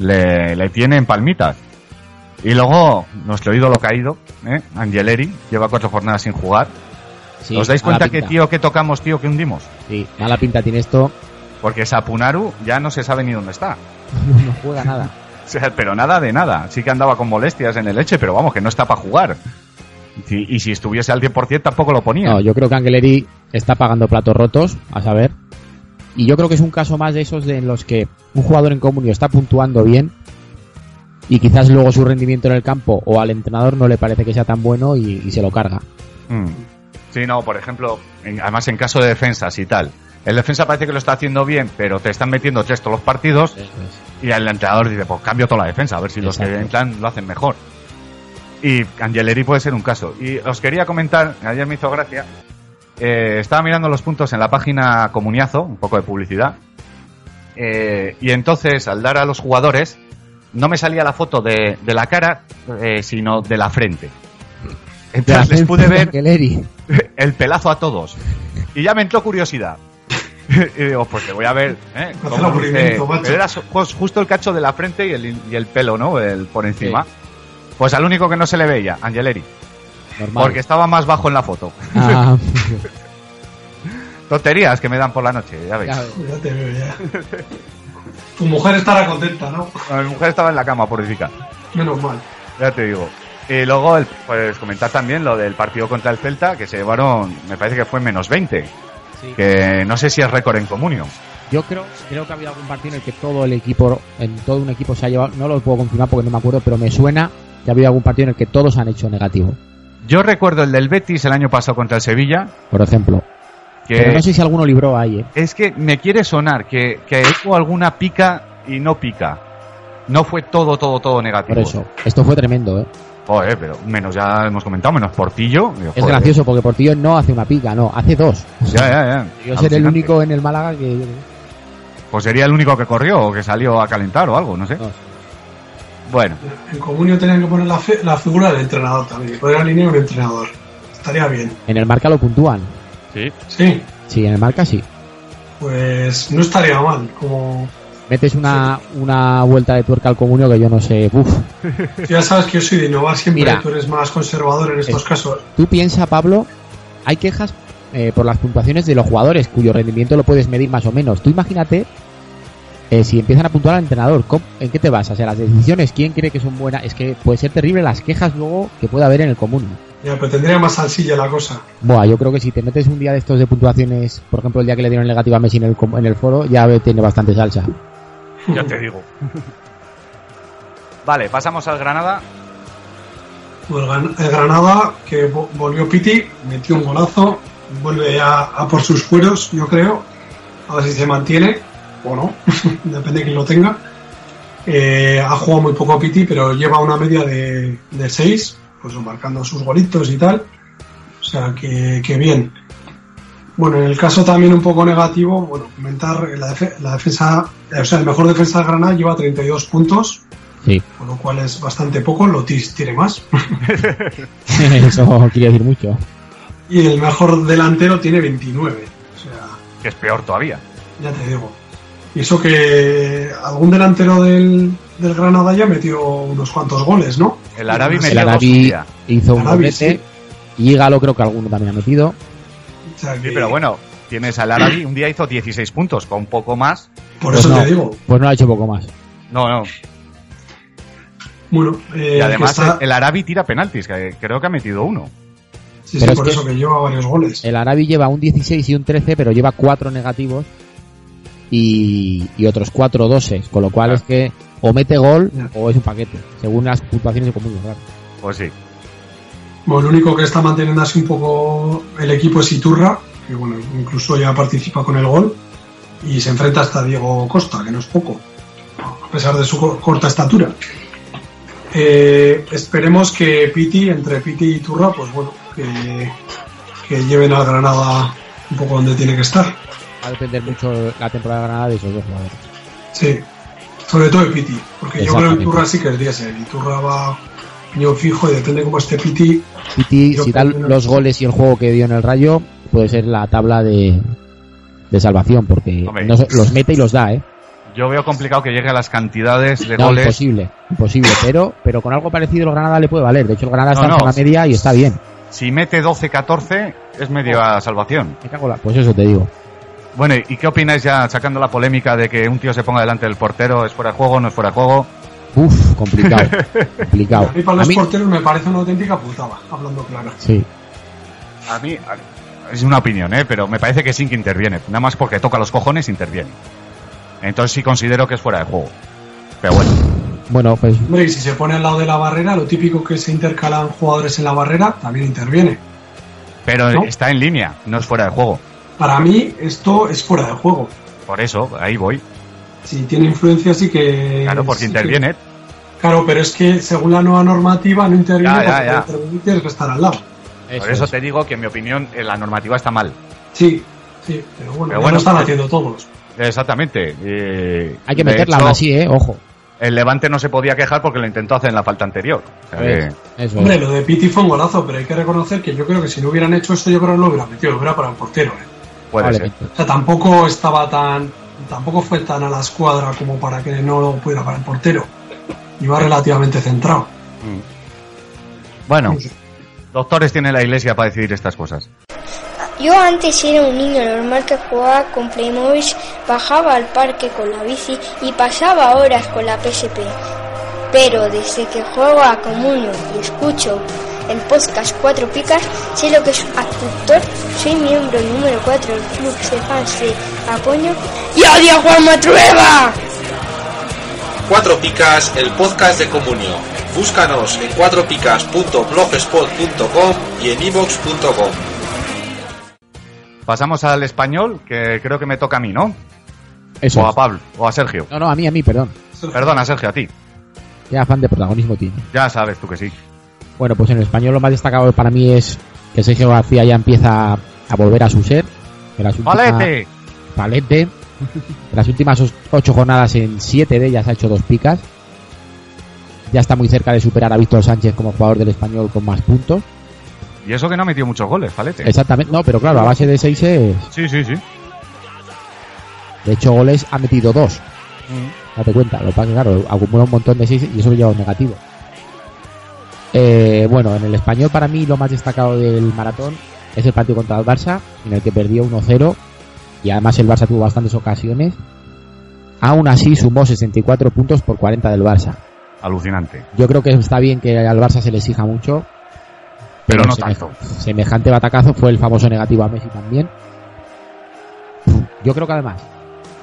Speaker 3: le, le tiene en palmitas. Y luego, nuestro ídolo caído, ¿eh? Angeleri, lleva cuatro jornadas sin jugar.
Speaker 4: sí,
Speaker 3: ¿Os dais
Speaker 4: mala
Speaker 3: cuenta que
Speaker 4: pinta.
Speaker 3: tío que tocamos, tío que hundimos?
Speaker 4: Sí, mala pinta tiene esto.
Speaker 3: Porque Sapunaru ya no se sabe ni dónde está.
Speaker 4: No juega nada.
Speaker 3: *laughs* O sea, pero nada de nada. Sí que andaba con molestias en el leche, pero vamos, que no está para jugar. Y, y si estuviese al 100% tampoco lo ponía.
Speaker 4: No, yo creo que Angeleri está pagando platos rotos, a saber. Y yo creo que es un caso más de esos de en los que un jugador en comunio está puntuando bien y quizás luego su rendimiento en el campo o al entrenador no le parece que sea tan bueno y, y se lo carga.
Speaker 3: Mm. Sí, no, por ejemplo, en- además en caso de defensas y tal. El defensa parece que lo está haciendo bien, pero te están metiendo tres todos los partidos y el entrenador dice, pues cambio toda la defensa, a ver si los que
Speaker 4: Exacto.
Speaker 3: entran lo hacen mejor. Y Angeleri puede ser un caso. Y os quería comentar, ayer me hizo gracia, eh, estaba mirando los puntos en la página Comuniazo, un poco de publicidad, eh, y entonces al dar a los jugadores no me salía la foto de, de la cara, eh, sino de la frente. Entonces les pude ver
Speaker 4: Angeleri.
Speaker 3: el pelazo a todos. Y ya me entró curiosidad. *laughs* y digo, pues te voy a ver. ¿eh?
Speaker 5: Hace
Speaker 3: cómo
Speaker 5: el
Speaker 3: luce.
Speaker 5: aburrimiento, macho.
Speaker 3: Pero era su- pues, justo el cacho de la frente y el, y el pelo, ¿no? El por encima. Pues al único que no se le veía, Angeleri.
Speaker 4: Normal.
Speaker 3: Porque estaba más bajo en la foto.
Speaker 4: Ah,
Speaker 3: *laughs* Tonterías que me dan por la noche, ya veis.
Speaker 4: ya ves.
Speaker 5: Ya te veo,
Speaker 4: *laughs*
Speaker 5: ya. Tu mujer estará contenta, ¿no?
Speaker 3: Mi mujer estaba en la cama purificada.
Speaker 5: Menos mal.
Speaker 3: Ya te digo. Y luego, el- pues comentar también lo del partido contra el Celta, que se llevaron, me parece que fue menos 20.
Speaker 4: Sí.
Speaker 3: Que no sé si es récord en comunio.
Speaker 4: Yo creo, creo que ha habido algún partido en el que todo el equipo, en todo un equipo se ha llevado, no lo puedo confirmar porque no me acuerdo, pero me suena que ha habido algún partido en el que todos han hecho negativo,
Speaker 3: Yo recuerdo el del Betis el año pasado contra el Sevilla,
Speaker 4: por ejemplo.
Speaker 3: que
Speaker 4: Pero no sé si alguno libró ahí, ¿eh?
Speaker 3: es que me quiere sonar que, que hubo alguna pica y no pica. No fue todo, todo, todo negativo.
Speaker 4: Por eso. Esto fue tremendo, ¿eh?
Speaker 3: Joder, pero menos ya hemos comentado, menos Portillo. Digo,
Speaker 4: Es
Speaker 3: joder,
Speaker 4: gracioso porque Portillo no hace una pica, no, hace dos.
Speaker 3: Ya, ya, ya.
Speaker 4: *laughs* Yo ser el
Speaker 3: Alucinante.
Speaker 4: único en el Málaga que.
Speaker 3: Pues sería el único que corrió o que salió a calentar o algo, no sé.
Speaker 4: No.
Speaker 3: Bueno,
Speaker 5: En comunio tenían que poner la, fe- la figura del entrenador también. Poner alinear un entrenador. Estaría bien.
Speaker 4: En el marca lo puntúan.
Speaker 5: Sí,
Speaker 4: Sí, en el marca sí.
Speaker 5: pues no estaría mal. Como
Speaker 4: Metes una, una vuelta de tuerca al comunio que yo no sé. Uf.
Speaker 5: ya sabes que yo soy de innovar siempre,
Speaker 4: Mira.
Speaker 5: tú eres más conservador en estos
Speaker 4: Es-
Speaker 5: casos.
Speaker 4: Tú piensa, Pablo, hay quejas eh, por las puntuaciones de los jugadores cuyo rendimiento lo puedes medir más o menos. Tú imagínate eh, si empiezan a puntuar al entrenador, ¿cómo- ¿en qué te vas? O sea, las decisiones, ¿quién cree que son buenas? Es que puede ser terrible las quejas luego que pueda haber en el comunio.
Speaker 5: Ya, pero tendría más salsilla la cosa.
Speaker 4: Buah, yo creo que si te metes un día de estos de puntuaciones, por ejemplo, el día que le dieron el negativo a Messi en el, com- en el foro, ya ve- tiene bastante salsa.
Speaker 3: ya
Speaker 5: *laughs*
Speaker 3: te digo. *laughs* vale, pasamos al Granada.
Speaker 5: Bueno, el Gran- el Granada, que vo- volvió Piti, metió un golazo, vuelve a, a por sus fueros, yo creo, a ver si se mantiene o no, *laughs* depende de quién lo tenga. Eh, ha jugado muy poco Piti, pero lleva una media de, de 6, pues marcando sus golitos y tal. O sea, que, que bien. Bueno, en el caso también un poco negativo, bueno, comentar la, def- la defensa, o sea, el mejor defensa de Granada lleva 32 puntos,
Speaker 4: Sí.
Speaker 5: con lo cual es bastante poco, Lotis tiene más.
Speaker 4: *laughs*
Speaker 5: *laughs*
Speaker 4: Eso quiere decir mucho.
Speaker 5: Y el mejor delantero tiene 29. O sea,
Speaker 3: Que es peor todavía.
Speaker 5: ya te digo. Y eso que algún delantero del, del Granada ya metió unos cuantos goles, ¿no?
Speaker 3: El Arabi
Speaker 5: El
Speaker 3: metió
Speaker 4: El
Speaker 3: dos un
Speaker 4: Arabi
Speaker 3: día.
Speaker 4: hizo un
Speaker 5: Arabi,
Speaker 4: doblete.
Speaker 5: sí.
Speaker 4: Y Galo creo que alguno también ha metido.
Speaker 5: O sea,
Speaker 3: Sí,
Speaker 5: que
Speaker 3: pero bueno, tienes al Arabi. Un día hizo 16 puntos, con poco más.
Speaker 5: Por
Speaker 4: Pues
Speaker 5: eso
Speaker 4: no,
Speaker 5: te digo.
Speaker 4: Pues no lo ha hecho poco más.
Speaker 3: No, no,
Speaker 5: Bueno, eh,
Speaker 3: Y además
Speaker 5: que está-
Speaker 3: el Arabi tira penaltis, que creo que ha metido uno.
Speaker 5: sí, sí,
Speaker 4: pero es
Speaker 5: por
Speaker 4: que-
Speaker 5: eso que lleva varios goles.
Speaker 4: El Arabi lleva un 16 y un 13, pero lleva cuatro negativos y, y otros cuatro doses. Con lo cual
Speaker 3: Claro.
Speaker 4: es que o mete gol
Speaker 5: Ya.
Speaker 4: o es un paquete, según las puntuaciones de comunio, claro.
Speaker 3: Pues sí.
Speaker 5: Bueno, lo único que está manteniendo así un poco el equipo es Iturra, que bueno, incluso ya participa con el gol y se enfrenta hasta Diego Costa, que no es poco, a pesar de su co- corta estatura. Eh, esperemos que Piti, entre Piti y Iturra, pues bueno, que, que lleven al Granada un poco donde tiene que estar.
Speaker 4: Va a depender mucho la temporada de Granada de esos dos jugadores.
Speaker 5: Sí, sobre todo de Piti, porque yo creo que
Speaker 4: Exactamente.
Speaker 5: Iturra sí que es diésel. Iturra va, yo fijo, y depende cómo esté Piti.
Speaker 4: Piti,
Speaker 5: Yo
Speaker 4: si
Speaker 5: creo
Speaker 4: da
Speaker 5: que no.
Speaker 4: los goles y el juego que dio en el Rayo, puede ser la tabla de, de salvación, porque
Speaker 3: Hombre.
Speaker 4: no se- los mete y los da, ¿eh?
Speaker 3: Yo veo complicado que llegue a las cantidades de
Speaker 4: No, pues
Speaker 3: goles.
Speaker 4: imposible, imposible, pero, pero con algo parecido el Granada le puede valer. De hecho, el Granada
Speaker 3: No,
Speaker 4: está en
Speaker 3: no.
Speaker 4: zona media y está bien.
Speaker 3: Si mete 12-14, es media salvación.
Speaker 4: Me cago en la- Pues eso te digo.
Speaker 3: Bueno, ¿y qué opináis ya sacando la polémica de que un tío se ponga delante del portero? ¿Es fuera de juego? ¿No es fuera de juego?
Speaker 4: Uf,
Speaker 3: *laughs*
Speaker 4: complicado, complicado.
Speaker 5: A mí para
Speaker 4: A
Speaker 5: los
Speaker 4: mí-
Speaker 5: porteros me parece una auténtica putada, hablando claro.
Speaker 4: sí,
Speaker 3: A mí a- es una opinión, ¿eh? pero me parece que sí que interviene. Nada más porque toca los cojones, interviene. Entonces sí considero que es fuera de juego. Pero bueno,
Speaker 4: bueno, pues
Speaker 5: Hombre, y si se pone al lado de la barrera, lo típico que se intercalan jugadores en la barrera, también interviene.
Speaker 3: pero
Speaker 5: ¿No?
Speaker 3: está en línea, no es fuera de juego.
Speaker 5: Para mí, esto es fuera de juego.
Speaker 3: Por eso, ahí voy.
Speaker 5: Si tiene influencia, sí que.
Speaker 3: Claro, porque
Speaker 5: sí que-
Speaker 3: interviene.
Speaker 5: Claro, pero es que según la nueva normativa no interviene
Speaker 3: Ya, ya,
Speaker 5: porque
Speaker 3: ya.
Speaker 5: para intervenir tienes que estar al lado.
Speaker 3: Por eso te digo que en mi opinión eh, la normativa está mal.
Speaker 5: Sí, sí, pero bueno,
Speaker 3: Pero
Speaker 5: ya
Speaker 3: bueno,
Speaker 5: lo están
Speaker 3: pues-
Speaker 5: haciendo todos.
Speaker 3: Exactamente. eh,
Speaker 4: hay que
Speaker 3: de
Speaker 4: meterla
Speaker 3: hecho,
Speaker 4: aún así, ¿eh? Ojo.
Speaker 3: El Levante no se podía quejar porque lo intentó hacer en la falta anterior. O sea que-
Speaker 4: Eso
Speaker 5: Hombre,
Speaker 4: es.
Speaker 5: lo de Piti fue un golazo, pero hay que reconocer que yo creo que si no hubieran hecho esto, yo creo que no lo hubieran metido, lo hubiera para el portero. ¿eh?
Speaker 3: Puede ser.
Speaker 4: Probablemente.
Speaker 5: O sea, tampoco estaba tan. Tampoco fue tan a la escuadra como para que no lo pudiera para el portero. Iba relativamente centrado.
Speaker 3: Bueno, doctores tiene la iglesia para decidir estas cosas.
Speaker 6: Yo antes era un niño normal que jugaba con Playmobil, bajaba al parque con la bici y pasaba horas con la PSP. Pero desde que juego a Comunio y escucho el podcast Cuatro Picas, sé lo que es un actor, soy miembro número 4 del club de fans de Apoño y odio a Juan Matrueva.
Speaker 1: Cuatro Picas, el podcast de Comunio. Búscanos en cuatropicas.blogspot.com y en ivox.com.
Speaker 3: Pasamos al español, que creo que me toca a mí, ¿no?
Speaker 4: Eso
Speaker 3: O a
Speaker 4: es.
Speaker 3: Pablo, o a Sergio.
Speaker 4: No, no, a mí, a mí, perdón.
Speaker 3: Perdona, Sergio, a ti.
Speaker 4: Qué afán de protagonismo tiene.
Speaker 3: Ya sabes tú que sí.
Speaker 4: Bueno, pues en el español lo más destacado para mí es que Sergio García ya empieza a volver a su ser. Que las últimas-
Speaker 3: ¡Palete!
Speaker 4: Palete. En las últimas os- ocho jornadas, en siete de ellas ha hecho dos picas. Ya está muy cerca de superar a Víctor Sánchez como jugador del español con más puntos.
Speaker 3: Y eso que no ha metido muchos goles, Palete.
Speaker 4: Exactamente, no, pero claro, a base de seis es-
Speaker 3: Sí, sí, sí.
Speaker 4: de hecho goles ha metido dos. Date cuenta, lo que pasa es que, claro, acumula un montón de seis y eso lo lleva a un negativo. Eh, bueno, en el español para mí lo más destacado del maratón es el partido contra el Barça, en el que perdió 1-0 y además el Barça tuvo bastantes ocasiones. Aún así sumó 64 puntos por 40 del Barça.
Speaker 3: Alucinante.
Speaker 4: Yo creo que está bien que al Barça se le exija mucho.
Speaker 3: Pero no
Speaker 4: semej-
Speaker 3: tanto.
Speaker 4: Semejante batacazo fue el famoso negativo a Messi también. Yo creo que además,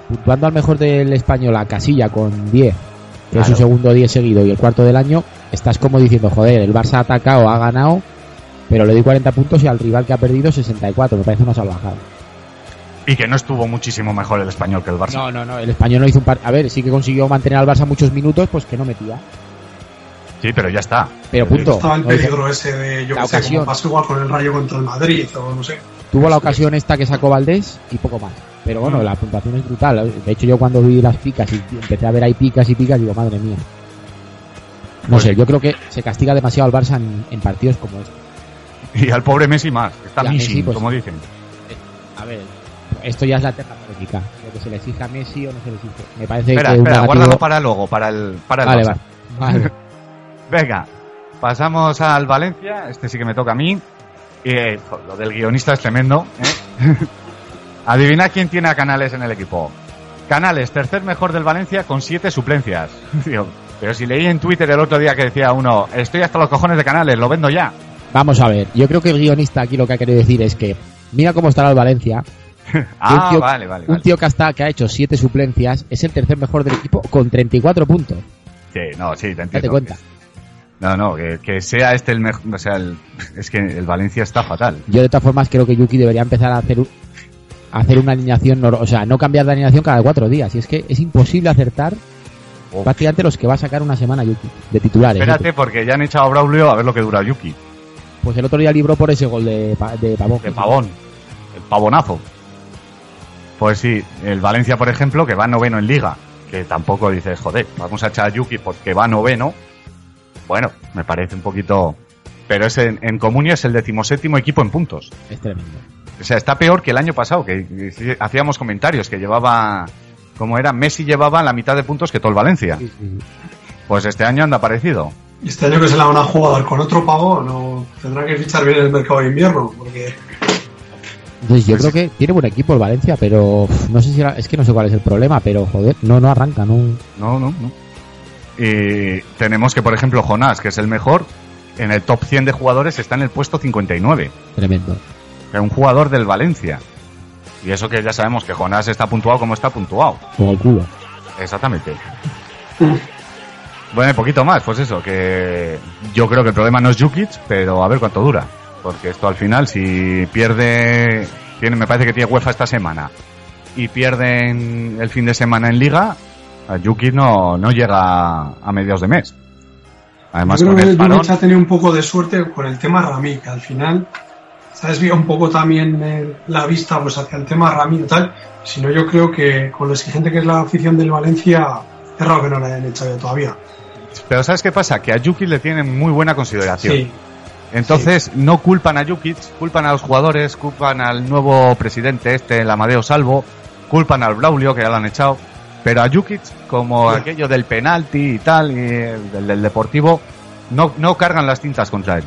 Speaker 4: puntuando al mejor del español a Casilla con 10, que es su
Speaker 3: Claro.
Speaker 4: segundo 10 seguido y el cuarto del año, estás como diciendo, joder, el Barça ha atacado, ha ganado, pero le doy 40 puntos y al rival que ha perdido 64. Me parece una salvajada.
Speaker 3: Y que no estuvo muchísimo mejor el español que el Barça.
Speaker 4: No, no, no, el español no hizo un par. A ver, sí que consiguió mantener al Barça muchos minutos, pues que no metía.
Speaker 3: Sí, pero ya está.
Speaker 4: Pero punto.
Speaker 5: Estaba el
Speaker 4: No hizo-
Speaker 5: peligro ese de, yo
Speaker 4: La
Speaker 5: qué sé,
Speaker 4: ocasión.
Speaker 5: como pasó igual con el Rayo contra el Madrid o no sé.
Speaker 4: Tuvo la ocasión esta que sacó Valdés y poco más. Pero
Speaker 3: Mm.
Speaker 4: bueno, la puntuación es brutal. De hecho, yo cuando vi las picas y empecé a ver ahí picas y picas, digo, madre mía.
Speaker 3: Pues
Speaker 4: No sé, yo creo que se castiga demasiado al Barça en, en partidos como este.
Speaker 3: Y al pobre Messi más. Está
Speaker 4: Y a
Speaker 3: missing,
Speaker 4: Messi, pues-
Speaker 3: como dicen.
Speaker 4: A ver, esto ya es la terna política. Lo que se le exija a Messi o no se le exige. Me parece
Speaker 3: Espera,
Speaker 4: que un
Speaker 3: espera,
Speaker 4: negativo-
Speaker 3: guárdalo para luego, para el, para el
Speaker 4: Vale,
Speaker 3: Barça.
Speaker 4: vale. vale.
Speaker 3: *laughs* Venga, pasamos al Valencia. Este sí que me toca a mí. Eh, jo, lo del guionista es tremendo. ¿eh? *laughs* Adivinad quién tiene a Canales en el equipo. Canales, tercer mejor del Valencia con siete suplencias. *laughs* Digo, Pero si leí en Twitter el otro día que decía uno, estoy hasta los cojones de Canales, lo vendo ya.
Speaker 4: Vamos a ver, yo creo que el guionista aquí lo que ha querido decir es que mira cómo estará el Valencia,
Speaker 3: Ah,
Speaker 4: tío-
Speaker 3: vale, vale,
Speaker 4: un
Speaker 3: vale.
Speaker 4: tío que, hasta, que ha hecho siete suplencias, es el tercer mejor del equipo con 34 puntos.
Speaker 3: Sí, no, sí, te
Speaker 4: Date
Speaker 3: entiendo.
Speaker 4: cuenta.
Speaker 3: No, no, que, que sea este el mejor, o sea, el- *laughs* es que el Valencia está fatal.
Speaker 4: Yo de todas formas creo que Yuki debería empezar a hacer un- a hacer una alineación, nor- o sea, no cambiar de alineación cada cuatro días. Y es que es imposible acertar
Speaker 3: Oh.
Speaker 4: prácticamente los que va a sacar una semana Yuki de titulares.
Speaker 3: Espérate, porque ya han echado a Braulio a ver lo que dura Yuki.
Speaker 4: Pues el otro día libró por ese gol de, Pa- de Pavón.
Speaker 3: de pavón, el pavonazo. Pues sí, el Valencia, por ejemplo, que va noveno en liga, que tampoco dices, joder, vamos a echar a Yuki porque va noveno, Bueno, me parece un poquito. Pero es en, en Comunio es el decimoséptimo equipo en puntos.
Speaker 4: Es tremendo.
Speaker 3: O sea, está peor que el año pasado, que, que hacíamos comentarios que llevaba. Como era, Messi llevaba la mitad de puntos que todo el Valencia.
Speaker 4: Sí, sí, sí.
Speaker 3: Pues este año anda parecido.
Speaker 5: Y este año que se la van a jugar con otro pavo, no tendrán que fichar bien el mercado de invierno, porque
Speaker 4: Entonces, yo creo que tiene buen equipo el Valencia, pero uf, no sé si era- es que no sé cuál es el problema, pero joder, no, no arranca, no.
Speaker 3: No, no, no. Y tenemos que, por ejemplo, Jonás, que es el mejor, en el top 100 de jugadores está en el puesto 59.
Speaker 4: Tremendo.
Speaker 3: Que es un jugador del Valencia. Y eso que ya sabemos que Jonás está puntuado como está puntuado.
Speaker 4: Como el culo.
Speaker 3: Exactamente. Bueno, y poquito más, pues eso, que yo creo que el problema no es Jukic, pero a ver cuánto dura. Porque esto al final, si pierde, tiene, me parece que tiene UEFA esta semana, y pierden el fin de semana en Liga, a Jukic no, no llega a mediados de mes. Además,
Speaker 5: yo
Speaker 3: con
Speaker 5: creo
Speaker 3: el
Speaker 5: que
Speaker 3: parón,
Speaker 5: Juric ha tenido un poco de suerte con el tema Rami, que al final se ha desviado un poco también eh, la vista pues, hacia el tema Rami y tal. Si no, yo creo que con lo exigente que es la afición del Valencia, es raro que no la hayan hecho ya todavía.
Speaker 3: pero ¿sabes qué pasa? Que a Jukic le tienen muy buena consideración.
Speaker 5: Sí,
Speaker 3: Entonces, no culpan a Jukic, culpan a los jugadores, culpan al nuevo presidente este, el Amadeo Salvo, culpan al Braulio, que ya lo han echado, pero a Jukic, como
Speaker 5: Ya.
Speaker 3: aquello del penalti y tal, y el del, del deportivo, no, no cargan las tintas contra él.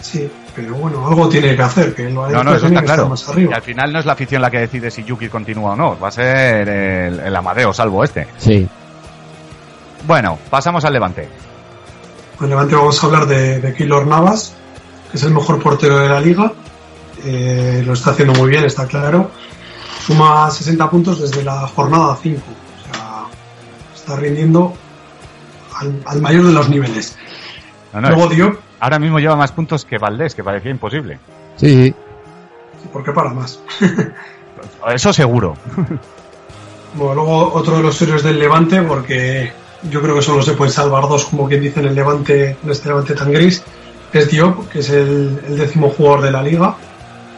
Speaker 5: sí, pero bueno, algo tiene que hacer, que el Valencia
Speaker 3: No, no, eso está
Speaker 5: tiene que estar
Speaker 3: claro.
Speaker 5: más
Speaker 3: Y
Speaker 5: arriba.
Speaker 3: al final no es la afición la que decide si Jukic continúa o no, va a ser el, el Amadeo Salvo este.
Speaker 4: Sí.
Speaker 3: Bueno, pasamos al Levante.
Speaker 5: Con Pues Levante vamos a hablar de, de Keylor Navas, que es el mejor portero de la liga. Eh, lo está haciendo muy bien, está claro. Suma 60 puntos desde la jornada 5. O sea, está rindiendo al, al mayor de los niveles.
Speaker 3: No, no,
Speaker 5: Luego
Speaker 3: es-
Speaker 5: Diop,
Speaker 3: ahora mismo lleva más puntos que Valdés, que parecía imposible.
Speaker 4: Sí, sí.
Speaker 5: porque para más. *laughs*
Speaker 3: Eso seguro.
Speaker 5: Bueno, luego otro de los héroes del Levante, porque yo creo que solo se pueden salvar dos, como quien dice en el Levante, en este Levante tan gris, es Diop, que es el, el décimo jugador de la liga.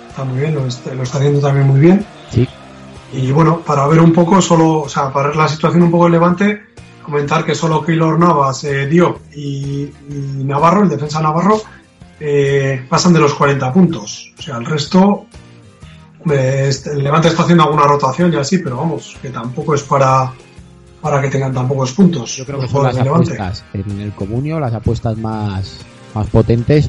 Speaker 5: Está muy bien, lo está- lo está haciendo también muy bien.
Speaker 4: Sí.
Speaker 5: Y bueno, para ver un poco, solo, o sea, para ver la situación un poco en Levante, comentar que solo Keylor Navas, eh, Diop y, y Navarro, el defensa Navarro, eh, pasan de los 40 puntos. O sea, el resto, eh, este- el Levante está haciendo alguna rotación y así, pero vamos, que tampoco es para, para que tengan tan pocos puntos.
Speaker 4: Yo creo
Speaker 5: los
Speaker 4: que son las
Speaker 5: jugadores de Levante.
Speaker 4: apuestas en el comunio, las apuestas más, más potentes,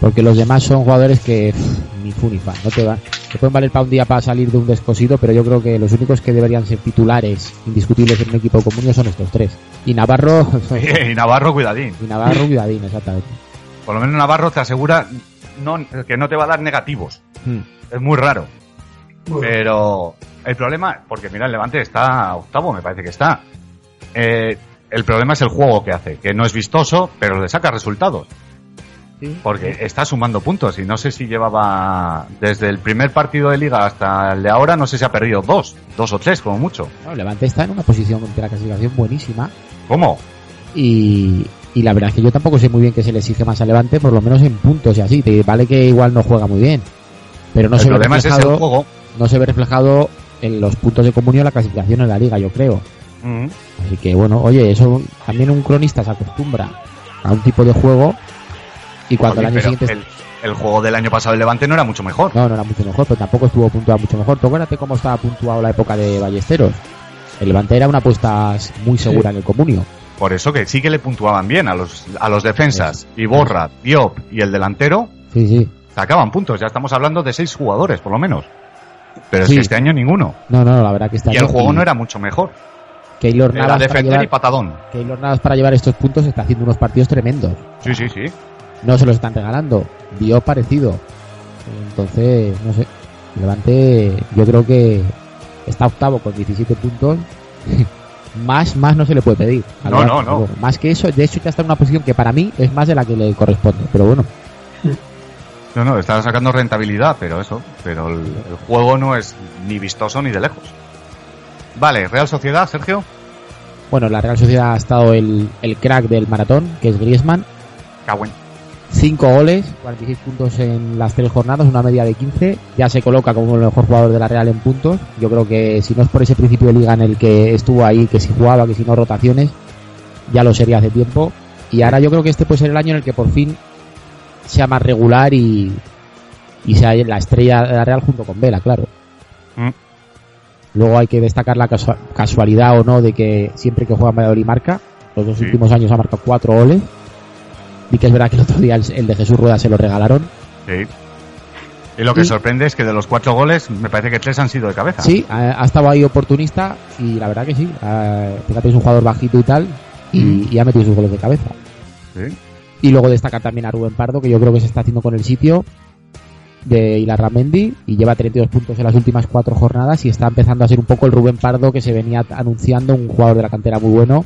Speaker 4: porque los demás son jugadores que pff, ni fu ni fa, no te van. Te pueden valer para un día para salir de un descosido, pero yo creo que los únicos que deberían ser titulares indiscutibles en un equipo comunio son estos tres. Y Navarro, *laughs*
Speaker 3: y Navarro, cuidadín.
Speaker 4: y Navarro y Dadín, exactamente.
Speaker 3: Por lo menos Navarro te asegura no- que no te va a dar negativos.
Speaker 4: Hmm.
Speaker 3: Es muy raro.
Speaker 5: Bueno,
Speaker 3: Pero el problema, porque mira, el Levante está octavo, me parece que está. Eh, el problema es el juego que hace, que no es vistoso, pero le saca resultados. Porque está sumando puntos y no sé si llevaba desde el primer partido de liga hasta el de ahora, no sé si ha perdido dos, dos o tres como mucho.
Speaker 4: Claro, Levante está en una posición de la clasificación buenísima
Speaker 3: ¿Cómo?
Speaker 4: y, y la verdad es que yo tampoco sé muy bien que se le exige más a Levante, por lo menos en puntos y así. Te vale que igual no juega muy bien, pero no
Speaker 3: el
Speaker 4: se ve
Speaker 3: problema es ese
Speaker 4: reflejado-
Speaker 3: juego.
Speaker 4: no se ve reflejado en los puntos de comunión la clasificación en la liga, yo creo.
Speaker 3: Mm.
Speaker 4: Así que bueno, oye, eso también un cronista se acostumbra a un tipo de juego y cuando
Speaker 3: Oye,
Speaker 4: el año
Speaker 3: pero
Speaker 4: siguiente...
Speaker 3: el, el juego del año pasado del Levante no era mucho mejor.
Speaker 4: No, no era mucho mejor, pero tampoco estuvo puntuado mucho mejor. Tú acuérdate cómo estaba puntuado la época de Ballesteros. El Levante era una apuesta muy segura en el comunio.
Speaker 3: Por eso que sí que le puntuaban bien a los, a los defensas. Iborra, Diop y el delantero
Speaker 4: Sí, sí.
Speaker 3: sacaban puntos. Ya estamos hablando de seis jugadores, por lo menos. Pero es
Speaker 4: Sí.
Speaker 3: que este año ninguno.
Speaker 4: No, no, la verdad que está
Speaker 3: Y el juego no era mucho mejor.
Speaker 4: Keylor
Speaker 3: Era
Speaker 4: Navas, para
Speaker 3: defender y
Speaker 4: llevar,
Speaker 3: patadón.
Speaker 4: Keylor Navas para llevar estos puntos está haciendo unos partidos tremendos.
Speaker 3: Sí, sí, sí.
Speaker 4: no se los están regalando. Dio parecido. Entonces, no sé. Levante, yo creo que está octavo con 17 puntos. *laughs* más, más no se le puede pedir.
Speaker 3: No,
Speaker 4: Al
Speaker 3: no,
Speaker 4: Levante. Más que eso, de hecho ya está en una posición que para mí es más de la que le corresponde. Pero bueno,
Speaker 3: No, no, estaba sacando rentabilidad, pero eso. Pero el, el juego no es ni vistoso ni de lejos. Vale, Real Sociedad, Sergio.
Speaker 4: bueno, la Real Sociedad ha estado el, el crack del maratón, que es Griezmann.
Speaker 3: Cagüen.
Speaker 4: 5 goles, 46 puntos en las tres jornadas, una media de 15. Ya se coloca como el mejor jugador de la Real en puntos. Yo creo que si no es por ese principio de liga en el que estuvo ahí, que si jugaba, que si no rotaciones, ya lo sería hace tiempo. Y ahora yo creo que este puede ser el año en el que por fin sea más regular y, y sea la estrella de la Real junto con Vela, claro.
Speaker 3: Mm.
Speaker 4: Luego hay que destacar la casua- casualidad o no de que siempre que juega Valladolid marca. Los dos
Speaker 3: Sí.
Speaker 4: últimos años ha marcado cuatro goles. Y que es verdad que el otro día el, el de Jesús Rueda se lo regalaron.
Speaker 3: Sí. Y lo que
Speaker 4: Y-
Speaker 3: sorprende es que de los cuatro goles, me parece que tres han sido de cabeza.
Speaker 4: Sí, ha, ha estado ahí oportunista y la verdad que sí. Ah, fíjate, es un jugador bajito y tal. Y,
Speaker 3: Mm.
Speaker 4: y ha metido sus goles de cabeza.
Speaker 3: Sí.
Speaker 4: Y luego destacar también a Rubén Pardo, que yo creo que se está haciendo con el sitio de Ilarramendi y lleva 32 puntos en las últimas cuatro jornadas y está empezando a ser un poco el Rubén Pardo que se venía anunciando, un jugador de la cantera muy bueno.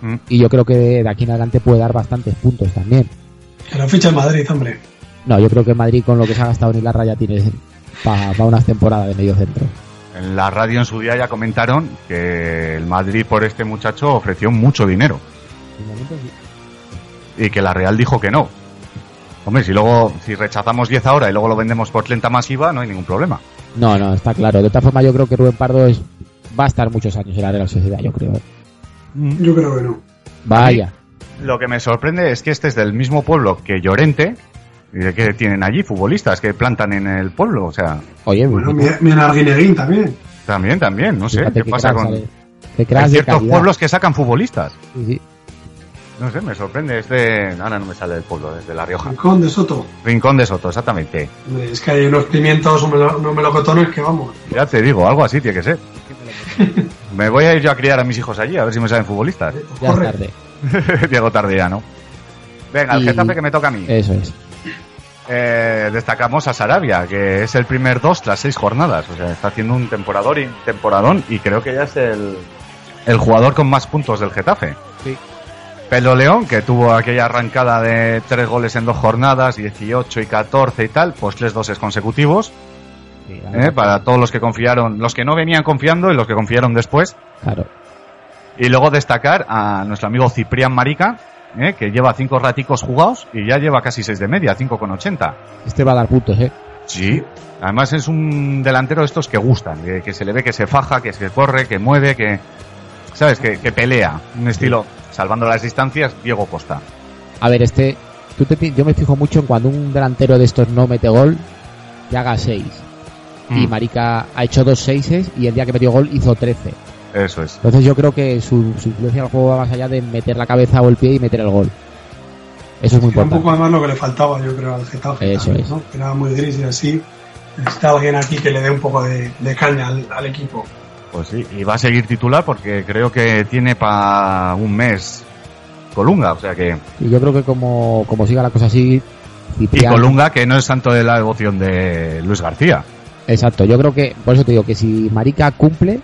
Speaker 3: Mm.
Speaker 4: Y yo creo que de aquí en adelante puede dar bastantes puntos también.
Speaker 5: Que la ficha en Madrid, hombre.
Speaker 4: No, yo creo que Madrid con lo que se ha gastado en Ilarra ya tiene para unas temporadas de medio centro.
Speaker 3: En la radio en su día ya comentaron que el Madrid por este muchacho ofreció mucho dinero y que la Real dijo que no. Hombre, si luego, si rechazamos 10 ahora y luego lo vendemos por lenta masiva, no hay ningún problema.
Speaker 4: No, no, está claro. De otra forma yo creo que Rubén Pardo es, va a estar muchos años en la Real Sociedad, yo creo.
Speaker 5: Yo creo que no.
Speaker 4: Vaya.
Speaker 3: Lo que me sorprende es que este es del mismo pueblo que Llorente y de que tienen allí futbolistas que plantan en el pueblo. O sea,
Speaker 4: Oye,
Speaker 5: Bueno,
Speaker 4: fíjate,
Speaker 5: mira, mira Arguineguín también.
Speaker 3: también, también, no sé.
Speaker 4: fíjate
Speaker 3: ¿Qué
Speaker 4: qué
Speaker 3: pasa
Speaker 4: cracks
Speaker 3: con...?
Speaker 4: sale- qué cracks
Speaker 3: Hay
Speaker 4: de
Speaker 3: ciertos
Speaker 4: calidad.
Speaker 3: pueblos que sacan futbolistas.
Speaker 4: Sí, sí.
Speaker 3: No sé, me sorprende. Es de... Ahora no me sale del pueblo, desde La Rioja.
Speaker 5: Rincón de Soto.
Speaker 3: Rincón de Soto, exactamente.
Speaker 5: Hombre, Es que hay unos pimientos, unos melo- unos melocotones que vamos.
Speaker 3: Ya te digo, algo así tiene que ser. Me voy a ir yo a criar a mis hijos allí, a ver si me salen futbolistas. *laughs*
Speaker 4: Ya es
Speaker 5: eh, Corre.
Speaker 4: tarde.
Speaker 3: Llego tarde ya, ¿no? Venga, el
Speaker 4: Y-
Speaker 3: Getafe que me toca a mí.
Speaker 4: Eso es.
Speaker 3: Eh, destacamos a Sarabia, que es el primer dos tras seis jornadas. O sea, está haciendo un temporador y temporadón y creo que ya es el, el jugador con más puntos del Getafe.
Speaker 4: Sí.
Speaker 3: Pelo León, que tuvo aquella arrancada de tres goles en dos jornadas, 18 y 14 y tal, pues tres doses consecutivos,
Speaker 4: Sí, la
Speaker 3: ¿eh?
Speaker 4: verdad,
Speaker 3: para todos los que confiaron, los que no venían confiando y los que confiaron después.
Speaker 4: Claro.
Speaker 3: Y luego destacar a nuestro amigo Ciprián Marica, ¿eh? que lleva cinco raticos jugados y ya lleva casi seis de media, 5,80.
Speaker 4: Este va a dar puntos, ¿eh?
Speaker 3: Sí. Además es un delantero de estos que gustan, que, que se le ve que se faja, que se corre, que mueve, que... ¿Sabes? Que, que pelea. Un estilo, salvando las distancias, Diego Costa.
Speaker 4: A ver, este. Tú te pi- yo me fijo mucho en cuando un delantero de estos no mete gol, que haga 6. Y
Speaker 3: Mm,
Speaker 4: Marica ha hecho dos seises y el día que metió gol hizo 13.
Speaker 3: Eso es.
Speaker 4: Entonces yo creo que su, su influencia en el juego va más allá de meter la cabeza o el pie y meter el gol. Eso es muy
Speaker 5: Era un
Speaker 4: importante.
Speaker 5: poco además lo que le faltaba, yo creo, al Getafe.
Speaker 4: Eso
Speaker 5: también,
Speaker 4: es.
Speaker 5: ¿no? Que Era muy gris y así. Necesita alguien aquí que le dé un poco de, de caña al, al equipo.
Speaker 3: Pues sí. Y va a seguir titular porque creo que tiene para un mes Colunga. O sea que...
Speaker 4: Y yo creo que como, como siga la cosa así,
Speaker 3: Y
Speaker 4: Ciprián-
Speaker 3: Colunga que no es santo de la devoción de Luis García.
Speaker 4: Exacto, yo creo que, por eso te digo que si Marica cumple,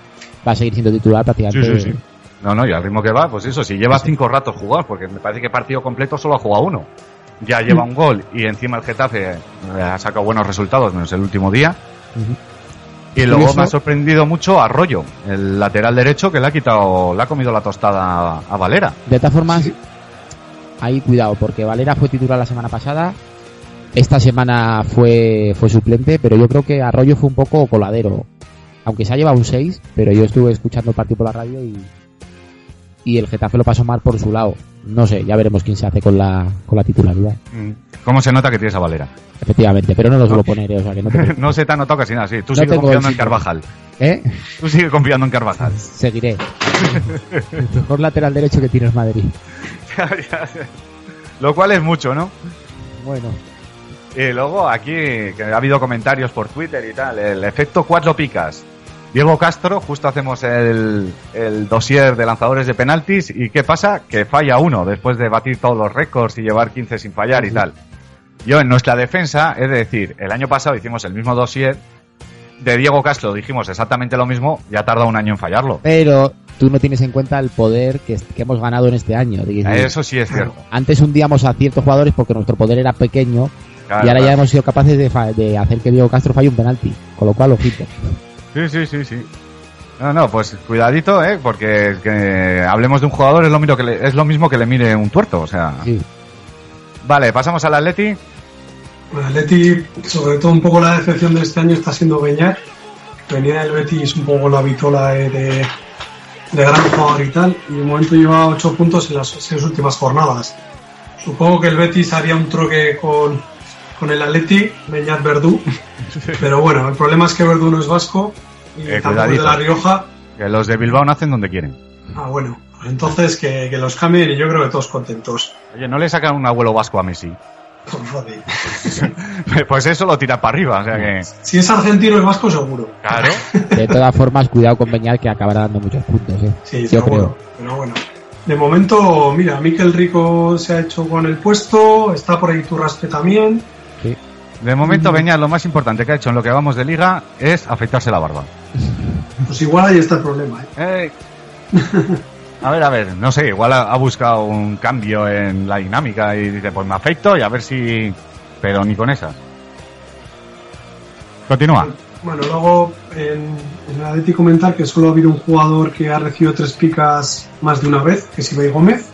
Speaker 4: va a seguir siendo titular prácticamente.
Speaker 3: No, no, y al ritmo que va, pues eso, si lleva cinco ratos jugados, porque me parece que partido completo solo ha jugado uno. Ya lleva
Speaker 4: Mm.
Speaker 3: un gol y encima el Getafe eh, ha sacado buenos resultados, menos el último día.
Speaker 4: Ujú.
Speaker 3: Y luego
Speaker 4: Curioso.
Speaker 3: me ha sorprendido mucho a Arroyo, el lateral derecho que le ha quitado, le ha comido la tostada a Valera.
Speaker 4: De todas formas, ahí cuidado, porque Valera fue titular la semana pasada, esta semana fue, fue suplente, pero yo creo que Arroyo fue un poco coladero. Aunque se ha llevado un 6, pero yo estuve escuchando el partido por la radio y, y el Getafe lo pasó mal por su lado. No sé, ya veremos quién se hace con la, con la titularidad.
Speaker 3: ¿Cómo se nota que tienes a
Speaker 4: *laughs*
Speaker 3: Valera?
Speaker 4: Efectivamente, pero no lo suelo poner, eh, o sea que
Speaker 3: *laughs*
Speaker 4: no te...
Speaker 3: no se te ha notado casi nada, sí. Tú
Speaker 4: No
Speaker 3: sigues
Speaker 4: tengo
Speaker 3: confiando en
Speaker 4: éxito.
Speaker 3: Carvajal.
Speaker 4: ¿Eh?
Speaker 3: Tú sigues confiando en
Speaker 4: *laughs*
Speaker 3: Carvajal. *laughs*
Speaker 4: Seguiré. El mejor lateral derecho que tiene es Madrid.
Speaker 3: Lo cual es mucho, ¿no?
Speaker 4: Bueno,
Speaker 3: Y luego aquí, que ha habido comentarios por Twitter y tal, el efecto cuatro picas. Diego Castro, justo hacemos el, el dossier de lanzadores de penaltis y ¿qué pasa? Que falla uno después de batir todos los récords y llevar 15 sin fallar y
Speaker 4: Ujú.
Speaker 3: tal. Yo en nuestra defensa, es decir, el año pasado hicimos el mismo dossier de Diego Castro, dijimos exactamente lo mismo, ya tarda un año en fallarlo.
Speaker 4: pero tú no tienes en cuenta el poder que, que hemos ganado en este año. Dices,
Speaker 3: Eso sí es cierto.
Speaker 4: Antes hundíamos a ciertos jugadores porque nuestro poder era pequeño
Speaker 3: Claro,
Speaker 4: y ahora
Speaker 3: claro.
Speaker 4: ya hemos sido capaces de, fa- de hacer que Diego Castro falle un penalti. Con lo cual, ojito.
Speaker 3: Sí, sí, sí, sí. No, no, pues cuidadito, ¿eh? Porque que hablemos de un jugador es lo, miro que le- es lo mismo que le mire un tuerto, o sea...
Speaker 4: Sí.
Speaker 3: Vale, pasamos al Atleti.
Speaker 5: Bueno, el Leti, sobre todo un poco la decepción de este año está siendo Beñat. Venía del Betis un poco la vitola de, de de gran jugador y tal, y de momento lleva 8 puntos en las seis últimas jornadas. Supongo que el Betis haría un troque con, con el Atleti, Beñat Verdú, pero bueno, el problema es que Verdú no es vasco y
Speaker 3: Eh,
Speaker 5: tampoco es de
Speaker 3: cuidadito.
Speaker 5: La Rioja.
Speaker 3: Que los de Bilbao nacen donde quieren.
Speaker 5: Ah, bueno, pues entonces que, que los cambien y yo creo que todos contentos. *laughs*
Speaker 3: Oye, no le sacan un abuelo vasco a Messi. *laughs*
Speaker 5: Por favor.
Speaker 3: Pues eso lo tira para arriba, o sea que.
Speaker 5: Si es argentino, es vasco, seguro.
Speaker 3: Claro.
Speaker 4: De todas formas, cuidado con Beñat que acabará dando muchos puntos. ¿eh?
Speaker 5: Sí,
Speaker 4: Yo
Speaker 5: seguro.
Speaker 4: creo.
Speaker 5: Pero bueno. De momento, mira, Miquel Rico se ha hecho con el puesto, está por ahí Turraspe también.
Speaker 4: Sí.
Speaker 3: De momento, Beñat, lo más importante que ha hecho en lo que vamos de liga es afeitarse la barba.
Speaker 5: Pues igual ahí está el problema. ¿eh?
Speaker 3: Eh. A ver, a ver, no sé, igual ha, ha buscado un cambio en la dinámica y dice, pues me afeito y a ver si... Pero ni con esas. Continúa.
Speaker 5: Bueno, luego en, en el Atleti comentar que solo ha habido un jugador que ha recibido tres picas más de una vez, que es Ibai Gómez,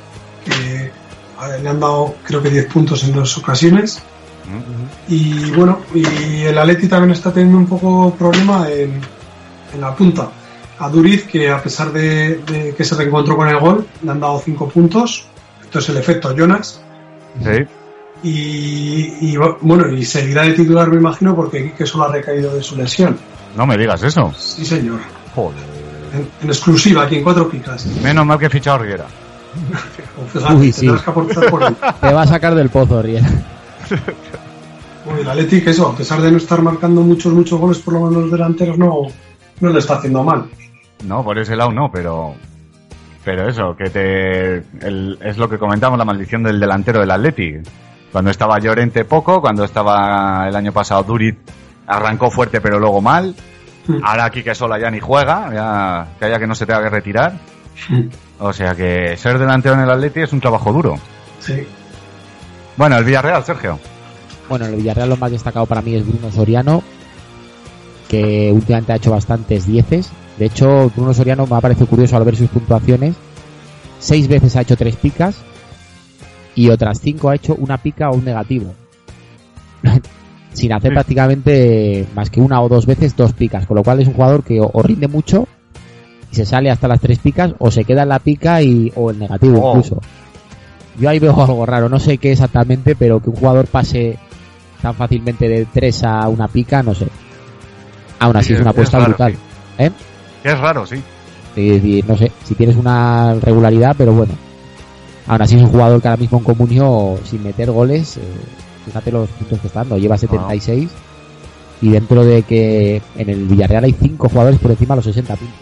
Speaker 5: que a ver, le han dado creo que 10 puntos en dos ocasiones. Y bueno, y el Atleti también está teniendo un poco problema en, en la punta. A Duriz, que a pesar de, de que se reencontró con el gol, le han dado 5 puntos. Esto es el efecto Jonas.
Speaker 3: Sí.
Speaker 5: Y, y, bueno, y seguirá de titular, me imagino, porque Quique solo ha recaído de su lesión.
Speaker 3: No me digas eso.
Speaker 5: Sí, señor.
Speaker 3: Joder.
Speaker 5: En, en exclusiva, aquí en cuatro picas.
Speaker 3: Menos mal que he fichado a Orguera.
Speaker 5: Confesar,
Speaker 4: Uy, sí.
Speaker 5: tendrás que
Speaker 4: *laughs*
Speaker 5: aportar por él.
Speaker 4: Te va a sacar del pozo, Riel.
Speaker 5: Bueno, el Atleti, que eso, a pesar de no estar marcando muchos, muchos goles, por lo menos los delanteros, no, no le está haciendo mal.
Speaker 3: No, por ese lado no, pero... Pero eso, que te... el- es lo que comentamos, la maldición del delantero del Atleti. Cuando estaba Llorente poco, cuando estaba el año pasado Durit arrancó fuerte pero luego mal. Ahora aquí que sola ya ni juega, ya que haya que no se tenga que retirar.
Speaker 4: Hmm.
Speaker 3: O sea que ser delantero en el Atleti es un trabajo duro.
Speaker 5: Sí.
Speaker 3: Bueno, el Villarreal, Sergio.
Speaker 4: Bueno, en el Villarreal lo más destacado para mí es Bruno Soriano, que últimamente ha hecho bastantes dieces. De hecho, Bruno Soriano me ha parecido curioso al ver sus puntuaciones. Seis veces ha hecho tres picas y otras cinco ha hecho una pica o un negativo. *laughs* Sin hacer
Speaker 3: Sí.
Speaker 4: prácticamente más que una o dos veces dos picas, con lo cual es un jugador que o o rinde mucho y se sale hasta las tres picas o se queda en la pica y, o el negativo
Speaker 3: Oh.
Speaker 4: incluso. Yo ahí veo algo raro, no sé qué exactamente, pero que un jugador pase tan fácilmente de 3 a una pica, no sé. Aún así
Speaker 3: Sí,
Speaker 4: es
Speaker 3: *laughs*
Speaker 4: una
Speaker 3: es
Speaker 4: apuesta
Speaker 3: raro,
Speaker 4: brutal. ¿Eh?
Speaker 3: Es raro, sí.
Speaker 4: Es decir, no sé, si tienes una regularidad, pero bueno. Aún así es un jugador que ahora mismo en Comunio, sin meter goles, eh, fíjate los puntos que está dando, lleva 76. Y dentro de que en el Villarreal hay 5 jugadores por encima de los 60 puntos.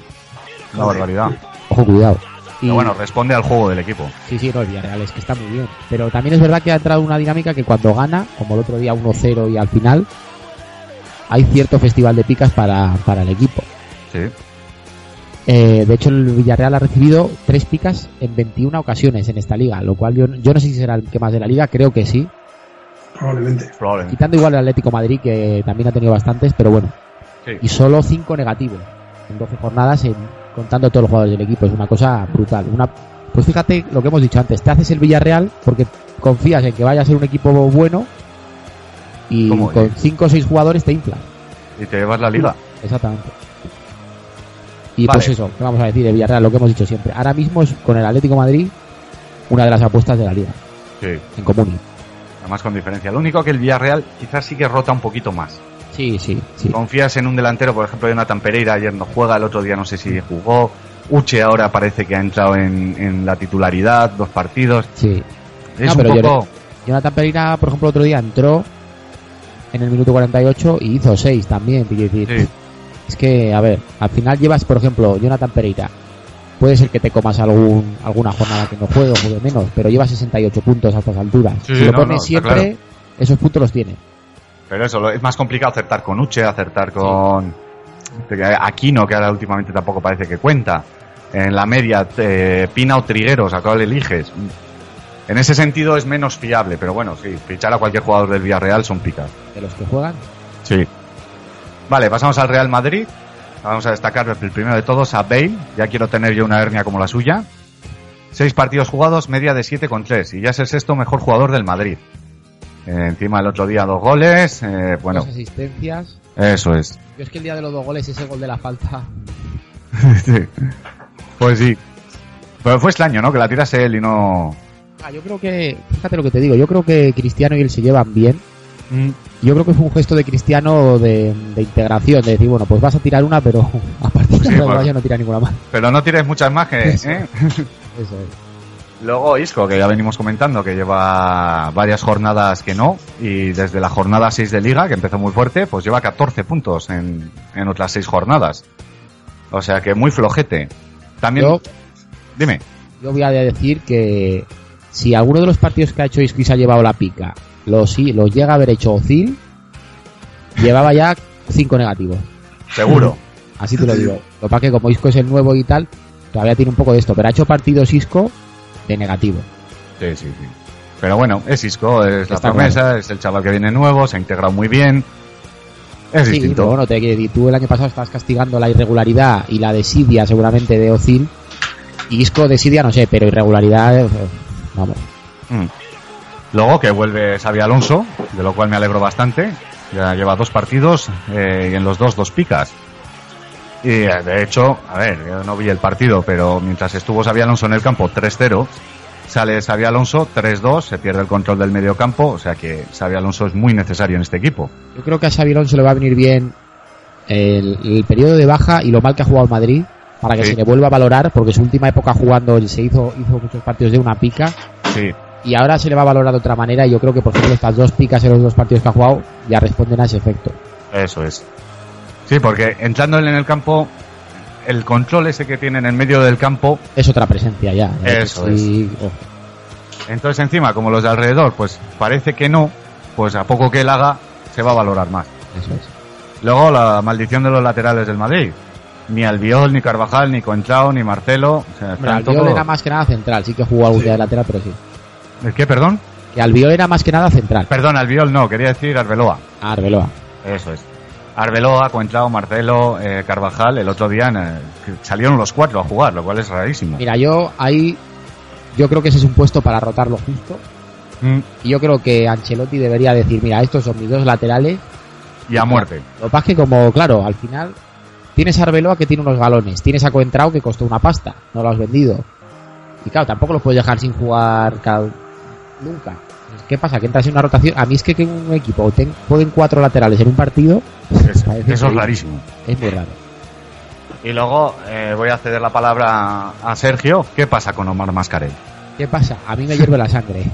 Speaker 3: Una barbaridad.
Speaker 4: Ojo, cuidado. Y-
Speaker 3: Pero bueno, responde al juego del equipo.
Speaker 4: Sí, sí, no, el Villarreal es que está muy bien. Pero también es verdad que ha entrado una dinámica que cuando gana, como el otro día 1-0 y al final, hay cierto festival de picas para, para el equipo.
Speaker 3: Sí.
Speaker 4: Eh, de hecho, el Villarreal ha recibido tres picas en 21 ocasiones en esta liga, lo cual yo, yo no sé si será el que más de la liga, creo que sí.
Speaker 5: Probablemente.
Speaker 3: Probablemente.
Speaker 4: Quitando igual el Atlético Madrid, que también ha tenido bastantes, pero bueno.
Speaker 3: Sí.
Speaker 4: Y solo cinco negativos en 12 jornadas, en- contando todos los jugadores del equipo. Es una cosa brutal. Una, pues fíjate lo que hemos dicho antes: te haces el Villarreal porque confías en que vaya a ser un equipo bueno y
Speaker 3: ¿Cómo
Speaker 4: con
Speaker 3: es?
Speaker 4: cinco o seis jugadores te inflas.
Speaker 3: Y te llevas la liga.
Speaker 4: Exactamente. Y
Speaker 3: Vale.
Speaker 4: pues eso, ¿qué vamos a decir de Villarreal? Lo que hemos dicho siempre. Ahora mismo es con el Atlético de Madrid una de las apuestas de la liga,
Speaker 3: Sí.
Speaker 4: en común.
Speaker 3: Además con diferencia. Lo único que el Villarreal quizás sí que rota un poquito más.
Speaker 4: Sí, sí, sí.
Speaker 3: Confías en un delantero, por ejemplo, Jonathan Pereira ayer no juega, el otro día no sé si jugó. Uche ahora parece que ha entrado en, en la titularidad, dos partidos.
Speaker 4: sí.
Speaker 3: Es
Speaker 4: No,
Speaker 3: un
Speaker 4: pero yo-
Speaker 3: poco...
Speaker 4: Jonathan Pereira, por ejemplo, otro día entró en el minuto 48 y hizo 6 también. quiero decir,
Speaker 3: Sí.
Speaker 4: Es que, a ver, al final llevas, por ejemplo, Jonathan Pereira. Puede ser que te comas algún, alguna jornada que no juegue o juegue menos, pero lleva 68 puntos a estas alturas.
Speaker 3: Sí,
Speaker 4: si lo
Speaker 3: no,
Speaker 4: pones
Speaker 3: no, está
Speaker 4: siempre,
Speaker 3: claro.
Speaker 4: esos puntos los tiene.
Speaker 3: Pero eso, lo- es más complicado acertar con Uche, acertar con Aquino, que ahora últimamente tampoco parece que cuenta. En la media, eh, Pina o Trigueros, a cuál eliges. En ese sentido es menos fiable, pero bueno, sí, fichar a cualquier jugador del Villarreal son picas.
Speaker 4: De los que juegan,
Speaker 3: Sí. Vale, pasamos al Real Madrid. Vamos a destacar el primero de todos a Bale. Ya quiero tener yo una hernia como la suya. Seis partidos jugados, media de siete con tres. Y ya es el sexto mejor jugador del Madrid. Eh, encima el otro día dos goles. eh, bueno,
Speaker 4: dos asistencias.
Speaker 3: eso es.
Speaker 4: Yo es que el día de los dos goles, ese gol de la falta,
Speaker 3: *laughs* Sí. Pues sí. Pero fue extraño, ¿no? Que la tirase él y no.
Speaker 4: Ah, yo creo que, fíjate lo que te digo, yo creo que Cristiano y él se llevan bien.
Speaker 3: Mm,
Speaker 4: Yo creo que fue un gesto de Cristiano de, de integración, de decir, bueno, pues vas a tirar una, pero *laughs* a partir de
Speaker 3: Sí,
Speaker 4: ahora
Speaker 3: bueno.
Speaker 4: ya no tira ninguna más.
Speaker 3: Pero no tires muchas más *laughs* que.
Speaker 4: Eso.
Speaker 3: ¿eh?
Speaker 4: Eso es.
Speaker 3: Luego Isco, que ya venimos comentando, que lleva varias jornadas que no, y desde la jornada 6 de liga, que empezó muy fuerte, pues lleva 14 puntos en, en otras 6 jornadas. O sea que muy flojete. También,
Speaker 4: Yo,
Speaker 3: dime,
Speaker 4: yo voy a decir que si alguno de los partidos que ha hecho Isco y se ha llevado la pica, los, los llega a haber hecho Ozil, llevaba ya cinco negativos. *laughs*
Speaker 3: seguro.
Speaker 4: Así te lo digo. Lo que pasa es que como Isco es el nuevo y tal, todavía tiene un poco de esto, pero ha hecho partidos Isco de negativo.
Speaker 3: Sí, sí, sí. Pero bueno, es Isco, es la
Speaker 4: Está
Speaker 3: promesa, es el chaval que viene nuevo, se ha integrado muy bien. Es
Speaker 4: Sí,
Speaker 3: distinto.
Speaker 4: pero bueno, te, que tú el año pasado estabas castigando la irregularidad y la desidia seguramente de Ozil. Y Isco desidia no sé, pero irregularidad, eh, vamos.
Speaker 3: Mm. Luego que vuelve Xavi Alonso, de lo cual me alegro bastante. Ya lleva dos partidos eh, y en los dos dos picas. Y eh, de hecho, a ver, yo no vi el partido, pero mientras estuvo Xavi Alonso en el campo 3-0, sale Xavi Alonso 3-2, se pierde el control del medio campo, o sea que Xavi Alonso es muy necesario en este equipo.
Speaker 4: Yo creo que a Xavi Alonso le va a venir bien el, el periodo de baja y lo mal que ha jugado el Madrid para que
Speaker 3: Sí.
Speaker 4: se le vuelva a valorar, porque su última época jugando él se hizo, hizo muchos partidos de una pica
Speaker 3: Sí,
Speaker 4: y ahora se le va a valorar de otra manera y yo creo que por ejemplo estas dos picas en los dos partidos que ha jugado ya responden a ese efecto.
Speaker 3: Eso es. Sí, porque entrando él en el campo, el control ese que tiene en el medio del campo,
Speaker 4: Es otra presencia ya. ¿eh?
Speaker 3: Eso
Speaker 4: Sí, ojo.
Speaker 3: entonces encima, como los de alrededor, pues parece que no, pues a poco que él haga, se va a valorar más.
Speaker 4: Eso es.
Speaker 3: Luego la maldición de los laterales del Madrid. Ni Albiol, ni Carvajal, ni Contrao, ni Marcelo. O sea,
Speaker 4: Hombre,
Speaker 3: están
Speaker 4: Albiol
Speaker 3: todos-
Speaker 4: era más que nada central, sí que jugó algún día de lateral, pero sí.
Speaker 3: ¿El qué, perdón?
Speaker 4: Que Albiol era más que nada central.
Speaker 3: Perdón, Albiol no, quería decir Arbeloa.
Speaker 4: Ah, Arbeloa.
Speaker 3: Eso es. Arbeloa, Contrao, Marcelo, eh, Carvajal, el otro día eh, que salieron los cuatro a jugar, lo cual es rarísimo.
Speaker 4: Mira, yo ahí. Yo creo que ese es un puesto para rotarlo justo.
Speaker 3: Mm,
Speaker 4: Y yo creo que Ancelotti debería decir: Mira, estos son mis dos laterales.
Speaker 3: Y a muerte.
Speaker 4: Lo que pasa es que, como, claro, al final. Tienes a Arbeloa que tiene unos galones. Tienes a Coentrao que costó una pasta. No lo has vendido. Y claro, tampoco los puedes dejar sin jugar cal- nunca. ¿Qué pasa? Que entras en una rotación. A mí es que que un equipo ten, jueguen cuatro laterales en un partido
Speaker 3: Es-
Speaker 4: Parece
Speaker 3: eso es
Speaker 4: que-
Speaker 3: rarísimo.
Speaker 4: es muy raro.
Speaker 3: Y luego eh, voy a ceder la palabra a Sergio. ¿Qué pasa con Omar Mascarell?
Speaker 4: ¿Qué pasa? A mí me hierve la
Speaker 5: *laughs*
Speaker 4: sangre.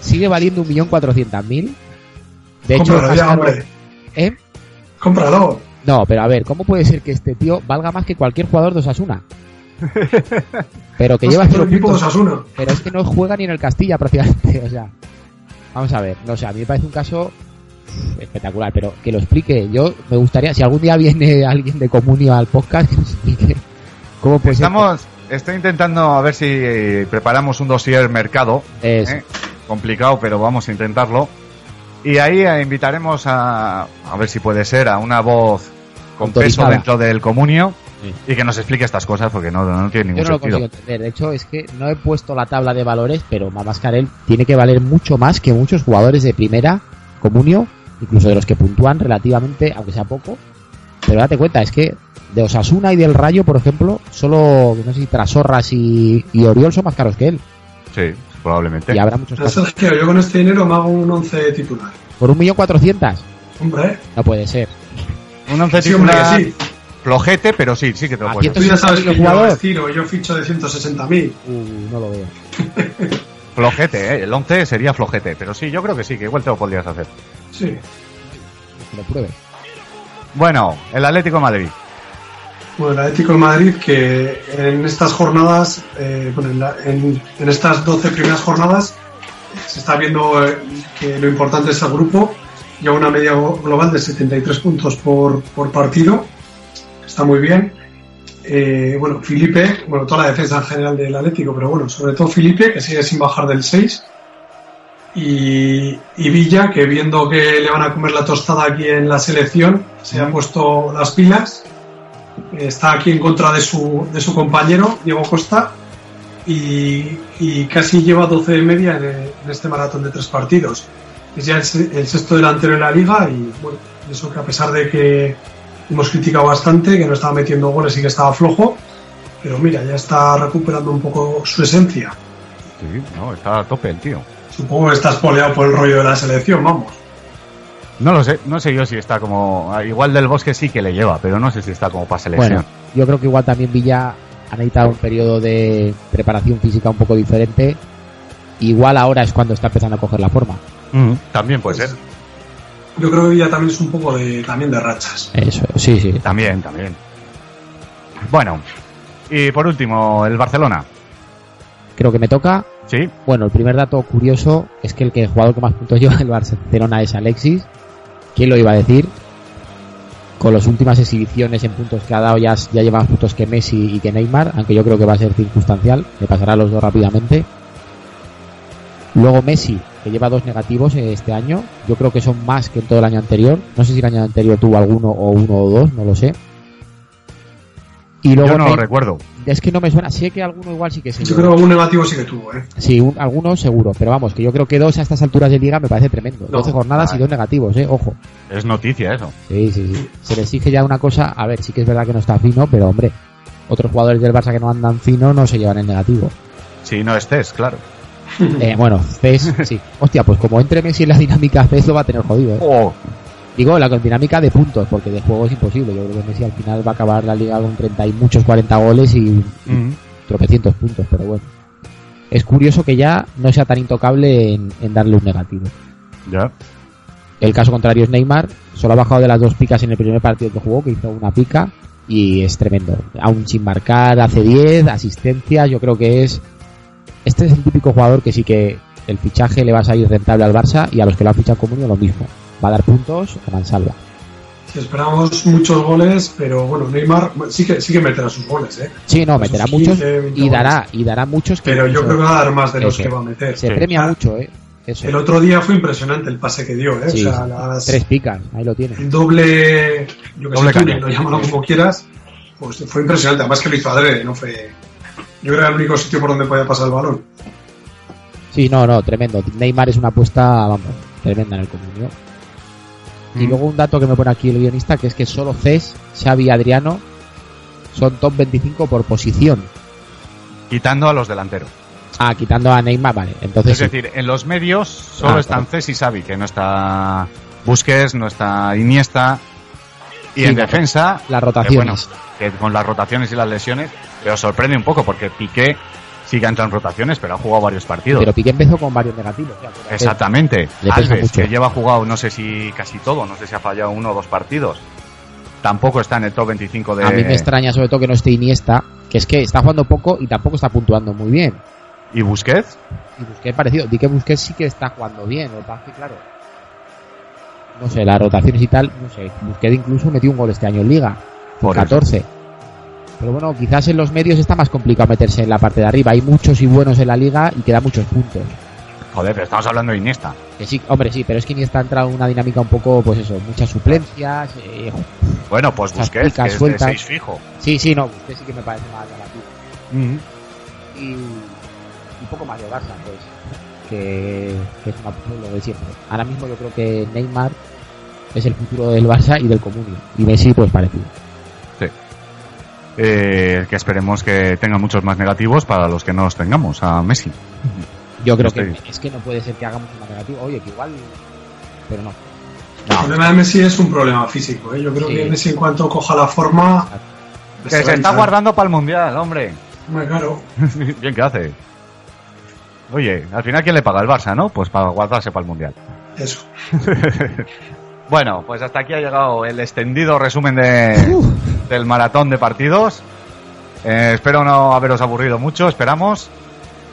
Speaker 4: Sigue valiendo un millón cuatrocientas mil. De hecho,
Speaker 5: Cómpralo ya,
Speaker 4: Hassan-
Speaker 5: hombre.
Speaker 4: ¿Eh?
Speaker 5: Cómpralo.
Speaker 4: no, pero a ver, ¿cómo puede ser que este tío valga más que cualquier jugador de
Speaker 5: *laughs*
Speaker 4: Osasuna? Pero que
Speaker 5: No
Speaker 4: lleva
Speaker 5: sé, todo
Speaker 4: cero
Speaker 5: el equipo de
Speaker 4: puntos,
Speaker 5: Osasuna.
Speaker 4: pero es que no juega ni en el Castilla *laughs* prácticamente, o sea. Vamos a ver, no sé, a mí me parece un caso uf, espectacular, pero que lo explique. Yo me gustaría, si algún día viene *laughs* alguien de Comunio al podcast, *laughs* que nos explique cómo puede ser
Speaker 3: Estamos, estoy intentando a ver si eh, preparamos un dossier mercado.
Speaker 4: que- Eso.
Speaker 3: ¿eh? Complicado, pero vamos a intentarlo. Y ahí eh, invitaremos a, a ver si puede ser, a una voz con peso
Speaker 4: Autorizada.
Speaker 3: dentro del comunio
Speaker 4: Sí.
Speaker 3: y que nos explique estas cosas porque no, no tiene
Speaker 4: Yo
Speaker 3: ningún
Speaker 4: no lo
Speaker 3: sentido.
Speaker 4: consigo entender. De hecho, es que no he puesto la tabla de valores, pero Mamascarel tiene que valer mucho más que muchos jugadores de primera comunio, incluso de los que puntúan relativamente, aunque sea poco. Pero date cuenta, es que de Osasuna y del Rayo, por ejemplo, solo, no sé si Trasorras y, y Oriol son más caros que él.
Speaker 3: Sí, probablemente.
Speaker 4: Y habrá muchos
Speaker 5: Pero,
Speaker 4: casos.
Speaker 5: Sergio, yo con este dinero me hago un 11 titular.
Speaker 4: ¿Por un millón cuatrocientas?
Speaker 5: Hombre,
Speaker 4: No puede ser.
Speaker 3: Un once
Speaker 5: sí, hombre,
Speaker 3: titular
Speaker 5: que sí.
Speaker 3: flojete, pero sí, sí que te lo
Speaker 4: Aquí
Speaker 3: puedes
Speaker 5: Tú
Speaker 4: estoy-
Speaker 3: decir.
Speaker 5: ya sabes que yo
Speaker 4: jugador.
Speaker 5: estiro, yo ficho de 160.000.
Speaker 4: Uh, no lo veo.
Speaker 3: Flojete, ¿eh? el 11 sería flojete, pero sí, yo creo que sí, que igual te lo podrías hacer.
Speaker 5: Sí.
Speaker 4: Que lo pruebe.
Speaker 3: Bueno, el Atlético de Madrid.
Speaker 5: Bueno, el Atlético de Madrid que en estas jornadas, eh, bueno, en, la- en- en estas 12 primeras jornadas, se está viendo eh, que lo importante es el grupo. Lleva una media go- global de 73 puntos por, por partido. Está muy bien. Eh, bueno, Felipe, bueno, toda la defensa en general del Atlético, pero bueno, sobre todo Felipe, que sigue sin bajar del 6. Y, y Villa, que viendo que le van a comer la tostada aquí en la selección, se ha puesto las pilas está aquí en contra de su, de su compañero, Diego Costa, y, y casi lleva 12 de media en, en este maratón de tres partidos. Es ya el, se- el sexto delantero en la liga y bueno, eso que a pesar de que hemos criticado bastante, que no estaba metiendo goles y que estaba flojo, pero mira, ya está recuperando un poco su esencia.
Speaker 3: Sí, no, está a tope el tío.
Speaker 5: Supongo que estás poleado por el rollo de la selección, vamos.
Speaker 3: No lo sé, no sé yo si está como. ah, Igual del bosque sí que le lleva, pero no sé si está como para selección.
Speaker 4: Bueno, yo creo que igual también Villa ha necesitado un periodo de preparación física un poco diferente. Igual ahora es cuando está empezando a coger la forma.
Speaker 3: Mm, también puede ser.
Speaker 5: Yo creo que ya también es un poco de, también de rachas.
Speaker 4: Eso, sí, sí.
Speaker 3: También, también. Bueno, y por último, el Barcelona.
Speaker 4: Creo que me toca.
Speaker 3: Sí,
Speaker 4: Bueno, el primer dato curioso es que el, que el jugador que más puntos lleva en el Barcelona es Alexis. ¿Quién lo iba a decir? Con las últimas exhibiciones en puntos que ha dado ya, ya lleva más puntos que Messi y que Neymar, aunque yo creo que va a ser circunstancial, le pasará a los dos rápidamente. Luego Messi, que lleva dos negativos eh, este año, yo creo que son más que en todo el año anterior. No sé si el año anterior tuvo alguno o uno o dos, no lo sé. Y luego
Speaker 3: yo no lo
Speaker 4: Ney-
Speaker 3: recuerdo.
Speaker 4: es que no me suena, sé que alguno igual sí que se
Speaker 5: Yo creo que un negativo sí que tuvo, ¿eh?
Speaker 4: Sí, un- algunos seguro, pero vamos, que yo creo que dos a estas alturas de liga me parece tremendo.
Speaker 5: No,
Speaker 4: 12 jornadas y
Speaker 3: vale.
Speaker 4: dos negativos, eh, ojo.
Speaker 3: Es noticia eso.
Speaker 4: Sí, sí, sí. Se le exige ya una cosa, a ver, sí que es verdad que no está fino, pero hombre, otros jugadores del Barça que no andan fino no se llevan el negativo.
Speaker 3: Si no estés, claro.
Speaker 4: Eh, bueno, Cés, sí. Hostia, pues como entre Messi en la dinámica, Cés lo va a tener jodido, eh.
Speaker 3: Oh,
Speaker 4: Digo, la dinámica de puntos, porque de juego es imposible. Yo creo que Messi al final va a acabar la liga con 30 y muchos 40 goles y
Speaker 3: mm,
Speaker 4: tropecientos puntos, pero bueno. Es curioso que ya no sea tan intocable en- en darle un negativo.
Speaker 3: ya.
Speaker 4: El caso contrario es Neymar, solo ha bajado de las dos picas en el primer partido que jugó, que hizo una pica, y es tremendo. Aún sin marcar, hace 10, asistencia, yo creo que es... Este es el típico jugador que sí que el fichaje le va a salir rentable al Barça y a los que lo han fichado comunio lo mismo. Va a dar puntos a mansalva.
Speaker 5: Si esperamos muchos goles, pero bueno, Neymar bueno, sí que, sí que meterá sus goles, ¿eh?
Speaker 4: Sí, no,
Speaker 5: Esos
Speaker 4: meterá
Speaker 5: 15,
Speaker 4: muchos
Speaker 5: 20
Speaker 4: y dará, y dará muchos que...
Speaker 5: Pero yo creo que va a dar más de los
Speaker 4: Eso.
Speaker 5: que va a meter.
Speaker 4: Se
Speaker 3: Sí.
Speaker 4: premia
Speaker 5: Ah,
Speaker 4: mucho, ¿eh? Eso.
Speaker 5: El otro día fue impresionante el pase que dio, ¿eh?
Speaker 4: Sí,
Speaker 5: o sea,
Speaker 4: sí.
Speaker 5: las-
Speaker 4: Tres picas, ahí lo tiene.
Speaker 5: el doble, yo que
Speaker 3: Doble
Speaker 5: sé,
Speaker 3: caña.
Speaker 5: túnel, lo llámalo como quieras, pues fue impresionante. Además que lo hizo adrede, no fue. Yo creo que era el único sitio por donde podía pasar el balón.
Speaker 4: Sí, no, no, tremendo. Neymar es una apuesta, vamos, tremenda en el comunio. Y
Speaker 3: Mm.
Speaker 4: luego un dato que me pone aquí el guionista, que es que solo Cés, Xavi y Adriano son top 25 por posición.
Speaker 3: Quitando a los delanteros.
Speaker 4: Ah, quitando a Neymar, vale. Entonces,
Speaker 3: Es
Speaker 4: sí.
Speaker 3: decir, en los medios solo
Speaker 4: Ah,
Speaker 3: están
Speaker 4: claro.
Speaker 3: Cés y Xavi, que no está Busquets, no está Iniesta. Y
Speaker 4: Sí,
Speaker 3: en
Speaker 4: claro.
Speaker 3: defensa,
Speaker 4: las
Speaker 3: que eh, bueno,
Speaker 4: rotaciones.
Speaker 3: que con las rotaciones y las lesiones, pero sorprende un poco porque Piqué sí que ha entrado en rotaciones, pero ha jugado varios partidos.
Speaker 4: Pero Piqué empezó con varios negativos. ya, pero-
Speaker 3: Exactamente.
Speaker 4: Le pesa
Speaker 3: Alves,
Speaker 4: mucho.
Speaker 3: que lleva jugado, no sé si casi todo, no sé si ha fallado uno o dos partidos. Tampoco está en el top 25 de...
Speaker 4: A mí me extraña sobre todo que no esté Iniesta, que es que está jugando poco y tampoco está puntuando muy bien.
Speaker 3: ¿Y Busquets?
Speaker 4: Y Busquets parecido. Di que Busquets sí que está jugando bien, lo que pasa es que, claro. No sé, las rotaciones y tal, no sé. Busquets incluso metió un gol este año en Liga.
Speaker 3: Por eso.
Speaker 4: 14. Pero bueno, quizás en los medios está más complicado meterse en la parte de arriba. Hay muchos y buenos en la liga y queda muchos puntos.
Speaker 3: Joder, pero estamos hablando de Iniesta.
Speaker 4: Que sí, hombre, sí, pero es que Iniesta ha entrado en una dinámica un poco, pues eso, muchas suplencias. eh,
Speaker 3: Bueno, pues
Speaker 4: Las
Speaker 3: Busquets,
Speaker 4: picas
Speaker 3: que es de
Speaker 4: sueltas.
Speaker 3: 6 fijo.
Speaker 4: sí, sí, no, usted sí que me parece más negativo.
Speaker 3: Mm.
Speaker 4: Y, y poco más de Barça, pues, que, que es una, lo de siempre. Ahora mismo yo creo que Neymar es el futuro del Barça y del Comunio. Y Messi, pues parecido.
Speaker 3: Eh, que esperemos que tenga muchos más negativos para los que no los tengamos, a Messi.
Speaker 4: Yo creo
Speaker 3: Estoy
Speaker 4: que
Speaker 3: bien.
Speaker 4: es que no puede ser que hagamos una negativa. Oye, que igual... Pero no.
Speaker 5: El problema de Messi es un problema físico, ¿eh? Yo creo
Speaker 4: Sí.
Speaker 5: que Messi, en cuanto coja la forma.
Speaker 3: Que
Speaker 5: va
Speaker 3: se
Speaker 5: a
Speaker 3: está
Speaker 5: entrar.
Speaker 3: guardando para el Mundial, hombre.
Speaker 5: Hombre, claro.
Speaker 3: *laughs* Bien que hace. Oye, al final, ¿quién le paga? El Barça, ¿no? Pues para guardarse para el Mundial.
Speaker 5: Eso.
Speaker 3: Bueno, pues hasta aquí ha llegado el extendido resumen de, del maratón de partidos. Eh, espero no haberos aburrido mucho, esperamos.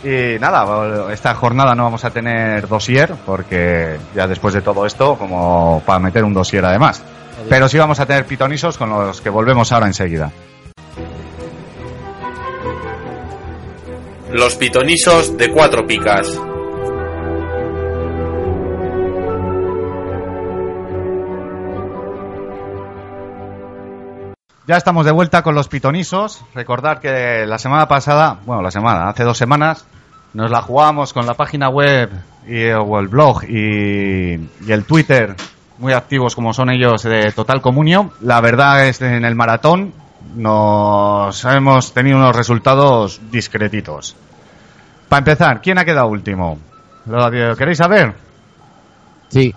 Speaker 3: Y nada, esta jornada no vamos a tener dossier, porque ya después de todo esto, como para meter un dossier además. Pero sí vamos a tener pitonisos con los que volvemos ahora enseguida.
Speaker 1: Los pitonisos de cuatro picas.
Speaker 3: Ya estamos de vuelta con los pitonisos. Recordad que la semana pasada, bueno, la semana, hace dos semanas, nos la jugábamos con la página web y, o el blog y, y el Twitter, muy activos como son ellos de Total Comunio. La verdad es en el maratón nos hemos tenido unos resultados discretitos. Para empezar, ¿quién ha quedado último? ¿Lo lo queréis saber?
Speaker 4: Sí.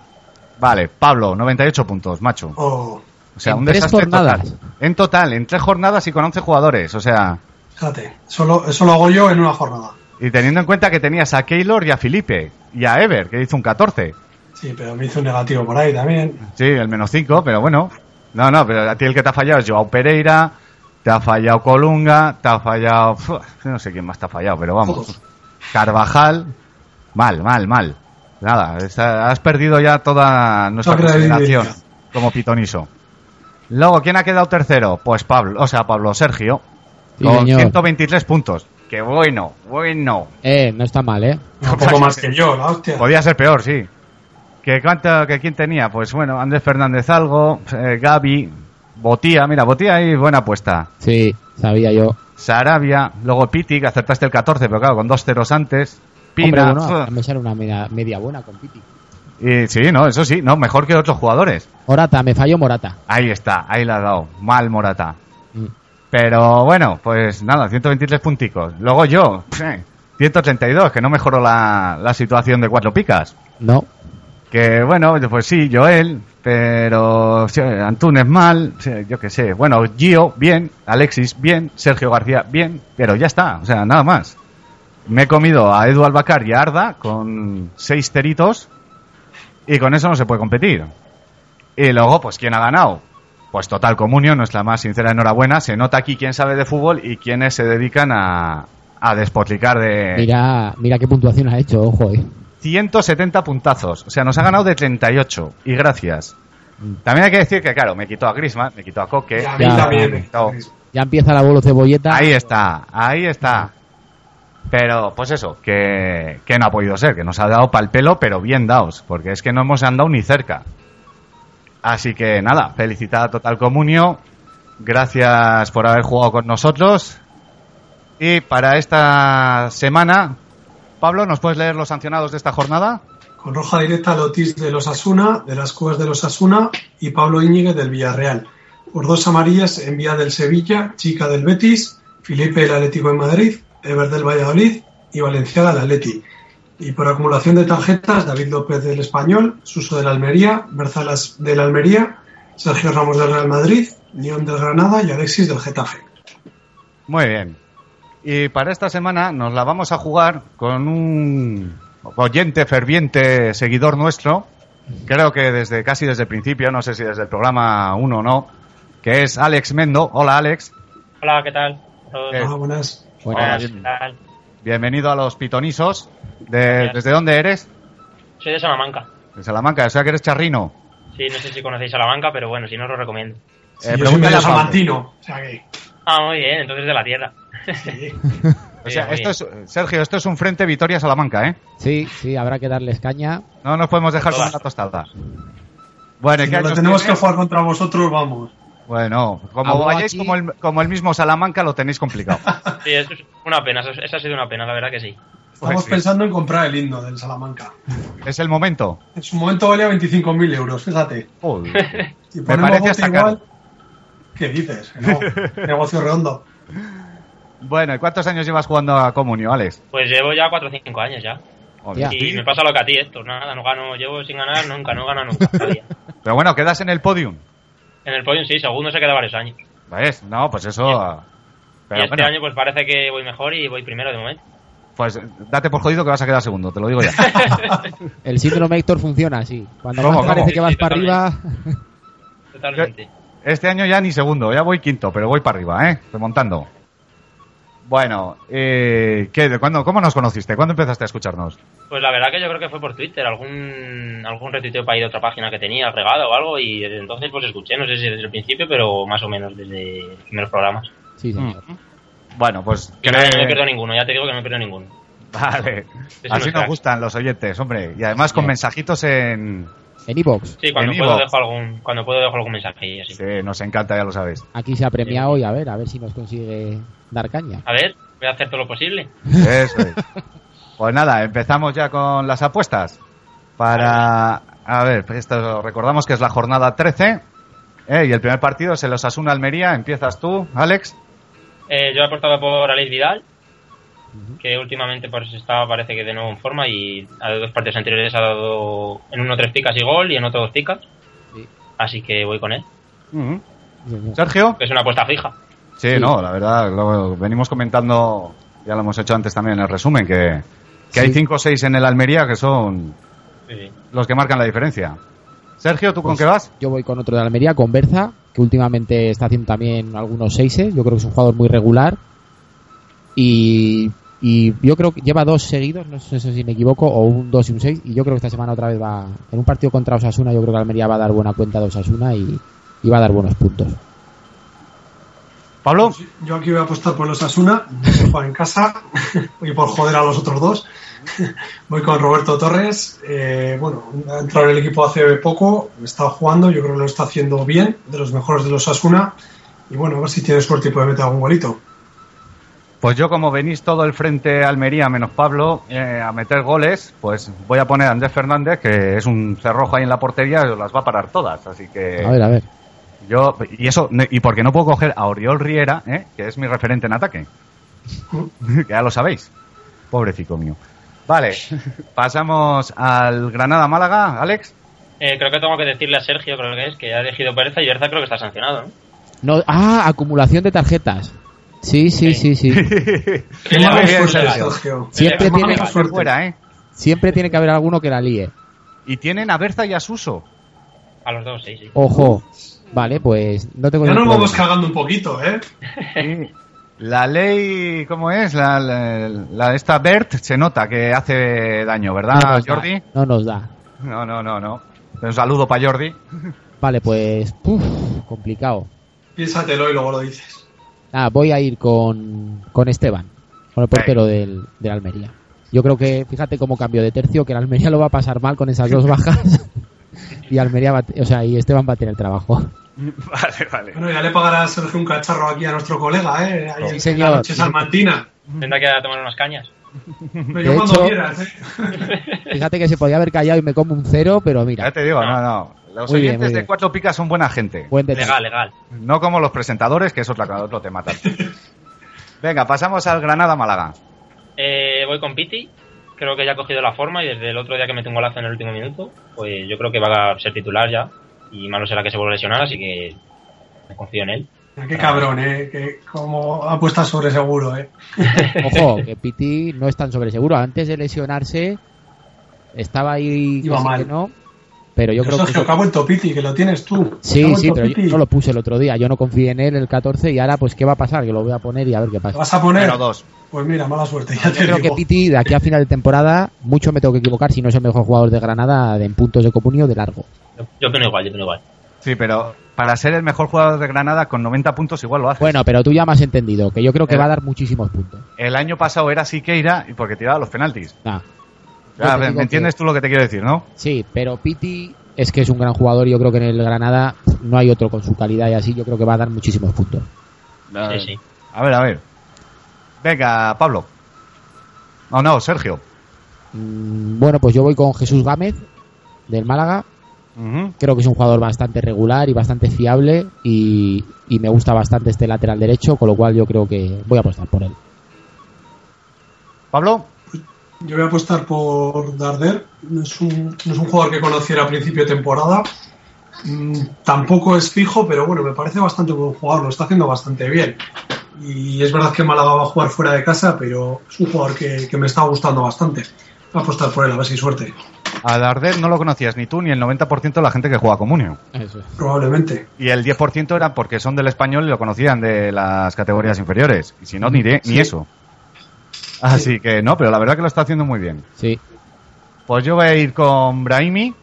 Speaker 3: Vale, Pablo, 98 puntos, macho.
Speaker 5: O,
Speaker 3: O sea,
Speaker 4: En
Speaker 3: un
Speaker 4: tres
Speaker 3: desastre
Speaker 4: jornadas.
Speaker 3: total. En total, en tres jornadas y con 11 jugadores. O sea,
Speaker 5: fíjate, solo, eso lo hago yo en una jornada.
Speaker 3: y teniendo en cuenta que tenías a Keylor y a Felipe y a Ever, que hizo un 14.
Speaker 5: Sí, pero me hizo un negativo por ahí también.
Speaker 3: Sí, el menos 5, pero bueno. No, no, pero a ti el que te ha fallado es Joao Pereira, te ha fallado Colunga, te ha fallado. Uf, no sé quién más te ha fallado, pero vamos.
Speaker 5: Todos.
Speaker 3: Carvajal. Mal, mal, mal. Nada, está- has perdido ya toda nuestra
Speaker 5: Toda la
Speaker 3: consideración
Speaker 5: credibilidad.
Speaker 3: como pitoniso. Luego, ¿quién ha quedado tercero? Pues Pablo, o sea, Pablo Sergio.
Speaker 4: Sí,
Speaker 3: con
Speaker 4: señor.
Speaker 3: 123 puntos. Que bueno, bueno.
Speaker 4: Eh, no está mal, ¿eh?
Speaker 5: Un poco más que yo, la hostia.
Speaker 3: Podía ser peor, sí. ¿Que, cuánto, que ¿Quién tenía? Pues bueno, Andrés Fernández algo, eh, Gaby, Botía, mira, Botía ahí buena apuesta.
Speaker 4: Sí, sabía yo.
Speaker 3: Sarabia, luego Piti, que acertaste el 14, pero claro, con dos ceros antes. Pina,
Speaker 4: Hombre, bueno,
Speaker 3: uf,
Speaker 4: me sale una media, media buena con Piti.
Speaker 3: y sí, no, eso sí, no, mejor que otros jugadores.
Speaker 4: Morata, me falló Morata.
Speaker 3: Ahí está, ahí la ha dado, mal Morata.
Speaker 4: Mm.
Speaker 3: Pero bueno, pues nada, 123 punticos. Luego yo, *laughs* eh, 132, que no mejoró la, la situación de cuatro picas.
Speaker 4: No,
Speaker 3: Que bueno, pues sí, Joel, pero sí, Antunes mal, sí, yo qué sé. Bueno, Gio, bien, Alexis, bien, Sergio García, bien, pero ya está, o sea, nada más. Me he comido a Edu Albacar y a Arda con seis teritos y con eso no se puede competir. Y luego, pues, ¿quién ha ganado? Pues Total Comunión, nuestra más sincera enhorabuena. Se nota aquí quién sabe de fútbol y quiénes se dedican a, a despotricar de,
Speaker 4: mira, mira qué puntuación ha hecho, ojo, eh.
Speaker 3: 170 puntazos. O sea, nos ha ganado de 38. Y gracias. También hay que decir que, claro, me quitó a Grisman, me quitó a Coque.
Speaker 5: Y a mí
Speaker 4: Ya,
Speaker 5: también.
Speaker 3: me quitó-
Speaker 4: Ya empieza la bolo cebolleta.
Speaker 3: Ahí está, ahí está. Pero, pues eso, que, que no ha podido ser, que nos ha dado pal pelo, pero bien daos, porque es que no hemos andado ni cerca. Así que nada, felicitada a Total Comunio, gracias por haber jugado con nosotros. Y para esta semana, Pablo, ¿nos puedes leer los sancionados de esta jornada?
Speaker 5: Con roja directa Lotis de los Asuna, de las Cuevas de los Asuna y Pablo Íñiguez del Villarreal. Por dos amarillas en vía del Sevilla, Chica del Betis, Felipe del Atlético de Madrid, Ever del Valladolid y Valenciaga del Atleti. Y por acumulación de tarjetas, David López del Español, Suso del Almería, Berzalas del Almería, Sergio Ramos del Real Madrid, León del Granada y Alexis del Getafe.
Speaker 3: Muy bien. Y para esta semana nos la vamos a jugar con un oyente ferviente seguidor nuestro, creo que desde casi desde el principio, no sé si desde el programa 1 o no, que es Alex Mendo. Hola Alex,
Speaker 7: Hola, ¿qué tal? A todos.
Speaker 3: Eh,
Speaker 5: Ah, buenas.
Speaker 4: Bueno,
Speaker 7: ¿qué tal?
Speaker 3: bienvenido a los Pitonisos. De-
Speaker 7: Gracias.
Speaker 3: ¿Desde dónde eres?
Speaker 7: Soy de Salamanca.
Speaker 3: De Salamanca, o sea que eres charrino.
Speaker 7: Sí, no sé si conocéis Salamanca, pero bueno, si no, os lo recomiendo.
Speaker 5: Sí,
Speaker 3: Eh,
Speaker 5: yo soy
Speaker 3: pregúntale
Speaker 5: medio
Speaker 3: a Pablo.
Speaker 5: salmantino, o sea que...
Speaker 7: Ah, muy bien, entonces de la tierra.
Speaker 5: sí.
Speaker 3: O sea,
Speaker 7: Muy
Speaker 3: esto es, Sergio, esto es un frente Vitoria-Salamanca, ¿eh?
Speaker 4: sí, sí, habrá que darles caña.
Speaker 3: No nos podemos dejar con
Speaker 7: Todas.
Speaker 3: la tostada. Bueno, ¿y
Speaker 5: Si
Speaker 3: qué
Speaker 5: nos lo
Speaker 3: años
Speaker 5: tenemos que
Speaker 3: tienes?
Speaker 5: jugar contra vosotros, vamos.
Speaker 3: Bueno, como
Speaker 4: Hago
Speaker 3: vayáis
Speaker 4: aquí-
Speaker 3: como el, como el mismo Salamanca lo tenéis complicado.
Speaker 7: Sí, eso es una pena, eso, eso ha sido una pena, la verdad que sí.
Speaker 5: Estamos
Speaker 3: Pues sí.
Speaker 5: pensando en comprar el himno del Salamanca.
Speaker 3: es el momento.
Speaker 5: En su momento valía 25.000 euros, fíjate.
Speaker 3: Joder.
Speaker 5: Si
Speaker 3: Me
Speaker 5: ponemos
Speaker 3: parece
Speaker 5: bote
Speaker 3: hasta
Speaker 5: igual, ¿Qué dices? Que
Speaker 3: *laughs*
Speaker 5: no. Negocio redondo.
Speaker 3: bueno, ¿y cuántos años llevas jugando a Comunio, Alex?
Speaker 7: Pues llevo ya 4 o 5 años ya.
Speaker 3: Joder.
Speaker 7: Y me pasa lo que a ti, Héctor. Nada, no gano, llevo sin ganar nunca, no gano nunca. todavía.
Speaker 3: Pero bueno, quedas en el podium.
Speaker 7: En el podium sí, segundo se queda varios años.
Speaker 3: ¿Ves? No, pues eso.
Speaker 7: y
Speaker 3: Pero
Speaker 7: este
Speaker 3: bueno,
Speaker 7: año pues parece que voy mejor y voy primero de momento.
Speaker 3: pues date por jodido que vas a quedar segundo, te lo
Speaker 7: *laughs*
Speaker 3: digo ya.
Speaker 4: El síndrome Héctor funciona así. Cuando
Speaker 3: ¿Cómo,
Speaker 4: más
Speaker 3: cómo?
Speaker 4: parece que vas
Speaker 7: Sí,
Speaker 4: para arriba, *laughs*
Speaker 7: Totalmente.
Speaker 3: Este año ya ni segundo, ya voy quinto, pero voy para arriba, ¿eh? Remontando. Bueno, eh, ¿qué, de cuándo, ¿cómo nos conociste? ¿Cuándo empezaste a escucharnos?
Speaker 7: Pues la verdad que yo creo que fue por Twitter, algún algún retuiteo para ir a otra página que tenía regada o algo y desde entonces pues escuché, no sé si desde el principio, pero más o menos desde los primeros programas.
Speaker 4: sí, señor.
Speaker 3: Bueno, pues.
Speaker 7: Que no, no me
Speaker 3: cree-
Speaker 7: pierdo ninguno, ya te digo que no me pierdo ninguno.
Speaker 3: Vale.
Speaker 7: Es
Speaker 3: Así nos
Speaker 7: un crack.
Speaker 3: gustan los oyentes, hombre. Y además con
Speaker 4: Sí.
Speaker 3: mensajitos en.
Speaker 4: En Evox,
Speaker 7: Sí, cuando
Speaker 3: En
Speaker 7: puedo
Speaker 3: iVoox.
Speaker 7: dejo algún cuando puedo dejo algún mensaje y así.
Speaker 3: Sí, nos encanta, ya lo sabéis.
Speaker 4: aquí se ha premiado y a ver, a ver si nos consigue dar caña.
Speaker 7: A ver, voy a hacer todo lo posible.
Speaker 3: Eso es. Pues nada, empezamos ya con las apuestas. Para. A ver, esto recordamos que es la jornada 13. Eh, y el primer partido se los asuna Almería. Empiezas tú, Alex.
Speaker 7: Eh, yo he apostado por Alex Vidal, que últimamente pues está parece que de nuevo en forma y a los dos partidos anteriores ha dado en uno tres picas y gol y en otro dos picas.
Speaker 4: Sí.
Speaker 7: Así que voy con él.
Speaker 3: Ujú. Sergio.
Speaker 7: Es una apuesta fija.
Speaker 3: Sí, no, la verdad, lo venimos comentando, ya lo hemos hecho antes también en el resumen, que, que hay
Speaker 4: Sí.
Speaker 3: 5 o 6 en el Almería que son
Speaker 7: Sí, sí.
Speaker 3: los que marcan la diferencia. Sergio, ¿tú con qué vas?
Speaker 4: Yo voy con otro de Almería, con Berza, que últimamente está haciendo también algunos seises. Yo creo que es un jugador muy regular. Y, y yo creo que lleva dos seguidos, no sé si me equivoco, o un 2 y un 6. Y yo creo que esta semana otra vez va. En un partido contra Osasuna, yo creo que Almería va a dar buena cuenta de Osasuna y, y va a dar buenos puntos.
Speaker 3: Pablo,
Speaker 5: Yo aquí voy a apostar por los Asuna, en casa, *laughs* y por joder a los otros dos. *laughs* Voy con Roberto Torres. eh, bueno, ha entrado en el equipo hace poco, está jugando, yo creo que lo está haciendo bien, de los mejores de los Asuna. Y bueno, a ver si tiene suerte y puede meter algún golito.
Speaker 3: pues yo como venís todo el frente Almería menos Pablo eh, a meter goles, pues voy a poner a Andrés Fernández, que es un cerrojo ahí en la portería, las va a parar todas, así que...
Speaker 4: A ver, a ver.
Speaker 3: Yo, y eso, y porque no puedo coger a Oriol Riera, ¿eh? que es mi referente en
Speaker 4: *laughs*
Speaker 3: ataque. Que ya lo sabéis. Pobrecito mío. Vale, pasamos al Granada Málaga, Alex.
Speaker 7: Eh, creo que tengo que decirle a Sergio, creo que es, que ha elegido Pereza y Berza creo que está sancionado, ¿no?
Speaker 4: No, ah, acumulación de tarjetas. Sí, sí,
Speaker 3: *laughs*
Speaker 4: sí, sí.
Speaker 5: Qué
Speaker 7: Muy
Speaker 5: mala
Speaker 7: bien,
Speaker 5: suerte,
Speaker 7: Sergio.
Speaker 5: Sergio.
Speaker 4: Siempre
Speaker 7: Eh,
Speaker 4: tiene,
Speaker 5: mala
Speaker 3: Por
Speaker 5: suerte.
Speaker 3: fuera, ¿eh?
Speaker 4: siempre tiene que haber alguno que la líe.
Speaker 3: Y tienen a Berza y a Suso.
Speaker 7: A los dos, sí, sí.
Speaker 4: Ojo. Vale, pues no tengo
Speaker 5: Ya nos
Speaker 4: ningún
Speaker 5: vamos
Speaker 4: problema.
Speaker 5: cagando un poquito, ¿eh?
Speaker 3: *laughs* La ley, ¿cómo es? La, la, la- esta Bert se nota que hace daño, ¿verdad,
Speaker 4: No nos da,
Speaker 3: Ah, Jordi?
Speaker 4: no nos da.
Speaker 3: No, no, no, no. Un saludo para Jordi.
Speaker 4: Vale, pues. puf, complicado.
Speaker 5: Piénsatelo y luego lo dices.
Speaker 4: Ah, voy a ir con, con Esteban, con el portero del, del Almería. Yo creo que, fíjate cómo cambio de tercio, que el Almería lo va a pasar mal con esas dos bajas. y Almería va, a te- o sea, y Esteban va a tener trabajo.
Speaker 3: *laughs* Vale, vale.
Speaker 5: Bueno, ya le pagará Sergio un cacharro aquí a nuestro colega, ¿eh? Ahí
Speaker 4: Sí,
Speaker 5: en
Speaker 4: señor.
Speaker 5: la noche salmantina.
Speaker 7: Tendrá que ir a tomar unas cañas.
Speaker 5: Pero
Speaker 4: De
Speaker 5: yo cuando
Speaker 4: hecho-
Speaker 5: quieras, ¿eh? *laughs*
Speaker 4: Fíjate que se podía haber callado y me como un cero, pero
Speaker 3: Ya
Speaker 4: mira,
Speaker 3: te digo, no, no. Los
Speaker 4: Muy bien,
Speaker 3: oyentes
Speaker 4: muy
Speaker 3: de
Speaker 4: bien.
Speaker 3: Cuatro Picas son buena gente.
Speaker 4: buen detalle.
Speaker 7: Legal, legal.
Speaker 3: No como los presentadores, que eso es otra- otro tema *laughs* también. Venga, pasamos al Granada-Málaga.
Speaker 7: Eh, voy con Piti. Creo que ya ha cogido la forma y desde el otro día que metió un golazo en el último minuto, pues yo creo que va a ser titular ya. Y malo será que se vuelva a lesionar, así que me confío en él.
Speaker 5: Qué cabrón, ¿eh? Que como apuesta sobre seguro, ¿eh?
Speaker 4: Ojo, que Piti no es tan sobre seguro. Antes de lesionarse, estaba ahí
Speaker 5: Iba
Speaker 4: casi
Speaker 5: mal.
Speaker 4: que no. Pero yo creo que.
Speaker 5: Sergio, que ha vuelto Piti, que lo tienes tú. Que ha
Speaker 4: Sí, sí,
Speaker 5: vuelto
Speaker 4: pero
Speaker 5: Piti.
Speaker 4: yo no lo puse el otro día. Yo no confié en él el 14 y ahora, pues, ¿qué va a pasar? Que lo voy a poner y a ver qué
Speaker 5: ¿Lo
Speaker 4: pasa.
Speaker 5: vas a poner?
Speaker 3: Número dos.
Speaker 5: Pues mira, mala suerte, ya
Speaker 4: Yo
Speaker 5: te
Speaker 4: creo que
Speaker 5: digo.
Speaker 4: Piti, de aquí a final de temporada, mucho me tengo que equivocar si no es el mejor jugador de Granada de- en puntos de comunio de largo.
Speaker 7: Yo, yo opino igual, yo opino igual.
Speaker 3: Sí, pero para ser el mejor jugador de Granada con 90 puntos igual lo hace.
Speaker 4: Bueno, pero tú ya me has entendido, que yo creo que
Speaker 3: Eh.
Speaker 4: va a dar muchísimos puntos.
Speaker 3: El año pasado era Siqueira y porque tiraba los penaltis.
Speaker 4: Nah,
Speaker 3: Ya,
Speaker 4: Yo te
Speaker 3: ¿Me
Speaker 4: digo
Speaker 3: entiendes tú lo que te quiero decir, no?
Speaker 4: sí, pero Piti es que es un gran jugador y yo creo que en el Granada no hay otro con su calidad y así, yo creo que va a dar muchísimos puntos.
Speaker 7: Sí, sí.
Speaker 3: A ver, a ver. Venga, Pablo. No, no, Sergio.
Speaker 4: Mm, Bueno, pues yo voy con Jesús Gámez del Málaga,
Speaker 3: Ujú.
Speaker 4: creo que es un jugador bastante regular y bastante fiable y, y me gusta bastante este lateral derecho, con lo cual yo creo que voy a apostar por él.
Speaker 3: Pablo.
Speaker 5: Yo voy a apostar por Darder. No es un, no es un jugador que conociera a principio de temporada. Mm, tampoco es fijo, pero bueno, me parece bastante buen jugador. Lo está haciendo bastante bien. Y es verdad que Málaga va a jugar fuera de casa, pero es un jugador que, que me está gustando bastante. Voy a apostar por él, a ver si hay suerte.
Speaker 3: A Darder no lo conocías ni tú ni el 90% de la gente que juega Comunio.
Speaker 5: Probablemente.
Speaker 3: Y el 10% era porque son del español y lo conocían de las categorías inferiores. Y si no, ni, de- ni
Speaker 5: Sí.
Speaker 3: eso. Así que no, pero la verdad que lo está haciendo muy bien.
Speaker 4: Sí,
Speaker 3: Pues yo voy a ir con Brahimi,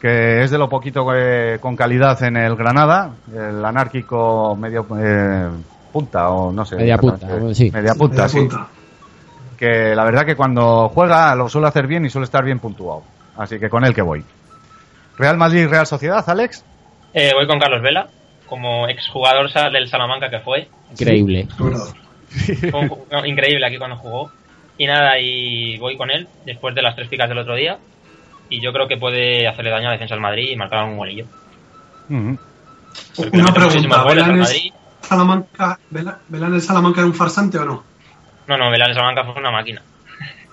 Speaker 3: que es de lo poquito que- con calidad en el Granada, el anárquico medio eh, punta o no sé.
Speaker 4: Media
Speaker 3: exactamente.
Speaker 4: punta, bueno, sí.
Speaker 3: Media punta,
Speaker 5: Media
Speaker 3: sí.
Speaker 5: punta.
Speaker 3: Que la verdad que cuando juega lo suele hacer bien y suele estar bien puntuado. Así que con él que voy. Real Madrid, Real Sociedad, Alex.
Speaker 7: Eh, voy con Carlos Vela, como exjugador sa- del Salamanca que fue.
Speaker 4: increíble.
Speaker 5: Es verdad.
Speaker 7: Fue un ju- no, increíble aquí cuando jugó. Y nada, y voy con él después de las tres picas del otro día. Y yo creo que puede hacerle daño a la defensa del Madrid y marcar un golillo.
Speaker 3: Ujú.
Speaker 7: Porque
Speaker 5: Una
Speaker 7: mete muchísimos
Speaker 5: pregunta,
Speaker 7: goles
Speaker 5: ¿Belán
Speaker 7: al
Speaker 5: es-
Speaker 7: Madrid.
Speaker 5: Salamanca, Vela- ¿Belán el Salamanca era un farsante o no?
Speaker 7: No, no, Belán de Salamanca fue una máquina.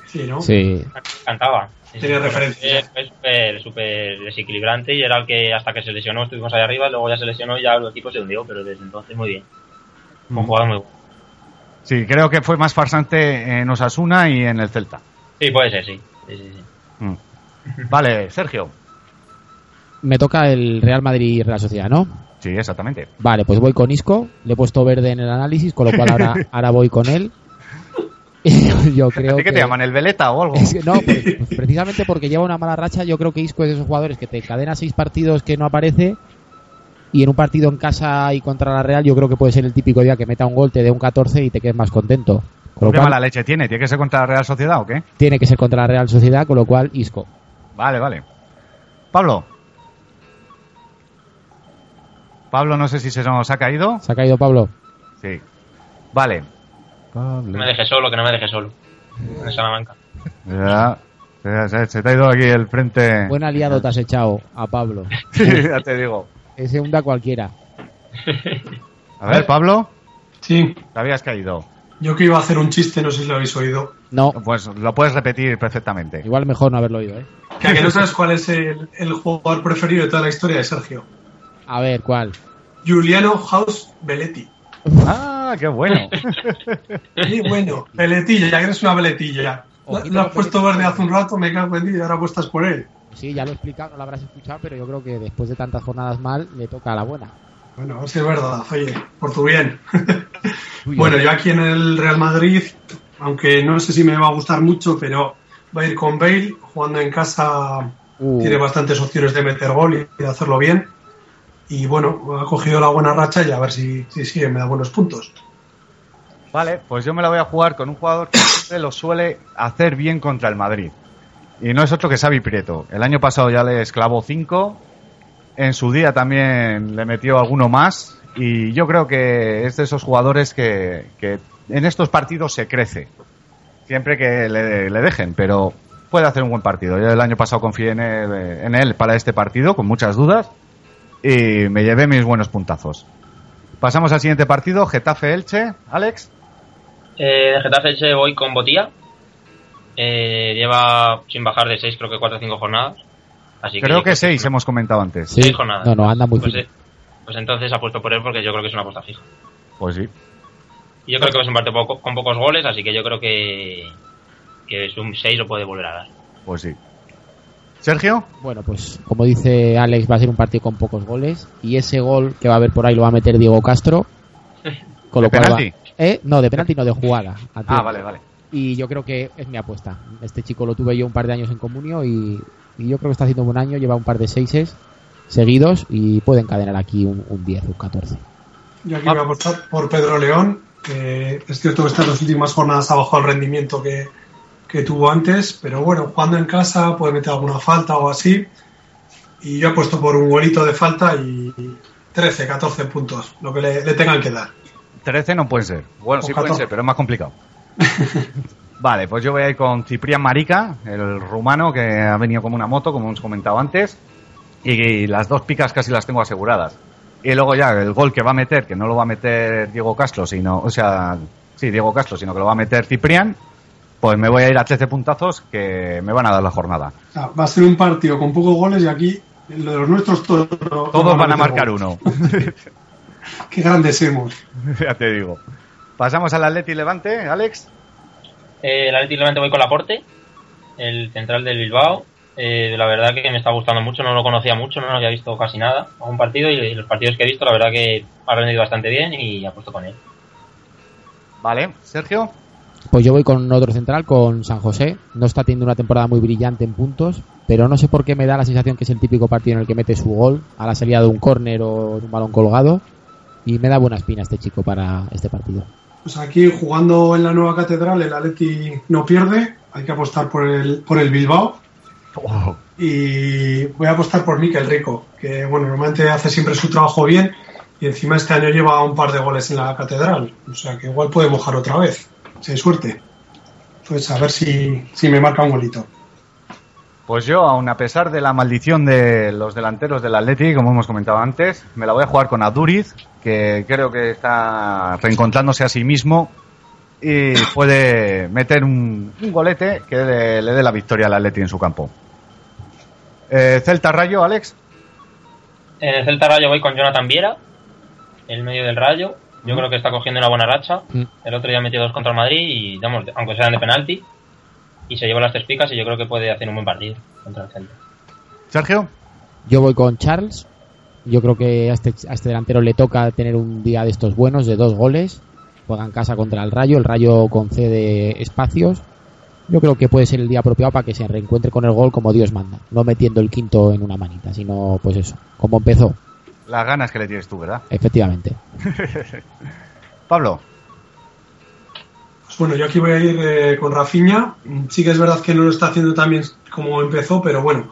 Speaker 5: Sí, ¿no?
Speaker 4: Sí,
Speaker 7: Cantaba.
Speaker 5: Tenía referencia.
Speaker 7: Fue súper, súper desequilibrante y era el que hasta que se lesionó estuvimos ahí arriba, luego ya se lesionó y ya el equipo se hundió, pero desde entonces muy bien. Fue Un jugador muy bueno.
Speaker 3: Sí, creo que fue más farsante en Osasuna y en el Celta.
Speaker 7: Sí, puede ser, sí. Sí, sí, sí.
Speaker 3: Mm. Vale, Sergio.
Speaker 4: me toca el Real Madrid y Real Sociedad, ¿no?
Speaker 3: Sí, exactamente.
Speaker 4: Vale, pues voy con Isco. Le he puesto verde en el análisis, con lo cual ahora, ahora voy con él. *laughs* Yo creo
Speaker 3: ¿Así que te llaman el Veleta o algo?
Speaker 4: *laughs* Es que no, pre- precisamente porque lleva una mala racha, yo creo que Isco es de esos jugadores que te encadena seis partidos que no aparece y en un partido en casa y contra la Real yo creo que puede ser el típico día que meta un gol, te dé un 14 y te quedes más contento. Con lo
Speaker 3: ¿Qué
Speaker 4: cual,
Speaker 3: mala leche tiene? ¿Tiene que ser contra la Real Sociedad o qué?
Speaker 4: tiene que ser contra la Real Sociedad, con lo cual Isco.
Speaker 3: Vale, vale. Pablo. Pablo, no sé si se nos ha caído.
Speaker 4: ¿Se ha caído Pablo?
Speaker 3: Sí. Vale.
Speaker 7: No me deje solo, que no me deje solo. En Salamanca.
Speaker 3: Ya. Se, se- se te ha ido aquí el frente.
Speaker 4: Buen aliado te has echado a Pablo.
Speaker 3: *laughs* Sí, ya te digo.
Speaker 4: Ese hunda cualquiera.
Speaker 3: A ver, Pablo,
Speaker 5: Sí,
Speaker 3: te habías caído.
Speaker 5: yo que iba a hacer un chiste, no sé si lo habéis oído.
Speaker 4: No,
Speaker 3: Pues lo puedes repetir perfectamente.
Speaker 4: igual mejor no haberlo oído, ¿eh?
Speaker 5: Que a que no sabes cuál es el, el jugador preferido de toda la historia de Sergio.
Speaker 4: A ver, ¿cuál?
Speaker 5: Giuliano House Belletti.
Speaker 3: Ah, qué *laughs* bueno.
Speaker 4: *laughs*
Speaker 5: Y bueno, Belletilla, ya que eres una Belletilla. Lo
Speaker 4: Ojito
Speaker 5: lo has
Speaker 4: con
Speaker 5: puesto
Speaker 4: Belletti.
Speaker 5: verde hace un rato, me cago en ti y ahora apuestas por él.
Speaker 4: Sí, ya lo he explicado, no lo habrás escuchado, pero yo creo que después de tantas jornadas mal, le toca a la buena.
Speaker 5: Bueno, a ver si es verdad, oye, por tu bien. *laughs* bueno, yo aquí en el Real Madrid, aunque no sé si me va a gustar mucho, pero va a ir con Bale, jugando en casa
Speaker 4: Uh,
Speaker 5: tiene bastantes opciones de meter gol y de hacerlo bien. Y bueno, ha cogido la buena racha y a ver si, si sigue, me da buenos puntos.
Speaker 3: Vale, pues yo me la voy a jugar con un jugador que siempre lo suele hacer bien contra el Madrid. Y no es otro que Xavi Prieto. El año pasado ya le esclavó 5. En su día también le metió alguno más. Y yo creo que es de esos jugadores que, que en estos partidos se crece. Siempre que le, le dejen, pero puede hacer un buen partido. Yo el año pasado confié en él, en él para este partido, con muchas dudas. Y me llevé mis buenos puntazos. Pasamos al siguiente partido, Getafe-Elche. Alex.
Speaker 7: Eh, de Getafe Elche voy con Botía. Eh, lleva sin bajar de 6, creo que 4 o 5 jornadas. Así
Speaker 3: Creo que
Speaker 7: sí
Speaker 3: seis hemos comentado antes.
Speaker 4: sí.
Speaker 7: Seis jornadas.
Speaker 4: No, no, anda muy
Speaker 7: Pues,
Speaker 4: fino.
Speaker 7: eh, pues entonces apuesto por él porque yo creo que es una apuesta fija.
Speaker 3: Pues sí.
Speaker 7: Y yo creo que es un partido poco- con pocos goles, así que yo creo que, que es un 6 lo puede volver a dar.
Speaker 3: Pues sí. Sergio.
Speaker 4: Bueno, pues como dice Alex, va a ser un partido con pocos goles. Y ese gol que va a haber por ahí lo va a meter
Speaker 3: *laughs*
Speaker 4: Diego Castro. Con lo
Speaker 3: ¿De
Speaker 4: cual va-
Speaker 3: penalti?
Speaker 4: ¿Eh? No, de penalti, no,
Speaker 3: *laughs*
Speaker 4: de jugada.
Speaker 3: Ah,
Speaker 4: Atiendo.
Speaker 3: vale, vale.
Speaker 4: Y yo creo que es mi apuesta. Este chico lo tuve yo un par de años en comunio y, y yo creo que está haciendo un buen año. Lleva un par de seises seguidos y puede encadenar aquí un, un 10, un 14.
Speaker 5: Yo aquí voy a apostar por Pedro León, que es cierto que estas dos últimas jornadas ha bajado el rendimiento que, que tuvo antes, pero bueno, jugando en casa puede meter alguna falta o así. Y yo apuesto por un golito de falta y 13, 14 puntos, lo que le, le tengan que dar.
Speaker 3: 13 no pueden ser. Bueno, sí
Speaker 5: Ojalá.
Speaker 3: pueden ser, pero es más complicado. *laughs* vale, pues yo voy a ir con Ciprián Marica, el rumano que ha venido como una moto, como hemos comentado antes. Y las dos picas casi las tengo aseguradas. Y luego ya el gol que va a meter, que no lo va a meter Diego Castro, sino, o sea, sí, Diego Castro, sino que lo va a meter Ciprián, pues me voy a ir a 13 puntazos que me van a dar la jornada.
Speaker 5: O sea, va a ser un partido con pocos goles y aquí lo de los nuestros todos, no- no
Speaker 3: Todos van a
Speaker 5: meter
Speaker 3: marcar
Speaker 5: goles.
Speaker 3: uno.
Speaker 5: Qué grandes hemos.
Speaker 3: *laughs* ya te digo. Pasamos al Atleti Levante, Alex.
Speaker 7: Eh, el Atlético Levante voy con Laporte, el central del Bilbao. Eh, la verdad que me está gustando mucho, no lo conocía mucho, no lo había visto casi nada a un partido y los partidos que he visto la verdad que ha rendido bastante bien y apuesto con él.
Speaker 3: Vale, Sergio.
Speaker 4: Pues yo voy con otro central, con San José. No está teniendo una temporada muy brillante en puntos, pero no sé por qué me da la sensación que es el típico partido en el que mete su gol a la salida de un córner o de un balón colgado. Y me da buena espina este chico para este partido.
Speaker 5: Pues aquí jugando en la nueva catedral, el Atleti no pierde, hay que apostar por el, por el Bilbao
Speaker 3: Oh.
Speaker 5: y voy a apostar por Mikel Rico, que bueno, normalmente hace siempre su trabajo bien y encima este año lleva un par de goles en la catedral, o sea que igual puede mojar otra vez, si hay suerte. Pues a ver si, si me marca un golito.
Speaker 3: Pues yo, aun a pesar de la maldición de los delanteros del Atleti, como hemos comentado antes, me la voy a jugar con Aduriz, que creo que está reencontrándose a sí mismo y puede meter un, un golete que le, le dé la victoria al Atleti en su campo. Eh, Celta Rayo, Alex.
Speaker 7: En el Celta Rayo voy con Jonathan Viera, el medio del Rayo. Yo creo que está cogiendo una buena racha.
Speaker 4: Mm.
Speaker 7: El otro día metió dos contra el Madrid y, vamos, aunque sean de penalti, y se lleva las tres picas y yo creo que puede hacer un buen partido contra el Celta.
Speaker 3: Sergio.
Speaker 4: Yo voy con Charles. Yo creo que a este, a este delantero le toca tener un día de estos buenos, de dos goles. Juega en casa contra el Rayo. El Rayo concede espacios. Yo creo que puede ser el día apropiado para que se reencuentre con el gol como Dios manda. No metiendo el quinto en una manita, sino pues eso, como empezó,
Speaker 3: Las ganas que le tienes tú, ¿verdad?
Speaker 4: efectivamente.
Speaker 3: Pablo.
Speaker 5: Pues bueno, yo aquí voy a ir eh, con Rafinha. Mm, Sí que es verdad que no lo está haciendo tan bien como empezó, pero bueno,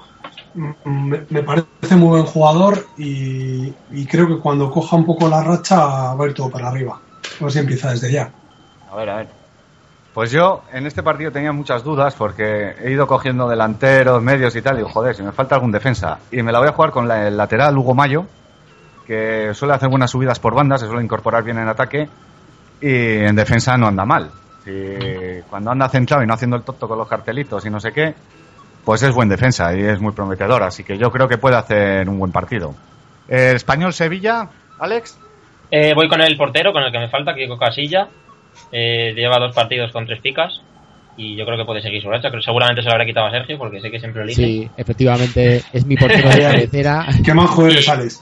Speaker 5: mm, mm, me, me parece muy buen jugador y, y creo que cuando coja un poco la racha va a ir todo para arriba. A ver si empieza desde ya.
Speaker 8: A ver, a ver.
Speaker 3: Pues yo en este partido tenía muchas dudas porque he ido cogiendo delanteros, medios y tal. Y digo, joder, si me falta algún defensa. Y me la voy a jugar con la, el lateral Hugo Mayo, que suele hacer buenas subidas por banda, se suele incorporar bien en ataque. Y en defensa no anda mal. Si- cuando anda centrado y no haciendo el tonto con los cartelitos y no sé qué, pues es buen defensa y es muy prometedor. Así que yo creo que puede hacer un buen partido. Eh, Español Sevilla, Alex.
Speaker 7: Eh, voy con el portero, con el que me falta, Kiko Casilla. Eh, lleva dos partidos con tres picas y yo creo que puede seguir su racha. Creo, seguramente se lo habrá quitado a Sergio porque sé que siempre lo elige.
Speaker 4: Sí, efectivamente es mi portero de cabecera.
Speaker 5: ¿Qué más joder sales?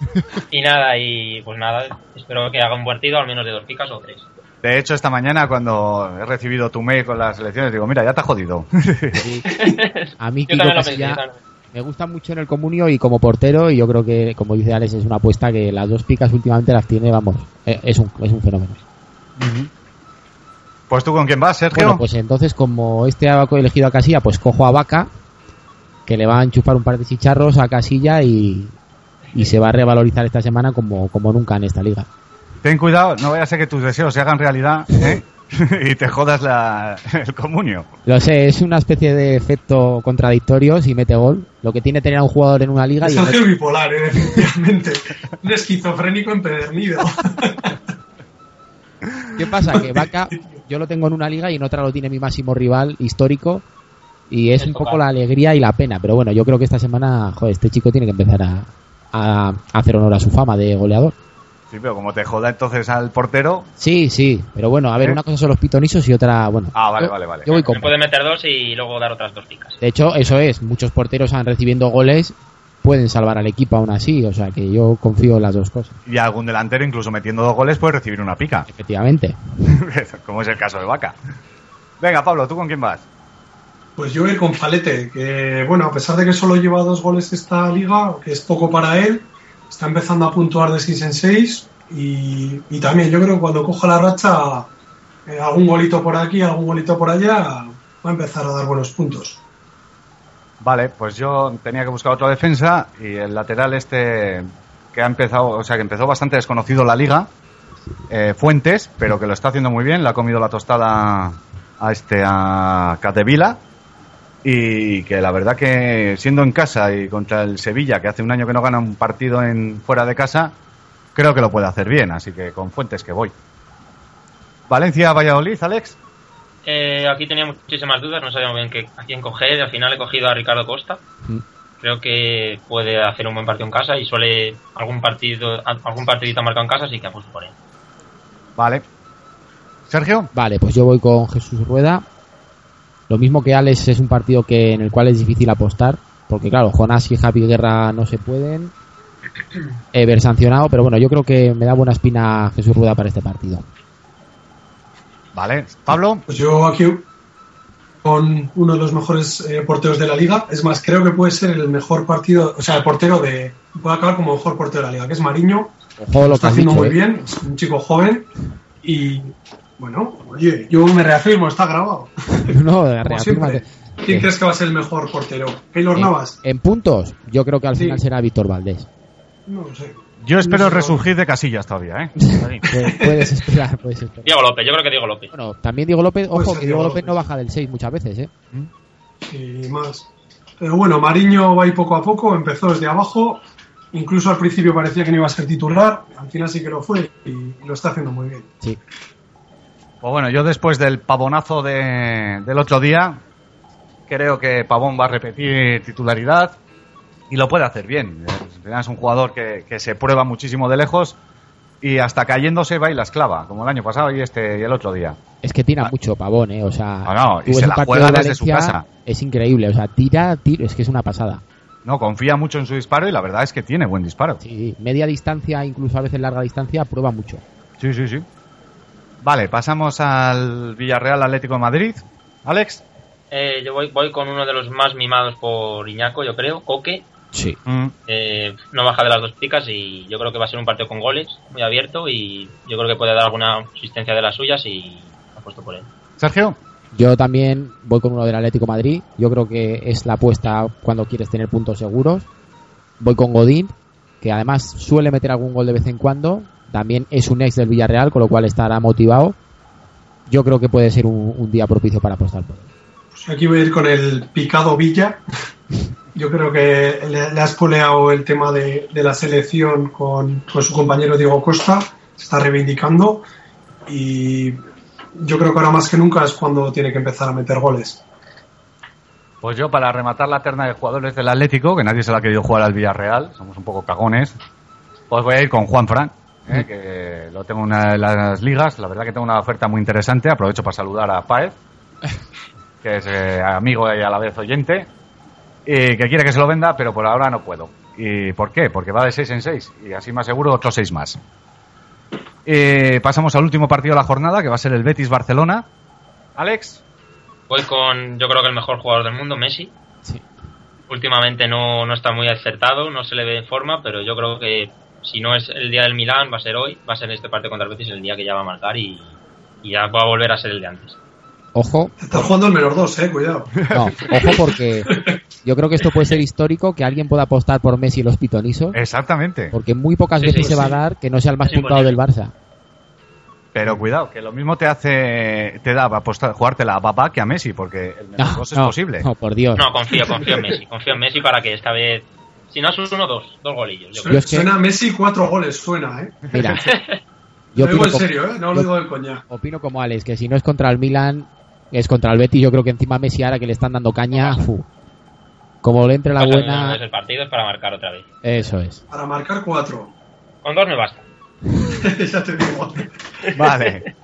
Speaker 7: Y nada, y pues nada, espero que haga un partido al menos de dos picas o tres.
Speaker 3: De hecho, esta mañana cuando he recibido tu mail con las elecciones, digo, mira, ya te ha jodido.
Speaker 4: Sí. A mí
Speaker 7: Yo
Speaker 4: Kiko
Speaker 7: también lo pensé.
Speaker 4: Casilla
Speaker 7: yo también.
Speaker 4: me gusta mucho en el comunio y como portero y yo creo que como dice Alex es una apuesta que las dos picas últimamente las tiene, vamos, eh, es un, es un fenómeno.
Speaker 3: Pues tú con quién vas, Sergio.
Speaker 4: Bueno, pues entonces, como este ha elegido a Casilla, pues cojo a Vaca, que le va a enchufar un par de chicharros a Casilla y, y se va a revalorizar esta semana como, como nunca en esta liga.
Speaker 3: Ten cuidado, no vaya a ser que tus deseos se hagan realidad ¿eh? *laughs* y te jodas la, *laughs* el comunio.
Speaker 4: Lo sé, es una especie de efecto contradictorio si mete gol. Lo que tiene tener a un jugador en una liga y en
Speaker 5: Sergio
Speaker 4: otra-
Speaker 5: es bipolar, eh, definitivamente. *laughs* Un esquizofrénico empedernido.
Speaker 4: ¿Qué pasa? Que Vaca yo lo tengo en una liga y en otra lo tiene mi máximo rival histórico. Y es
Speaker 7: Es
Speaker 4: un poco
Speaker 7: total.
Speaker 4: la alegría y la pena. Pero bueno, yo creo que esta semana, joder, este chico tiene que empezar a- a- a hacer honor a su fama de goleador.
Speaker 3: Sí, pero como te joda entonces al portero.
Speaker 4: Sí, sí, pero bueno, a ver,
Speaker 3: ¿Eh?
Speaker 4: una cosa son los pitonisos y otra, bueno.
Speaker 3: Ah, vale,
Speaker 4: yo-
Speaker 3: vale, vale.
Speaker 4: Yo voy
Speaker 7: Me
Speaker 4: con.
Speaker 7: puede meter dos y luego dar otras dos picas.
Speaker 4: De hecho, eso es, muchos porteros han recibiendo goles, pueden salvar al equipo aún así, o sea que yo confío en las dos cosas,
Speaker 3: Y algún delantero, incluso metiendo dos goles, puede recibir una pica. *laughs*
Speaker 4: efectivamente.
Speaker 3: como es el caso de Vaca. Venga, Pablo, ¿tú con quién vas?
Speaker 5: Pues yo voy a ir con Falete, que bueno, a pesar de que solo lleva dos goles esta liga, que es poco para él, está empezando a puntuar de 6 en 6 y, y también yo creo que cuando coja la racha, eh, algún golito por aquí, algún golito por allá, va a empezar a dar buenos puntos.
Speaker 3: Vale, pues yo tenía que buscar otra defensa y el lateral este que ha empezado, o sea, que empezó bastante desconocido la liga, eh, Fuentes, pero que lo está haciendo muy bien, le ha comido la tostada a este a Catevila y que la verdad que siendo en casa y contra el Sevilla, que hace un año que no gana un partido en fuera de casa, creo que lo puede hacer bien, así que con Fuentes que voy. Valencia, Valladolid, Alex.
Speaker 7: Eh, aquí tenía muchísimas dudas, no sabía muy bien qué- a quién coger. Al final he cogido a Ricardo Costa.
Speaker 4: Mm.
Speaker 7: Creo que puede hacer un buen partido en casa y suele algún partido algún partidito marcado en casa, así que apuesto por él.
Speaker 3: Vale. Sergio.
Speaker 4: Vale, pues yo voy con Jesús Rueda. Lo mismo que Alex es un partido que en el cual es difícil apostar, porque claro, Jonás y Javi Guerra no se
Speaker 5: *clears throat*
Speaker 4: pueden. Ever sancionado, pero bueno, yo creo que me da buena espina Jesús Rueda para este partido.
Speaker 3: Vale. Pablo.
Speaker 5: Pues yo aquí con uno de los mejores eh, porteros de la liga, es más, creo que puede ser el mejor partido, o sea, el portero de, puede acabar como mejor portero de la liga, que es Mariño,
Speaker 4: Ojo
Speaker 5: lo
Speaker 4: lo que
Speaker 5: está
Speaker 4: has
Speaker 5: haciendo
Speaker 4: dicho,
Speaker 5: muy
Speaker 4: ¿eh?
Speaker 5: bien, es un chico joven y bueno, oye, yo me reafirmo, está grabado.
Speaker 4: *laughs* No,
Speaker 5: Como
Speaker 4: reafírmate.
Speaker 5: siempre. ¿Quién
Speaker 4: Sí.
Speaker 5: crees que va a ser el mejor portero? ¿Keylor
Speaker 4: En-
Speaker 5: Navas?
Speaker 4: En, puntos, yo creo que al
Speaker 5: Sí.
Speaker 4: final será Víctor Valdés.
Speaker 5: No lo sé.
Speaker 3: Yo espero
Speaker 5: No.
Speaker 3: resurgir de casillas todavía, ¿eh?
Speaker 5: *laughs*
Speaker 4: Pu- Puedes esperar, puedes esperar.
Speaker 7: Diego López, yo creo que Diego López.
Speaker 4: Bueno, también Diego López,
Speaker 5: Puede
Speaker 4: ojo,
Speaker 5: ser
Speaker 4: que Diego
Speaker 5: Diego
Speaker 4: López no
Speaker 5: López.
Speaker 4: baja del 6 muchas veces, ¿eh?
Speaker 5: Y más. Pero bueno, Mariño va ahí poco a poco, empezó desde abajo. Incluso al principio parecía que no iba a ser titular, al final sí que lo fue y lo está haciendo muy bien.
Speaker 4: Sí.
Speaker 3: Pues bueno, yo después del pavonazo de- del otro día, creo que Pavón va a repetir titularidad y lo puede hacer bien. Es un jugador que, que se prueba muchísimo de lejos y hasta cayéndose va y la esclava, como el año pasado y este y el otro día.
Speaker 4: Es que tira mucho pavón, ¿eh? O sea,
Speaker 3: Ah, no, y
Speaker 4: tú ves
Speaker 3: se
Speaker 4: un
Speaker 3: la
Speaker 4: partido
Speaker 3: juega
Speaker 4: de
Speaker 3: desde su casa.
Speaker 4: Es increíble, o sea, tira, tira, es que es una pasada.
Speaker 3: No, confía mucho en su disparo y la verdad es que tiene buen disparo.
Speaker 4: Sí, sí, media distancia, incluso a veces larga distancia, prueba mucho.
Speaker 3: Sí, sí, sí. Vale, pasamos al Villarreal Atlético de Madrid. Alex.
Speaker 7: Eh, yo voy, voy con uno de los más mimados por Iñaco, yo creo, Coque.
Speaker 4: Sí.
Speaker 3: Mm,
Speaker 7: Eh, no baja de las dos picas y yo creo que va a ser un partido con goles, muy abierto y yo creo que puede dar alguna asistencia de las suyas y apuesto por él.
Speaker 3: Sergio.
Speaker 4: Yo también voy con uno del Atlético de Madrid. Yo creo que es la apuesta cuando quieres tener puntos seguros. Voy con Godín, que además suele meter algún gol de vez en cuando. También es un ex del Villarreal, con lo cual estará motivado. Yo creo que puede ser un, un día propicio para apostar por él.
Speaker 5: Pues aquí voy a ir con el picado Villa. Yo creo que le, le ha espoleado el tema de, de la selección con, con su compañero Diego Costa. Se está reivindicando y yo creo que ahora más que nunca es cuando tiene que empezar a meter goles.
Speaker 3: Pues yo, para rematar la terna de jugadores del Atlético, que nadie se la ha querido jugar al Villarreal, somos un poco cagones, pues voy a ir con Juan Frank, que lo tengo en una de las ligas. La verdad que tengo una oferta muy interesante. Aprovecho para saludar a Paez, que es eh, amigo y a la vez oyente, y que quiere que se lo venda, pero por ahora no puedo. ¿Y por qué? Porque va de 6 en 6, y así me aseguro otros 6 más. Eh, pasamos al último partido de la jornada, que va a ser el Betis-Barcelona. Alex,
Speaker 7: Voy con, yo creo que el mejor jugador del mundo, Messi.
Speaker 4: Sí.
Speaker 7: Últimamente no, no está muy acertado, no se le ve en forma, pero yo creo que si no es el día del Milán, va a ser hoy, va a ser este partido contra el Betis el día que ya va a marcar y, y ya va a volver a ser el de antes.
Speaker 4: Ojo,
Speaker 5: Está jugando el menor dos, eh, cuidado.
Speaker 4: no, ojo porque yo creo que esto puede ser histórico, que alguien pueda apostar por Messi y los pitonisos,
Speaker 3: exactamente.
Speaker 4: porque muy pocas
Speaker 7: Eh. Sí,
Speaker 4: veces
Speaker 7: sí,
Speaker 4: se va a
Speaker 7: sí.
Speaker 4: dar que no sea el más
Speaker 7: Es
Speaker 4: puntuado del
Speaker 7: imposible.
Speaker 4: Barça. Mm.
Speaker 3: Pero cuidado, que lo mismo te hace, te da apostar, jugártela a Babá que a Messi, porque
Speaker 4: *laughs*
Speaker 3: el menos dos es
Speaker 4: no,
Speaker 3: posible.
Speaker 4: no, por Dios.
Speaker 7: No, confío, confío en Messi, confío en Messi para que esta vez, si no es uno, dos, dos golillos. Yo creo.
Speaker 4: Yo es que-
Speaker 5: Suena Messi cuatro goles, suena, eh.
Speaker 7: *laughs*
Speaker 4: Mira, yo
Speaker 5: lo digo
Speaker 4: opino,
Speaker 5: en
Speaker 4: como,
Speaker 5: serio, eh, no
Speaker 4: yo-
Speaker 5: lo digo de coña.
Speaker 4: opino como Alex, que si no es contra el Milan, es contra el Betis. Yo creo que encima Messi ahora que le están dando caña, fu. como le entre la
Speaker 7: Pasa una vez
Speaker 4: buena,
Speaker 7: el partido es para marcar otra vez.
Speaker 4: eso es.
Speaker 5: Para marcar cuatro. *laughs*
Speaker 7: Con dos me basta.
Speaker 5: ya te digo.
Speaker 3: *laughs* Vale.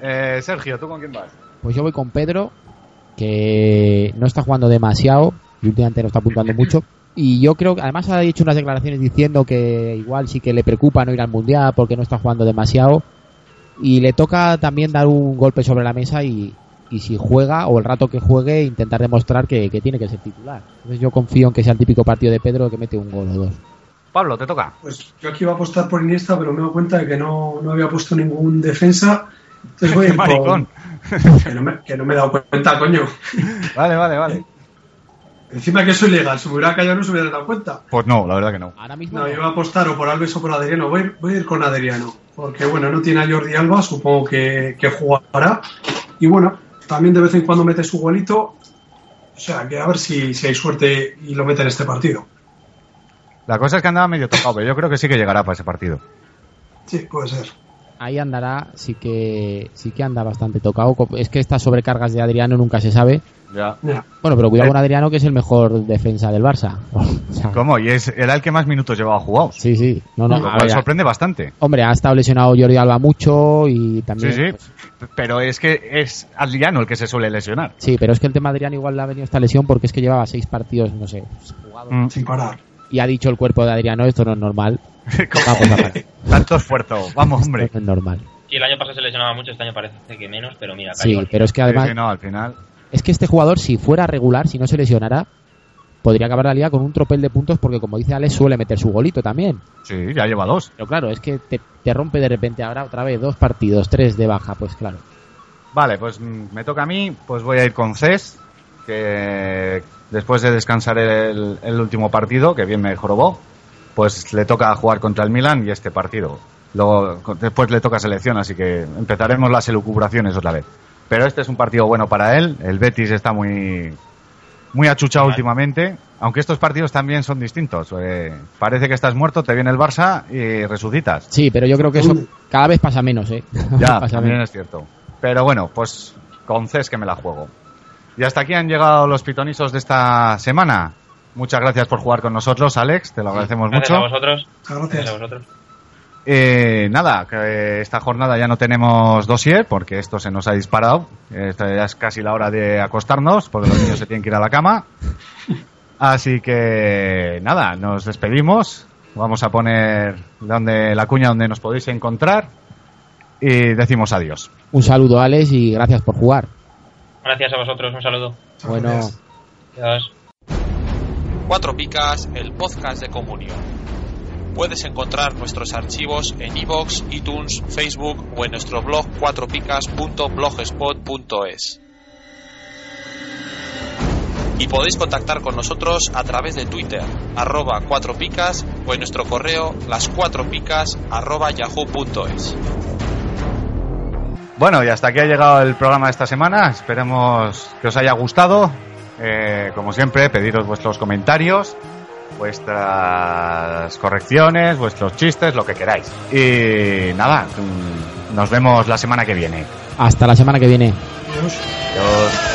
Speaker 3: Eh, Sergio, ¿tú con quién vas?
Speaker 4: Pues yo voy con Pedro, que no está jugando demasiado y últimamente no está apuntando mucho. Y yo creo que además ha hecho unas declaraciones diciendo que igual sí que le preocupa no ir al mundial porque no está jugando demasiado. Y le toca también dar un golpe sobre la mesa y, y si juega o el rato que juegue intentar demostrar que, que tiene que ser titular. Entonces yo confío en que sea el típico partido de Pedro que mete un gol o dos.
Speaker 3: Pablo, te toca.
Speaker 5: Pues yo aquí iba a apostar por Iniesta, pero me he dado cuenta de que no, no había puesto ningún defensa. Entonces voy a
Speaker 3: *laughs* ¡Qué
Speaker 5: ir con-
Speaker 3: maricón!
Speaker 5: Que no, me, que no me he dado cuenta, coño.
Speaker 3: Vale, vale, vale.
Speaker 5: Encima que soy legal, si me hubiera callado no se hubiera dado cuenta.
Speaker 3: Pues no, la verdad que no.
Speaker 4: Ahora mismo
Speaker 5: No, yo iba a apostar o por Alves o por Adriano. Voy, voy a ir con Adriano, porque bueno, no tiene a Jordi Alba, supongo que, que jugará. Y bueno, también de vez en cuando mete su golito. O sea, que a ver si, si hay suerte y lo mete en este partido.
Speaker 3: La cosa es que andaba medio tocado, pero yo creo que sí que llegará para ese partido.
Speaker 5: Sí, puede ser.
Speaker 4: ahí andará, sí que sí que anda bastante tocado. Es que estas sobrecargas de Adriano nunca se sabe.
Speaker 3: Ya.
Speaker 5: Mira,
Speaker 4: Bueno, pero cuidado
Speaker 3: Eh.
Speaker 4: con Adriano, que es el mejor defensa del Barça. *laughs* O sea,
Speaker 3: ¿Cómo? Y es, era el que más minutos llevaba jugados.
Speaker 4: sí, sí. No, no,
Speaker 3: Lo
Speaker 4: a
Speaker 3: cual
Speaker 4: ver,
Speaker 3: sorprende bastante.
Speaker 4: hombre, ha estado lesionado Jordi Alba mucho y también.
Speaker 3: Sí, sí.
Speaker 4: pues,
Speaker 3: Pero es que es Adriano el que se suele lesionar.
Speaker 4: sí, pero es que el tema de Adriano igual le ha venido esta lesión porque es que llevaba seis partidos, no sé. pues,
Speaker 3: Mm, *laughs*
Speaker 5: sin parar.
Speaker 4: Y ha dicho el cuerpo de Adriano, esto no es normal. Vamos a parar. Esto
Speaker 3: Tanto esfuerzo. Vamos, hombre.
Speaker 4: no es normal.
Speaker 7: Y el año pasado se lesionaba mucho, este año parece que menos, pero mira,
Speaker 4: Sí,
Speaker 7: cayó.
Speaker 4: pero es que
Speaker 3: Sí,
Speaker 4: además,
Speaker 3: sí, no, al final.
Speaker 4: es que este jugador, si fuera regular, si no se lesionara, podría acabar la liga con un tropel de puntos porque, como dice Alex, suele meter su golito también.
Speaker 3: Sí, ya lleva dos.
Speaker 4: Pero claro, es que te, te rompe de repente ahora otra vez dos partidos, tres de baja, pues claro.
Speaker 3: Vale, pues mm, me toca a mí, pues voy a ir con Cés, que después de descansar el, el último partido, que bien me jorobó, pues le toca jugar contra el Milan y este partido. Luego, co- después le toca selección, así que empezaremos las elucubraciones otra vez. Pero este es un partido bueno para él, el Betis está muy, muy achuchado
Speaker 7: Vale.
Speaker 3: últimamente, aunque estos partidos también son distintos. eh, parece que estás muerto, te viene el Barça y resucitas.
Speaker 4: Sí, pero yo creo que eso cada vez pasa menos, ¿eh?
Speaker 3: Ya,
Speaker 4: *laughs* Pasa
Speaker 3: también
Speaker 4: menos.
Speaker 3: es cierto. Pero bueno, pues con CES que me la juego. Y hasta aquí han llegado los pitonisos de esta semana. Muchas gracias por jugar con nosotros, Alex, te lo agradecemos
Speaker 7: Gracias a
Speaker 3: mucho.
Speaker 7: vosotros.
Speaker 5: Muchas
Speaker 7: Gracias a
Speaker 5: gracias.
Speaker 7: vosotros.
Speaker 3: Eh, nada, que esta jornada ya no tenemos dossier porque esto se nos ha disparado. Esta ya es casi la hora de acostarnos porque los niños se tienen que ir a la cama. Así que nada, nos despedimos. Vamos a poner donde la cuña donde nos podéis encontrar y decimos adiós.
Speaker 4: Un saludo, Alex, y gracias por jugar.
Speaker 7: Gracias a vosotros. Un saludo.
Speaker 5: Muchas
Speaker 4: Bueno.
Speaker 5: gracias.
Speaker 7: Adiós.
Speaker 1: Cuatro Picas, el podcast de Comunio. Puedes encontrar nuestros archivos en iVoox, iTunes, Facebook o en nuestro blog cuatropicas.blogspot.es. Y podéis contactar con nosotros a través de Twitter, arroba cuatro picas o en nuestro correo las cuatro picas arroba yahoo.es.
Speaker 3: Bueno, y hasta aquí ha llegado el programa de esta semana. Esperemos que os haya gustado. Eh, como siempre, pediros vuestros comentarios, vuestras correcciones, vuestros chistes, lo que queráis. Y nada, mm, nos vemos la semana que viene.
Speaker 4: Hasta la semana que viene.
Speaker 5: Adiós.
Speaker 3: Adiós.